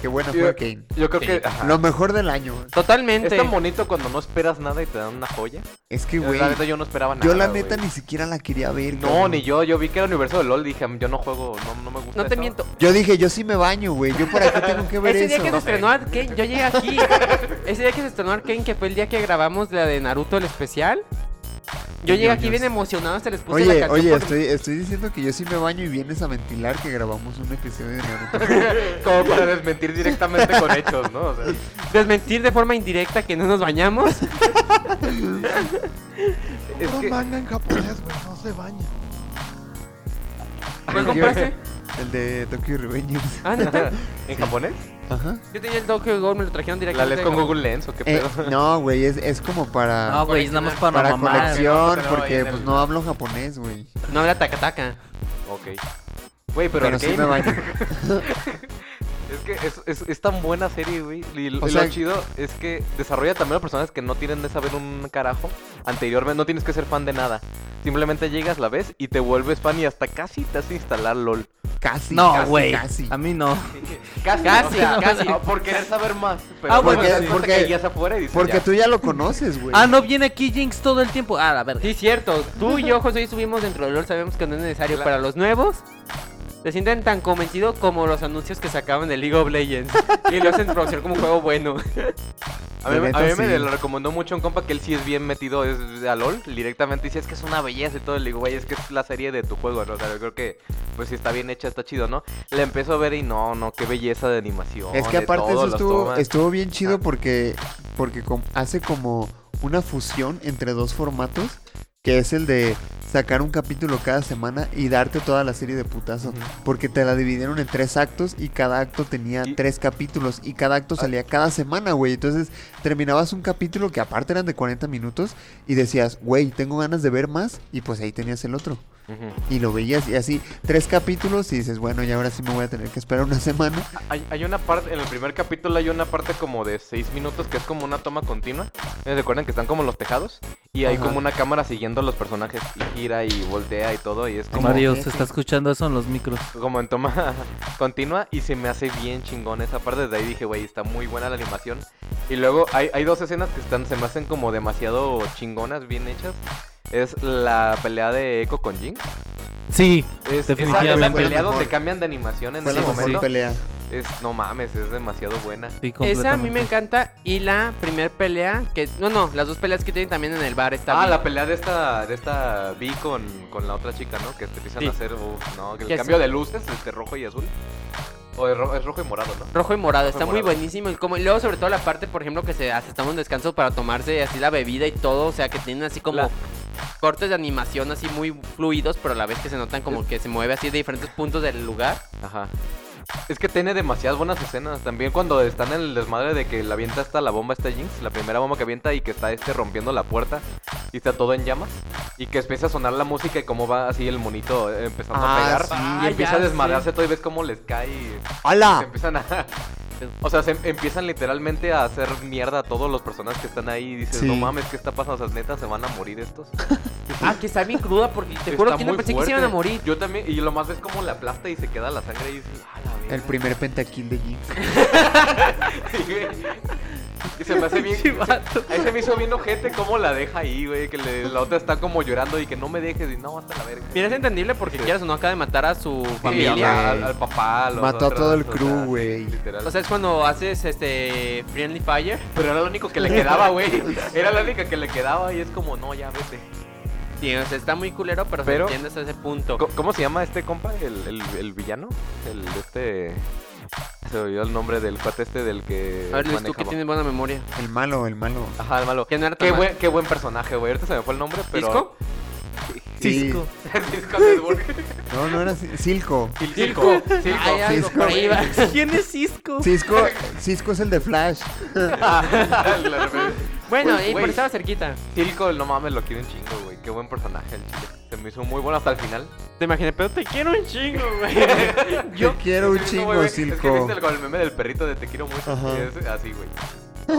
Qué buena fue Kane.
Yo creo
Sí.
que ajá.
Lo mejor del año.
Totalmente.
es tan bonito cuando no esperas nada y te dan una joya.
Es que,
Yo,
güey,
la neta yo no esperaba nada.
yo la neta
güey.
ni siquiera la quería ver.
No,
cabrón.
ni yo. Yo vi que era universo de LOL y dije, "Mm, yo no juego, no, no me gusta.
No te
eso".
miento.
Yo dije, yo sí me baño, güey. ¿Yo para qué tengo que ver
Ese
eso?
día que se estrenó Arkane, yo llegué aquí. Ese día que se estrenó Arkane, que fue el día que grabamos la de Naruto el especial. Yo llegué aquí
ñoños.
bien emocionado, hasta les puse la
Oye,
canción.
oye,
porque-
estoy, estoy diciendo que yo sí me baño y vienes a ventilar que grabamos un episodio de Naruto.
Como para desmentir directamente con hechos, ¿no? O sea,
Desmentir de forma indirecta que no nos bañamos.
es
Puro
que-
manga en japonés, güey, no se baña.
¿Cuál compraste?
El de Tokyo Revengers.
Ah, neta.
¿En japonés?
Ajá.
Yo tenía el Tokyo Ghoul, me lo trajeron
¿La
directamente.
lees con Google Lens o qué
Eh,
pedo?
no, güey, es, es como para,
No, güey, es nada más para,
para
mamar.
colección,
Pero
porque
en el-
pues no hablo japonés, güey.
No habla tacataca.
Ok. Güey, pero,
Pero, sí
Arcane-
me baño.
Es que es, es, es tan buena serie, güey. Y
O
lo
sea-
chido es que desarrolla también a personas que no tienen de saber un carajo anteriormente. No tienes que ser fan de nada. Simplemente llegas, la ves y te vuelves fan y hasta casi te hace instalar LOL.
Casi,
No,
casi,
güey.
casi.
A mí no.
Casi,
Casi,
casi.
Por querer saber más. Pero
Ah,
luego
porque-
te das cuenta
porque-
que llegas afuera y dices,
Porque
ya.
tú ya lo conoces, güey.
Ah, no viene aquí Jinx todo el tiempo. Ah, la verga.
Sí, cierto. Tú y yo, José, subimos dentro del LOL. Sabemos que no es necesario para los nuevos. Se sienten tan convencidos como los anuncios que sacaban de League of Legends. y lo hacen promocionar como un juego bueno.
A mí,
La neta,
a mí me
sí.
lo recomendó mucho un compa que él sí es bien metido es a LOL directamente. Y si es que es una belleza y todo, le digo, güey, es que es la serie de tu juego, ¿no? O sea, yo creo que, pues si está bien hecha, está chido, ¿no? Le empiezo a ver y no, no, qué belleza de animación.
Es que
de
aparte
todo,
eso
las
estuvo,
tomas.
estuvo bien chido
Ah.
porque, porque com- hace como una fusión entre dos formatos, que es el de sacar un capítulo cada semana y darte toda la serie de putazo.
Ujú.
Porque te la dividieron en tres actos y cada acto tenía
Y-
tres capítulos y cada acto salía cada semana, güey. Entonces terminabas un capítulo que aparte eran de 40 minutos y decías, güey, tengo ganas de ver más y pues ahí tenías el otro.
Ujú.
Y lo veías y así tres capítulos y dices, bueno, y ahora sí me voy a tener que esperar una semana.
Hay, hay una parte, en el primer capítulo hay una parte como de 6 minutos que es como una toma continua. ¿Se acuerdan que están como en los tejados? Y hay
Ajá.
como una cámara siguiendo a los personajes y gira y voltea y todo. Y es como,
Mario, se está escuchando eso en los micros.
como en toma continua y se me hace bien chingón esa parte. Desde ahí dije, güey, está muy buena la animación. Y luego hay, hay dos escenas que están, se me hacen como demasiado chingonas, bien hechas. Es la pelea de Echo con Jinx.
Sí,
Es, esa,
Definitivamente.
la
Fue la
pelea donde
mejor.
cambian de animación en
Fue
ese
la mejor
momento.
pelea.
Es, no mames, es demasiado buena.
sí,
Esa a mí
completamente.
me encanta. Y la primer pelea que... No, no, las dos peleas que tienen también en el bar está
ah,
bien.
la pelea de esta, de esta Vi con, con la otra chica, ¿no? Que te empiezan
Sí.
a hacer, uf, no, que el
Que es-
cambio de luces entre rojo y azul. O es, ro- es rojo y morado, ¿no?
Rojo y morado,
Rojo y
está muy
morado.
buenísimo. Y, como, y luego, sobre todo, la parte, por ejemplo, que se hace, estamos en descanso para tomarse así la bebida y todo. O sea, que tienen así como
La-
cortes de animación así muy fluidos, pero a la vez que se notan como que se mueve así de diferentes puntos del lugar.
Ajá. Es que tiene demasiadas buenas escenas. También cuando están en el desmadre de que la avienta hasta la bomba esta Jinx, la primera bomba que avienta y que está este rompiendo la puerta y está todo en llamas. Y que empieza a sonar la música y cómo va así el monito eh, empezando
Ah,
a pegar.
sí.
Y
Ah,
empieza
ya
a desmadrarse
sé.
todo y ves cómo les cae y se
¡Hala!
empiezan a. O sea, se em- empiezan literalmente a hacer mierda a todos los personas que están ahí y dices,
Sí.
no mames, ¿qué está pasando? O sea, neta, se van a morir estos.
Ah, que está bien cruda porque te juro
Está
que no
muy
pensé que se iban a
fuerte.
morir.
Yo también, y lo más ves como la aplasta y se queda la sangre y dices, "A la verga".
El primer pentakill de Jinx.
Sí, güey. Y se me hace bien. se- Ahí se me hizo bien ojete cómo la deja ahí, güey. Que le- la otra está como llorando y que no me dejes. Y no, hasta la verga.
Mira, es entendible porque quieras o no acaba de matar a su
Sí,
familia.
a- al, al papá, a los
Mató a
otros,
todo el
o sea,
crew, güey.
literal.
O sea, es cuando haces este Friendly Fire.
pero era lo único que le quedaba, güey. Era la única que le quedaba y es como, no, ya vete.
Sí, o sea, está muy culero, pero,
Pero-
se entiende hasta ese punto.
Co- ¿Cómo se llama este compa? ¿El, el, el villano? El de este. Se me olvidó el nombre del cuate este del que.
A ver, Luis, tú que
manejaba.
tienes buena memoria.
El malo, el malo.
Ajá, el malo.
Que no era tan
Qué
mal.
buen, qué buen personaje, güey. Ahorita se me fue el nombre, pero.
¿Disco?
Cisco.
Cisco de Burger.
No, no era Ci- Silco.
Circo.
Hay
Circo.
algo
Cisco.
por ahí va.
¿Quién es Cisco?
Cisco, Cisco es el de Flash.
Bueno,
Güey,
y por
güey.
estaba cerquita.
Circo, no mames, lo quiero un chingo, güey. Qué buen personaje el chile. Se me hizo muy bueno hasta el final.
Te imaginé, pero te quiero un chingo, güey.
Yo quiero un
Es que,
chingo,
güey, Es que
Silco.
viste el, con el meme del perrito de te quiero mucho.
Ajá.
Es así, güey.
El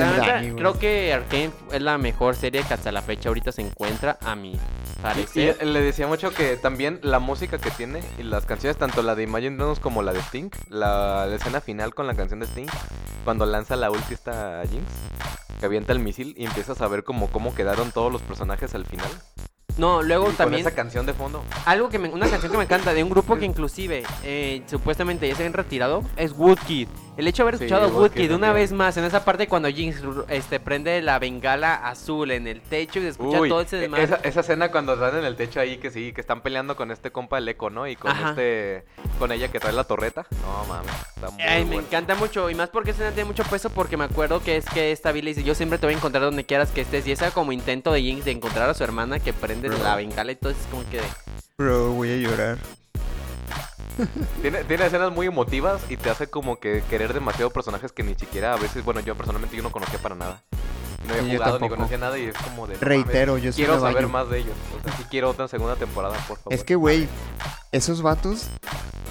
La neta,
Dani, güey.
creo que Arkane es la mejor serie que hasta la fecha ahorita se encuentra, a mi
Y
parecer.
eh, le decía mucho que también la música que tiene y las canciones, tanto la de Imagine Dragons como la de Sting, la, la escena final con la canción de Sting, cuando lanza la ulti esta Jinx, que avienta el misil y empiezas a ver como cómo quedaron todos los personajes al final.
No,
Y
luego
con
también
esa canción de fondo.
algo que me- una canción que me encanta de un grupo que inclusive eh, supuestamente ya se han retirado es Woodkid. El hecho de haber
Sí,
escuchado a
Woodkid
Woodkid una
también.
vez más en esa parte cuando Jinx ru- este, prende la bengala azul en el techo y se escucha
Uy,
todo ese
e-
desmadre.
esa, esa escena cuando están en el techo ahí, que sí, que están peleando con este compa el eco, ¿no? Y con
Ajá.
este, con ella que trae la torreta. No mames, está muy
Ay, me
buena.
encanta mucho, y más porque esa escena tiene mucho peso, porque me acuerdo que es que esta Billy dice, yo siempre te voy a encontrar donde quieras que estés, y esa como intento de Jinx de encontrar a su hermana que prende
Bro.
la bengala y todo es como que...
Bro, voy a llorar.
Tiene, tiene escenas muy emotivas y te hace como que querer demasiado personajes que ni siquiera a veces, bueno, yo personalmente yo no conocía para nada. No había
Sí, yo
jugado ni
tampoco.
conocía nada y es como de... no mames,
Reitero, yo sí
Quiero
me
saber
baño.
más de ellos. O sea, sí quiero otra segunda temporada, por favor.
Es que, güey, esos vatos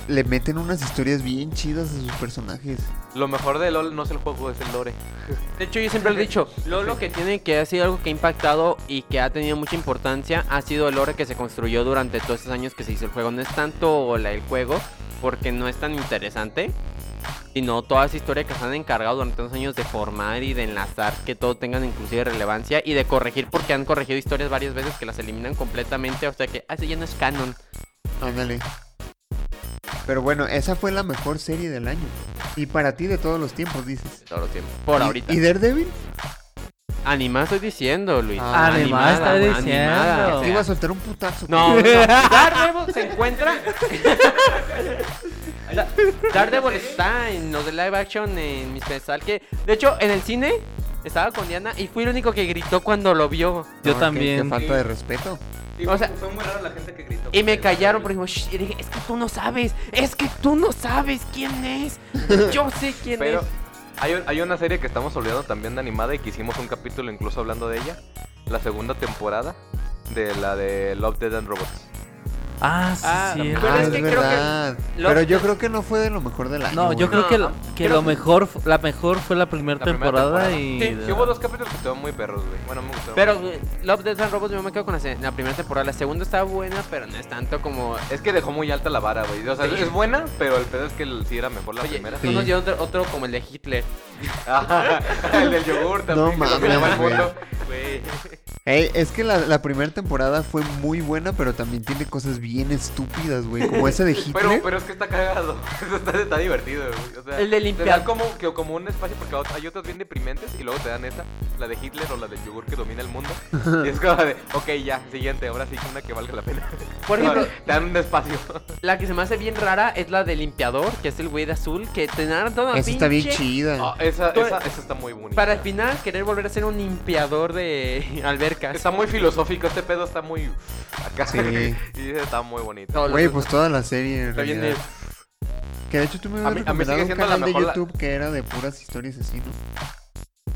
le meten unas historias bien chidas a sus personajes.
Lo mejor de LOL no es el juego, es el lore.
De hecho, yo siempre lo he dicho, lo, lo que tiene que ha sido algo que ha impactado y que ha tenido mucha importancia ha sido el lore que se construyó durante todos estos años que se hizo el juego. No es tanto la- el juego, porque no es tan interesante, sino toda esa historia que se han encargado durante todos años de formar y de enlazar, que todo tengan inclusive relevancia y de corregir, porque han corregido historias varias veces que las eliminan completamente, o sea que, ah, eso ya no es canon.
Ándale. Pero bueno, esa fue la mejor serie del año. Y para ti de todos los tiempos, dices.
Todo el tiempo. Por
¿Y-
ahorita.
¿Y Daredevil?
Animada estoy diciendo, Luis.
Ah,
animada estoy
güey, animada,
diciendo.
o
Te
sea.
iba a soltar un putazo.
No, no, Daredevil se encuentra. Da- Daredevil está en los de live action en mis pensar que. De hecho, en el cine estaba con Diana y fui el único que gritó cuando lo
Yo
vio.
No, qué- Qué,
también.
falta de respeto.
O sea-
fue muy raro la gente que gritó.
Y me callaron porque dijimos, "Shh", y dije, es que tú no sabes, es que tú no sabes quién es. Yo sé quién
Pero
es.
hay, un- hay una serie que estamos olvidando también de animada y que hicimos un capítulo incluso hablando de ella. La segunda temporada de la de Love, Dead and Robots.
Ah, sí,
Ah,
cierto.
Pero
Ah,
es
es
que creo que
verdad.
lo-
Pero yo creo que no fue de lo mejor del año.
No, yo
güey.
creo que,
No,
que lo mejor, fu- la mejor fue la primera
La primera
temporada,
temporada.
y...
Sí, sí hubo dos capítulos que estaban muy perros, güey. Bueno, me gustaron.
Pero eh, Love, Death and Robots yo me quedo con la, se- la primera temporada. La segunda está buena, pero no es tanto como
es que dejó muy alta la vara, güey. O sea,
Sí.
es buena, pero el pedo es que el- sí era mejor la
Oye,
primera.
tú nos dio otro, otro como el de Hitler.
Ah, el del yogur
No
también. que lo
mames,
miraba el
güey.
mundo.
Ey, es que la, la primera temporada fue muy buena, pero también tiene cosas bien estúpidas, güey. Como esa de Hitler.
Pero, pero es que está cagado. está, está divertido, güey. O sea,
El de
te
limpiar.
dan como, que, como un espacio porque hay otras bien deprimentes y luego te dan esa, la de Hitler o la del yogur que domina el mundo. Y es como de, ok, ya, siguiente, ahora sí que una que valga la pena.
Por ejemplo,
te dan un espacio.
La que se me hace bien rara es la del limpiador, que es el güey de azul, que te dan toda una
Esa está bien
pinche-
chida.
Ah, esa,
Tú-
esa, esa está muy bonita.
Para al final querer volver a ser un limpiador de albercas.
Está muy filosófico, este pedo está muy. Acá.
Sí.
y está muy bonito.
No,
Güey,
los-
pues toda la serie. en
Está bien
realidad. Que de hecho tú me habías
mí- a mí sigue
recomendado un
siendo la
canal de
mejor la-
YouTube que era de puras historias así, ¿no?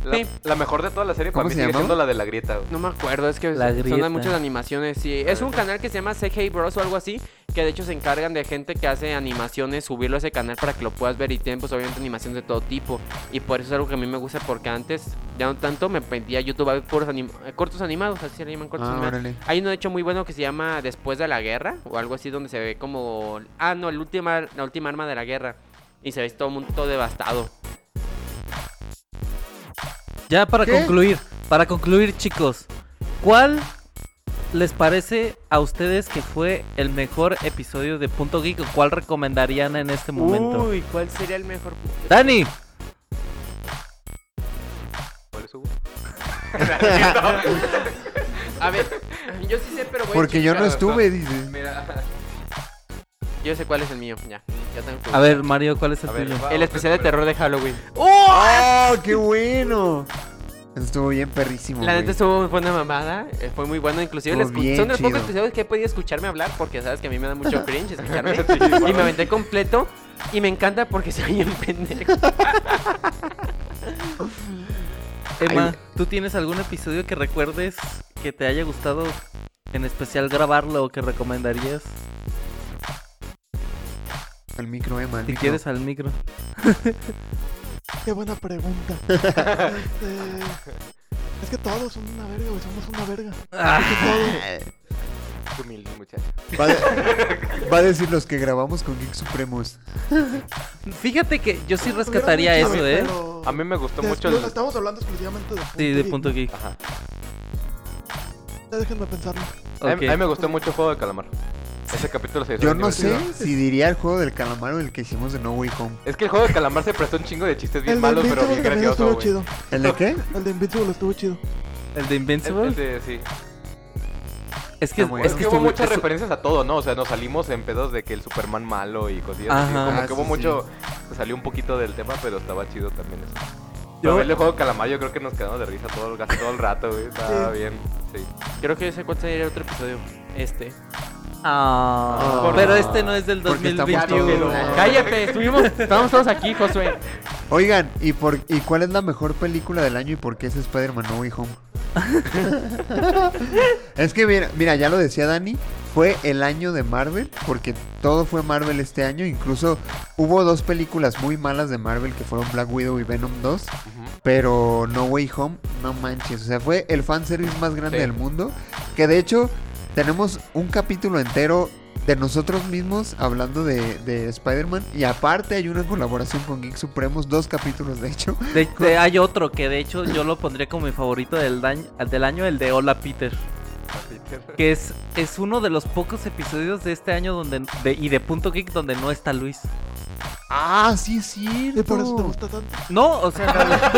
La,
Sí.
la mejor de toda la serie
¿Cómo
para mí
se
sigue
llamaba?
siendo la de la grieta. güey.
No me acuerdo, es que
La grieta.
son muchas animaciones. Sí. Es un canal que se llama Hey Bros o algo así, que de hecho se encargan de gente que hace animaciones, subirlo a ese canal para que lo puedas ver y tienen pues obviamente animaciones de todo tipo. Y por eso es algo que a mí me gusta porque antes ya no tanto me metía a YouTube a ver puros anim- eh, cortos animados, así se le llaman cortos
Ah,
animados.
órale.
Hay uno de hecho muy bueno que se llama Después de la guerra o algo así donde se ve como ah no, el última la última arma de la guerra y se ve todo el mundo todo devastado.
Ya para
¿Qué?
concluir, para concluir chicos, ¿cuál les parece a ustedes que fue el mejor episodio de Punto Geek o cuál recomendarían en este momento?
Uy, ¿cuál sería el mejor?
Dani,
¿Cuál es su-
A ver, yo sí sé, pero voy a
Porque yo no
checar.
estuve, dice.
Mira,
Yo sé cuál es el mío, ya. Ya tengo que
a ver Mario, ¿cuál es el
a ver,
tuyo?
va,
El
otro
especial de
primero.
terror de Halloween.
¡Oh, qué bueno! Eso estuvo bien perrísimo,
La
güey.
neta estuvo buena mamada, eh, fue muy bueno, inclusive
Estuvo
la escu-
bien
son de los pocos
chido.
episodios que he podido escucharme hablar porque sabes que a mí me da mucho cringe escucharme.
Sí, igual.
y me aventé completo y me encanta porque soy un pendejo.
Emma, ¿tú tienes algún episodio que recuerdes que te haya gustado en especial grabarlo o que recomendarías?
Al micro, eh, Emma, al
Si
micro.
quieres al micro.
Qué buena pregunta. Este, Es que todos son una verga, güey. Somos una verga.
Ah.
Qué humilde, muchacho.
Va, de- va a decir los que grabamos con Geek Supremos.
Fíjate que yo sí rescataría
Hubieran
eso,
dicho,
¿eh?
Pues, pero-
A mí me gustó
de-
mucho
lo-
el.
Estamos hablando exclusivamente de punto
Sí, de
geek,
Punto
¿no?
Geek.
Ajá.
Ya Déjenme pensarlo.
A mí- A mí
Ok.
me gustó mucho el juego de calamar. Ese capítulo se hizo
Yo
bien
no sé
divertido.
si diría el juego del calamar o el que hicimos de No Way Home.
Es que el juego de calamar se prestó un chingo de chistes bien
El de
malos, pero
Invincible
bien
también estuvo
gracioso, güey.
chido.
¿El de qué?
El de Invincible estuvo chido.
El de
El-
Invincible.
el de- sí.
Es que,
Está bueno.
Es
es
que,
que
hubo
estuvo-
muchas
estu-
referencias a todo, ¿no? O sea, nos salimos en pedos de que el Superman malo y cosillas así.
Ajá.
Como
Ah,
que hubo
sí,
mucho... se Salió un poquito del tema, pero estaba chido también eso.
Yo-
Yo... el juego de Calamar yo creo que nos quedamos de risa todo el, gas- todo el rato, güey. Estaba bien, sí.
Creo que yo sé cuál sería otro episodio. Este.
Ah,
Porque-
pero este no es del
porque estamos
2021.
todos-
Ah.
Cállate, estuvimos, estábamos todos aquí, Josué.
Oigan, ¿y, por, ¿y cuál es la mejor película del año y por qué es Spider-Man No Way Home? es que mira, mira, ya lo decía Dani, fue el año de Marvel, porque todo fue Marvel este año, incluso hubo dos películas muy malas de Marvel que fueron Black Widow y Venom 2, pero No Way Home, no manches, o sea, fue el fanservice más grande
Sí.
del mundo, que de hecho tenemos un capítulo entero de nosotros mismos hablando de, de Spider-Man y aparte hay una colaboración con Geek Supremos, dos capítulos de hecho.
De- de- hay otro que de hecho yo lo pondría como mi favorito del, daño- del año, el de Hola Peter. Que es, es uno de los pocos episodios de este año donde de- y de Punto Geek donde no está Luis.
Ah, sí es
Y por eso te
cierto.
gusta tanto.
No, o sea,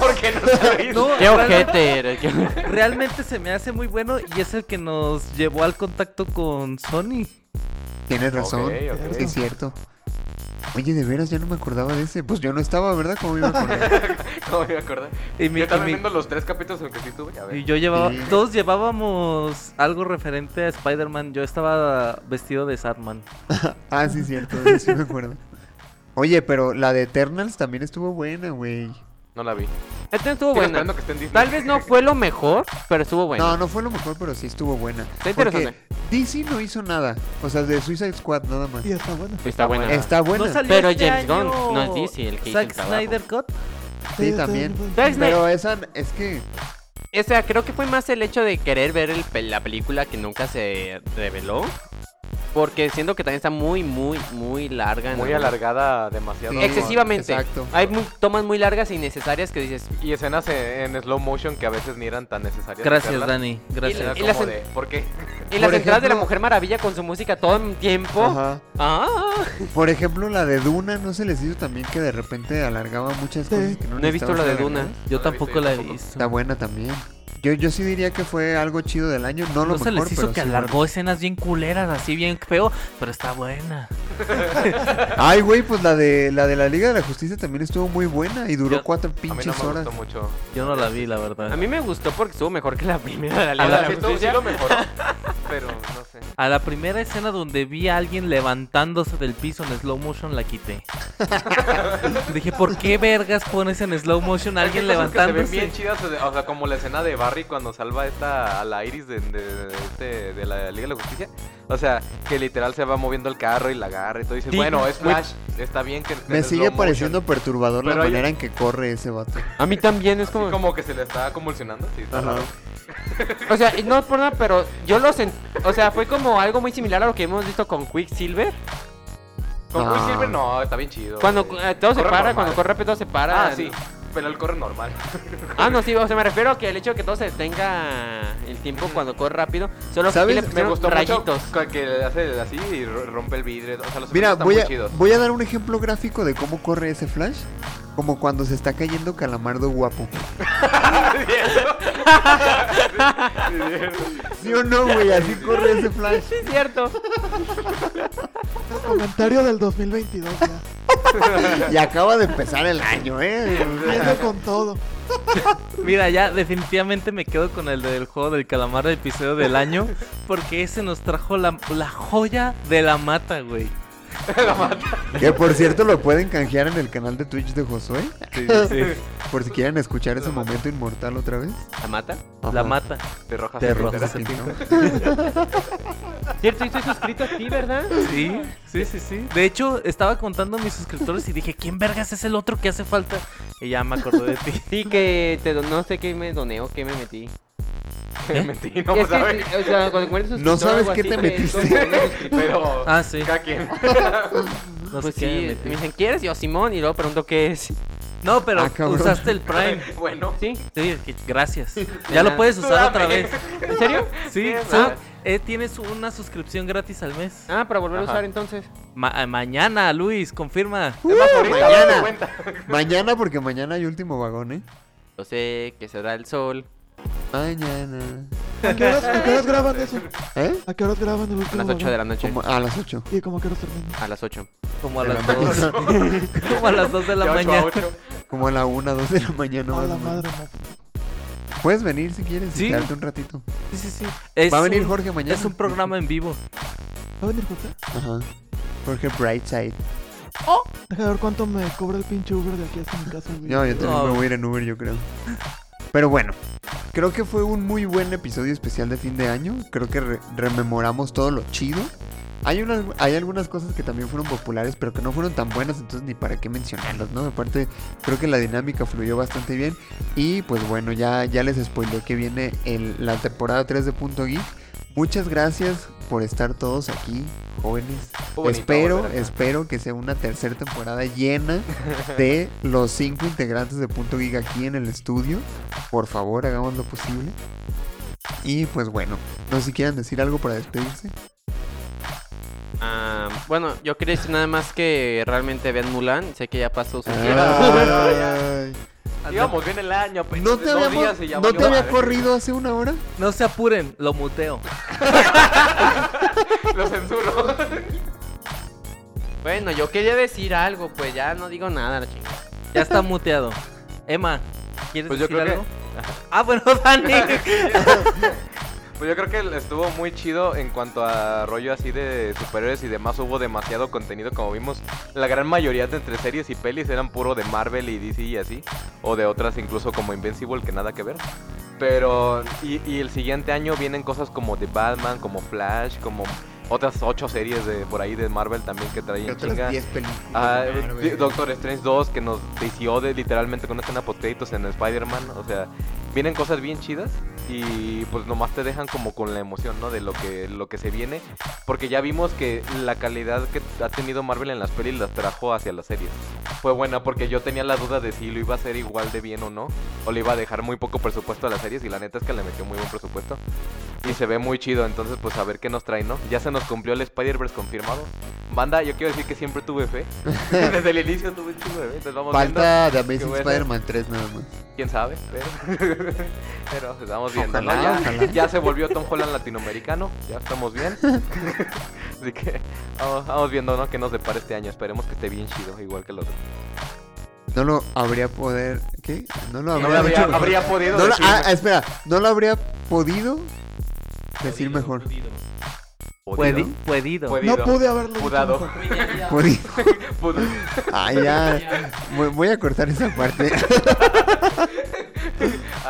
Porque no sabéis.
no,
Qué
realmente-
ojete eres. qué-
Realmente se me hace muy bueno y es el que nos llevó al contacto con Sony.
Tienes razón.
Ok, ok.
Sí es cierto. Oye, de veras, ya no me acordaba de ese. Pues yo no estaba, ¿verdad? ¿Cómo me iba a acordar?
No me acordé.
Y, mi-
Yo
y
también
mi-
viendo los tres capítulos en que sí estuve. A ver.
y yo llevaba,
Sí.
todos llevábamos algo referente a Spider-Man. Yo estaba vestido de Sandman.
ah, sí es cierto, de eso sí me acuerdo. Oye, pero la de Eternals también estuvo buena, güey.
No la vi. Sigo
Este estuvo bueno.
esperando que esté en Disney.
Tal vez no fue lo mejor, pero estuvo bueno.
No, no fue lo mejor, pero sí estuvo buena.
Está
Porque
interesante.
DC no hizo nada. O sea, de Suicide Squad nada más.
Y está bueno.
Está bueno.
Está buena.
No salió
Pero
este
James
año
Gunn no es DC el que hizo el
Zack
trabajo.
Snyder Cut.
Sí,
está
también.
bien.
Zack Snyder.
Pero esa es que...
O sea, creo que fue más el hecho de querer ver el pe- la película que nunca se reveló. Porque siento que también está muy, muy, muy larga. en
Muy
algunos-
alargada, demasiado.
Sí.
Excesivamente.
Exacto.
Hay mu- tomas muy largas e innecesarias que dices.
Y escenas en, en slow motion que a veces ni eran tan necesarias.
Gracias,
hacerlas.
Dani.
Era
Gracias.
Y las
como
en-
de, ¿Por qué?
Y las
Por
entradas de la
ejemplo-
Mujer Maravilla con su música todo el tiempo.
Ajá.
Ah,
Por ejemplo, la de Duna, ¿no se les hizo también que de repente alargaba muchas
Sí.
cosas que no
no he visto la
necesitaban
de
ser
Duna.
alargadas?
Yo
No la he
tampoco
visto, yo
la he
tampoco.
visto.
Está buena también. Yo, yo sí diría que fue algo chido del año, no
No
lo
se
mejor,
les hizo
pero
que
sí
alargó escenas bien culeras, así bien feo, pero está buena.
bueno. Ay, güey, pues la de la de la Liga de la Justicia también estuvo muy buena y duró
Yo-
cuatro
A mí
pinches
no me
horas.
gustó mucho.
Yo no la vi, la verdad.
a mí me gustó porque estuvo mejor que la primera de la Liga
A
de
la-
la
Sí, tú- sí
Justicia.
lo mejoró, pero no sé.
A la primera escena donde vi a alguien levantándose del piso en slow motion la quité. Dije, ¿por qué vergas pones en slow motion a alguien
Hay cosas que se ven
levantándose?
bien chidas, o sea, o sea, como la escena de Barry cuando salva esta a la Iris de, de- de este- de la Liga de la Justicia. O sea, que literal se va moviendo el carro y la agarra y todo. Y dices,
Sí,
bueno, es
muy-
Flash, está bien que esté
Me
en
sigue
slow
pareciendo
motion".
perturbador la
Pero hay-
manera en que corre ese vato.
A mí también es
Así
como.
como que se le está convulsionando. Sí, está
Ajá.
raro.
O sea, y no por nada, pero yo lo sentí. O sea, fue como algo muy similar a lo que hemos visto con Quicksilver.
Con
No.
Quicksilver no, está bien chido.
Cuando
güey.
eh, todo se
Corre
para,
normal.
cuando corre rápido se para.
Ah, sí. Pero él corre normal.
Ah, no, sí, o sea, me refiero a que el hecho de que todo se detenga el tiempo cuando corre rápido, solo
¿Sabes?
que le
Me
Me
pusieron
gustó
rayitos.
mucho cu- que le hace así y ro- rompe el vidrio. O sea, los
Mira,
efectos están
voy
muy
a,
chidos.
voy a dar un ejemplo gráfico de cómo corre ese Flash. Como cuando se está cayendo Calamardo guapo. ¿Sí o no, güey? Así corre ese Flash.
Sí, es cierto.
El comentario del 2022 ya.
Y acaba de empezar el año, ¿eh?
Viene con todo.
Mira, ya definitivamente me quedo con el del juego del calamar del episodio del año, porque ese nos trajo la, la joya de la mata, güey.
Que por cierto lo pueden canjear en el canal de Twitch de Josué. Por si quieren escuchar ese momento inmortal otra vez.
¿La mata?
La
Ajá.
mata.
De rojas.
De
a
rojo
pinteras.
se pintó.
Cierto, yo estoy suscrito a ti, ¿verdad?
Sí, sí, sí, sí. De hecho, estaba contando a mis suscriptores y dije, ¿quién vergas es el otro que hace falta? Y ya me acordé de ti.
Sí, que te don- no sé qué me doneo, qué me metí.
Mentí, no,
es
pues, a ver.
que, o sea, cuando encuentras un
No
suscriptor
sabes
o algo
qué
así,
te
te
metiste.
doy un suscriptor.
Pero.
Ah, sí.
Cada quien.
No sé
Pues
qué me
sí, eh,
metí.
me dicen, ¿quieres? Yo, Simón, y luego pregunto qué es.
No, pero
Ah, cabrón.
usaste el Prime.
Bueno.
Sí, sí, es que- gracias. Ya
nada.
lo puedes usar otra
Dame.
vez.
Ah, ¿En serio?
Sí,
Bien,
son-
ah.
eh, tienes una suscripción gratis al mes.
Ah, para volver
Ajá.
a usar entonces.
Ma- eh, mañana, Luis, confirma.
Es más, ahorita
Uh, mañana.
date cuenta.
Mañana, porque mañana hay último vagón, ¿eh?
Yo sé que se da el sol.
Mañana.
¿A qué horas, a qué horas graban eso?
¿Eh?
¿A qué horas graban el
A
último
las 8 de la
vagón?
noche.
Como a las 8.
¿Y como que horas termina?
A las 8.
Como a
De
las
la
dos. Como a las 2 de la
De ocho a
mañana.
ocho.
Como a la 1, 2 de la mañana.
A
más
la
o menos.
madre, no.
Puedes venir si quieres y
Sí.
quedarte un ratito.
Sí, sí, sí. Es
Va a venir
un-
Jorge mañana.
Es un programa en vivo.
¿Va a venir José?
Ajá. Jorge Brightside.
Deja de ver cuánto me cobra el pinche Uber de aquí hasta mi casa, güey.
No, yo también
No.
me voy a ir en Uber, yo creo. Pero bueno, creo que fue un muy buen episodio especial de fin de año. Creo que re- rememoramos todo lo chido. Hay, unas, hay algunas cosas que también fueron populares, pero que no fueron tan buenas, entonces ni para qué mencionarlas, ¿no? Aparte, creo que la dinámica fluyó bastante bien. Y pues bueno, ya, ya les spoileé que viene el- la temporada 3 de Punto Geek. Muchas gracias por estar todos aquí, jóvenes.
Fue bonito
espero,
volver acá.
espero que sea una tercera temporada llena de los cinco integrantes de Punto Geek aquí en el estudio. Por favor, hagamos lo posible. Y pues bueno, no sé si quieran decir algo para despedirse.
Ah, bueno, yo quería decir nada más que realmente vean Mulan. Sé que ya pasó su
Ah. Ay.
Íbamos bien el año, pues.
¿No te,
dos
habíamos-
días y ya
¿no te
valió
había
madre.
corrido hace una hora?
No se apuren, lo muteo.
Lo censuro.
Bueno, yo quería decir algo, pues ya no digo nada, la chingada.
Ya está muteado. Emma, ¿quieres
Pues yo
decir
creo
algo? Ah, bueno, Dani.
Pues yo creo que estuvo muy chido en cuanto a rollo así de superhéroes y demás. Hubo demasiado contenido, como vimos. La gran mayoría de entre series y pelis eran puro de Marvel y DC y así. O de otras incluso como Invincible, que nada que ver. Pero, y, y el siguiente año vienen cosas como de Batman, como Flash, como otras ocho series de por ahí de Marvel también que traen chinga.
Otras 10 películas.
Ah,
de
eh,
Marvel.
Doctor Strange 2 que nos deció de, literalmente con una escena post créditos en Spider-Man. O sea, vienen cosas bien chidas y pues nomás te dejan como con la emoción, ¿no? De lo que, lo que se viene. Porque ya vimos que la calidad que ha tenido Marvel en las pelis las trajo hacia las series. Fue buena porque yo tenía la duda de si lo iba a hacer igual de bien o no. O le iba a dejar muy poco presupuesto a las series y la neta es que le metió muy buen presupuesto. Y se ve muy chido, entonces pues a ver qué nos trae, ¿no? Ya se nos cumplió el Spider-Verse confirmado. Banda, yo quiero decir que siempre tuve fe. Desde el inicio tuve un chingo de fe. Entonces vamos viendo.
Falta de
Qué
Amazing
bueno.
Spider-Man 3 nada más.
Quién sabe, pero. pero pues, vamos viendo. ¿no?
Ojalá,
Ya,
ojalá.
ya se volvió Tom Holland latinoamericano. Ya estamos bien. Así que vamos, vamos viendo, ¿no? Que nos depara este año. Esperemos que esté bien chido, igual que el otro.
No lo habría poder... ¿Qué? No lo habría,
No lo habría,
hecho mejor.
habría podido.
No lo-
decir-
ah, espera, no lo habría podido decir mejor.
Puedi-
podido.
Puedido.
Puedido.
No pude haberlo dicho
Pudado.
mejor.
Podido.
Pudo.
Ah, ya. Voy- Voy a cortar esa parte.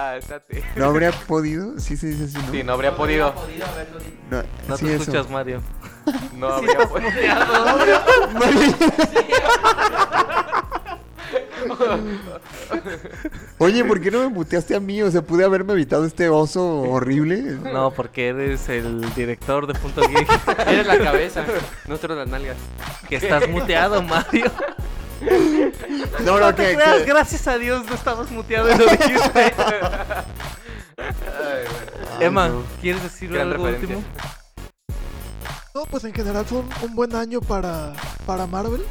Ah, estate.
No habría podido. Sí se dice así, ¿no?
Sí, no habría podido.
No,
No
sí,
te
eso.
escuchas, Mario.
No habría podido.
Oye, ¿por qué no me muteaste a mí? O sea, pude haberme evitado este oso horrible.
No, porque eres el director de Punto Geek.
Eres la cabeza, nosotros las nalgas.
Que estás muteado, Mario.
No,
No
no,
te
que,
creas,
que-
gracias a Dios no estamos muteados. Lo dijiste.
Ay,
Emma,
no.
¿quieres decir
Gran
algo
referencia.
último?
No, pues en general fue un, un buen año para, para Marvel.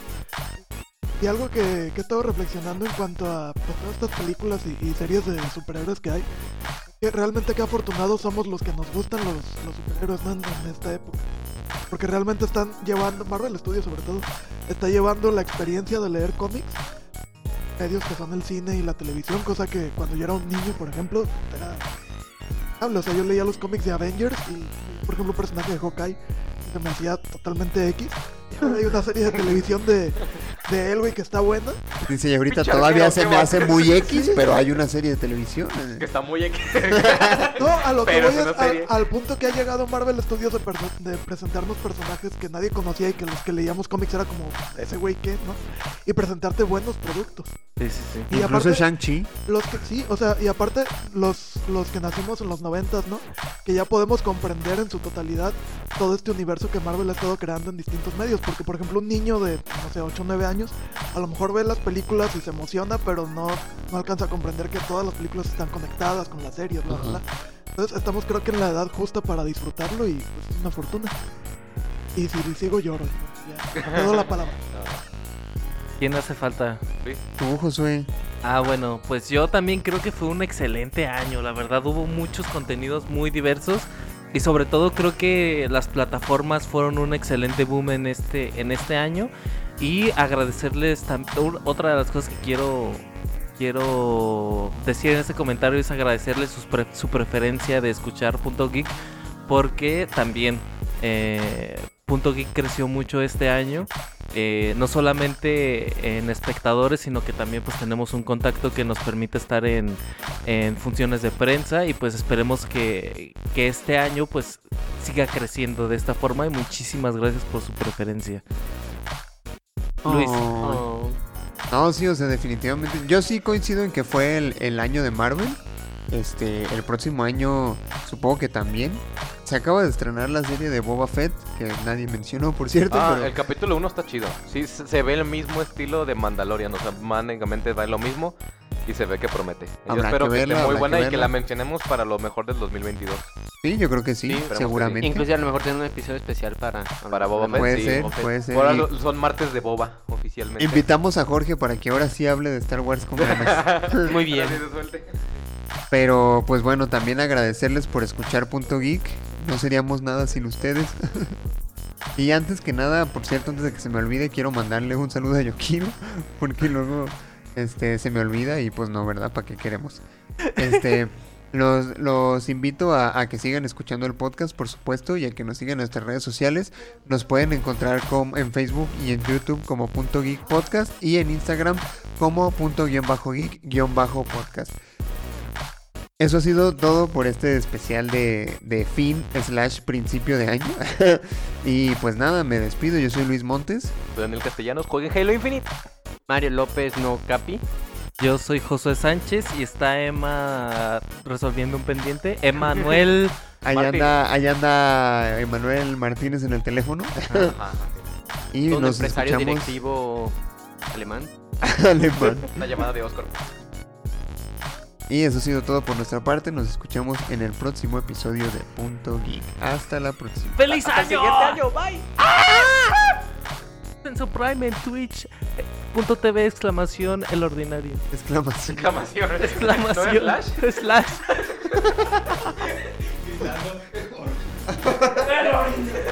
Y algo que, que he estado reflexionando en cuanto a pues, todas estas películas y, y series de superhéroes que hay, que realmente qué afortunados somos los que nos gustan los, los superhéroes ¿no? en, en esta época. Porque realmente están llevando, Marvel Studios sobre todo, está llevando la experiencia de leer cómics, medios que son el cine y la televisión, cosa que cuando yo era un niño, por ejemplo, era... O sea, yo leía los cómics de Avengers y, por ejemplo, el personaje de Hawkeye se me hacía totalmente X. Y ahora hay una serie de televisión de, de él, güey, que está buena.
Dice, y ahorita
Pinche
todavía
arquero,
se
qué
me
va.
hace muy X, pero hay una serie de televisión.
Que está muy ex-
No, a lo que
Pero
voy
es
es
una
a-
serie.
al punto que ha llegado Marvel Studios de, perso- de presentarnos personajes que nadie conocía y que los que leíamos cómics era como, ese güey qué, ¿no? Y presentarte buenos productos.
Sí, sí, sí.
Y
Incluso
aparte,
Shang-Chi.
los que sí, o sea, y aparte los, los que nacimos en los noventas, ¿no? Que ya podemos comprender en su totalidad todo este universo que Marvel ha estado creando en distintos medios. Porque, por ejemplo, un niño de, no sé, 8 o 9 años a lo mejor ve las películas y se emociona, pero no, no alcanza a comprender que todas las películas están conectadas con las series, bla, bla, bla. Entonces estamos creo que en la edad justa para disfrutarlo y pues, es una fortuna. Y si sigo lloro, pues, ya, te doy la palabra.
¿Quién hace falta?
Tu Josué.
Ah, bueno, pues yo también creo que fue un excelente año. La verdad, hubo muchos contenidos muy diversos. Y sobre todo creo que las plataformas fueron un excelente boom en este, en este año. Y agradecerles también. Otra de las cosas que quiero. Quiero decir en este comentario es agradecerles sus pre- su preferencia de escuchar Punto Geek. Porque también eh, Punto Geek creció mucho este año eh, no solamente en espectadores, sino que también pues tenemos un contacto que nos permite estar en, en funciones de prensa y pues esperemos que, que este año pues siga creciendo de esta forma y muchísimas gracias por su preferencia. Luis,
Oh. No, sí, o sea, definitivamente. Yo sí coincido en que fue el, el año de Marvel. Este, el próximo año supongo que también. Se acaba de estrenar la serie de Boba Fett, que nadie mencionó, por cierto.
Ah,
pero-
el capítulo 1 está chido. Sí, se se ve el mismo estilo de Mandalorian. O sea, mánicamente va lo mismo y se ve que promete. Yo
Habrá
espero
que
que,
verla,
esté muy
habrá
buena
que
y que
verla.
la mencionemos para lo mejor del 2022.
Sí, yo creo que sí,
Sí, esperemos que sí.
seguramente.
Incluso a lo mejor tienen un episodio especial para...
Para Boba Fett.
Puede
sí,
ser,
Boba Fett.
puede ser.
Ahora
Y-
lo- son martes de Boba, oficialmente.
Invitamos a Jorge para que ahora sí hable de Star Wars con ganas.
Muy bien.
Ahora sí se suelte.
Pero pues bueno, también agradecerles por escuchar Punto Geek. No seríamos nada sin ustedes. y antes que nada, por cierto, antes de que se me olvide, quiero mandarle un saludo a Yokiro. Porque luego este, se me olvida y pues no, ¿verdad? ¿Para qué queremos? Este, los, los invito a, a que sigan escuchando el podcast, por supuesto, y a que nos sigan en nuestras redes sociales. Nos pueden encontrar com- en Facebook y en YouTube como Punto Geek Podcast y en Instagram como Punto Guión Bajo Geek Guión Bajo Podcast. Eso ha sido todo por este especial de, de fin slash principio de año. y pues nada, me despido. Yo soy Luis Montes.
Daniel Castellanos, jueguen Halo Infinite.
Mario López, no capi.
yo soy Josué Sánchez y está Emma resolviendo un pendiente. Emanuel,
Allá
Martín.
anda, allá anda Emanuel Martínez en el teléfono.
Ajá.
y
un
nos
empresario
escuchamos.
directivo alemán.
Alemán.
Una llamada de Oscar.
Y eso ha sido todo por nuestra parte. Nos escuchamos en el próximo episodio de Punto Geek. Hasta la próxima.
¡feliz
Hasta el
año! Ah.
siguiente año, bye.
En su Prime, en Twitch, eh, punto TV, exclamación, el ordinario.
Exclamación.
Exclamación. ¿No
Exclamación.
es Flash?
Slash.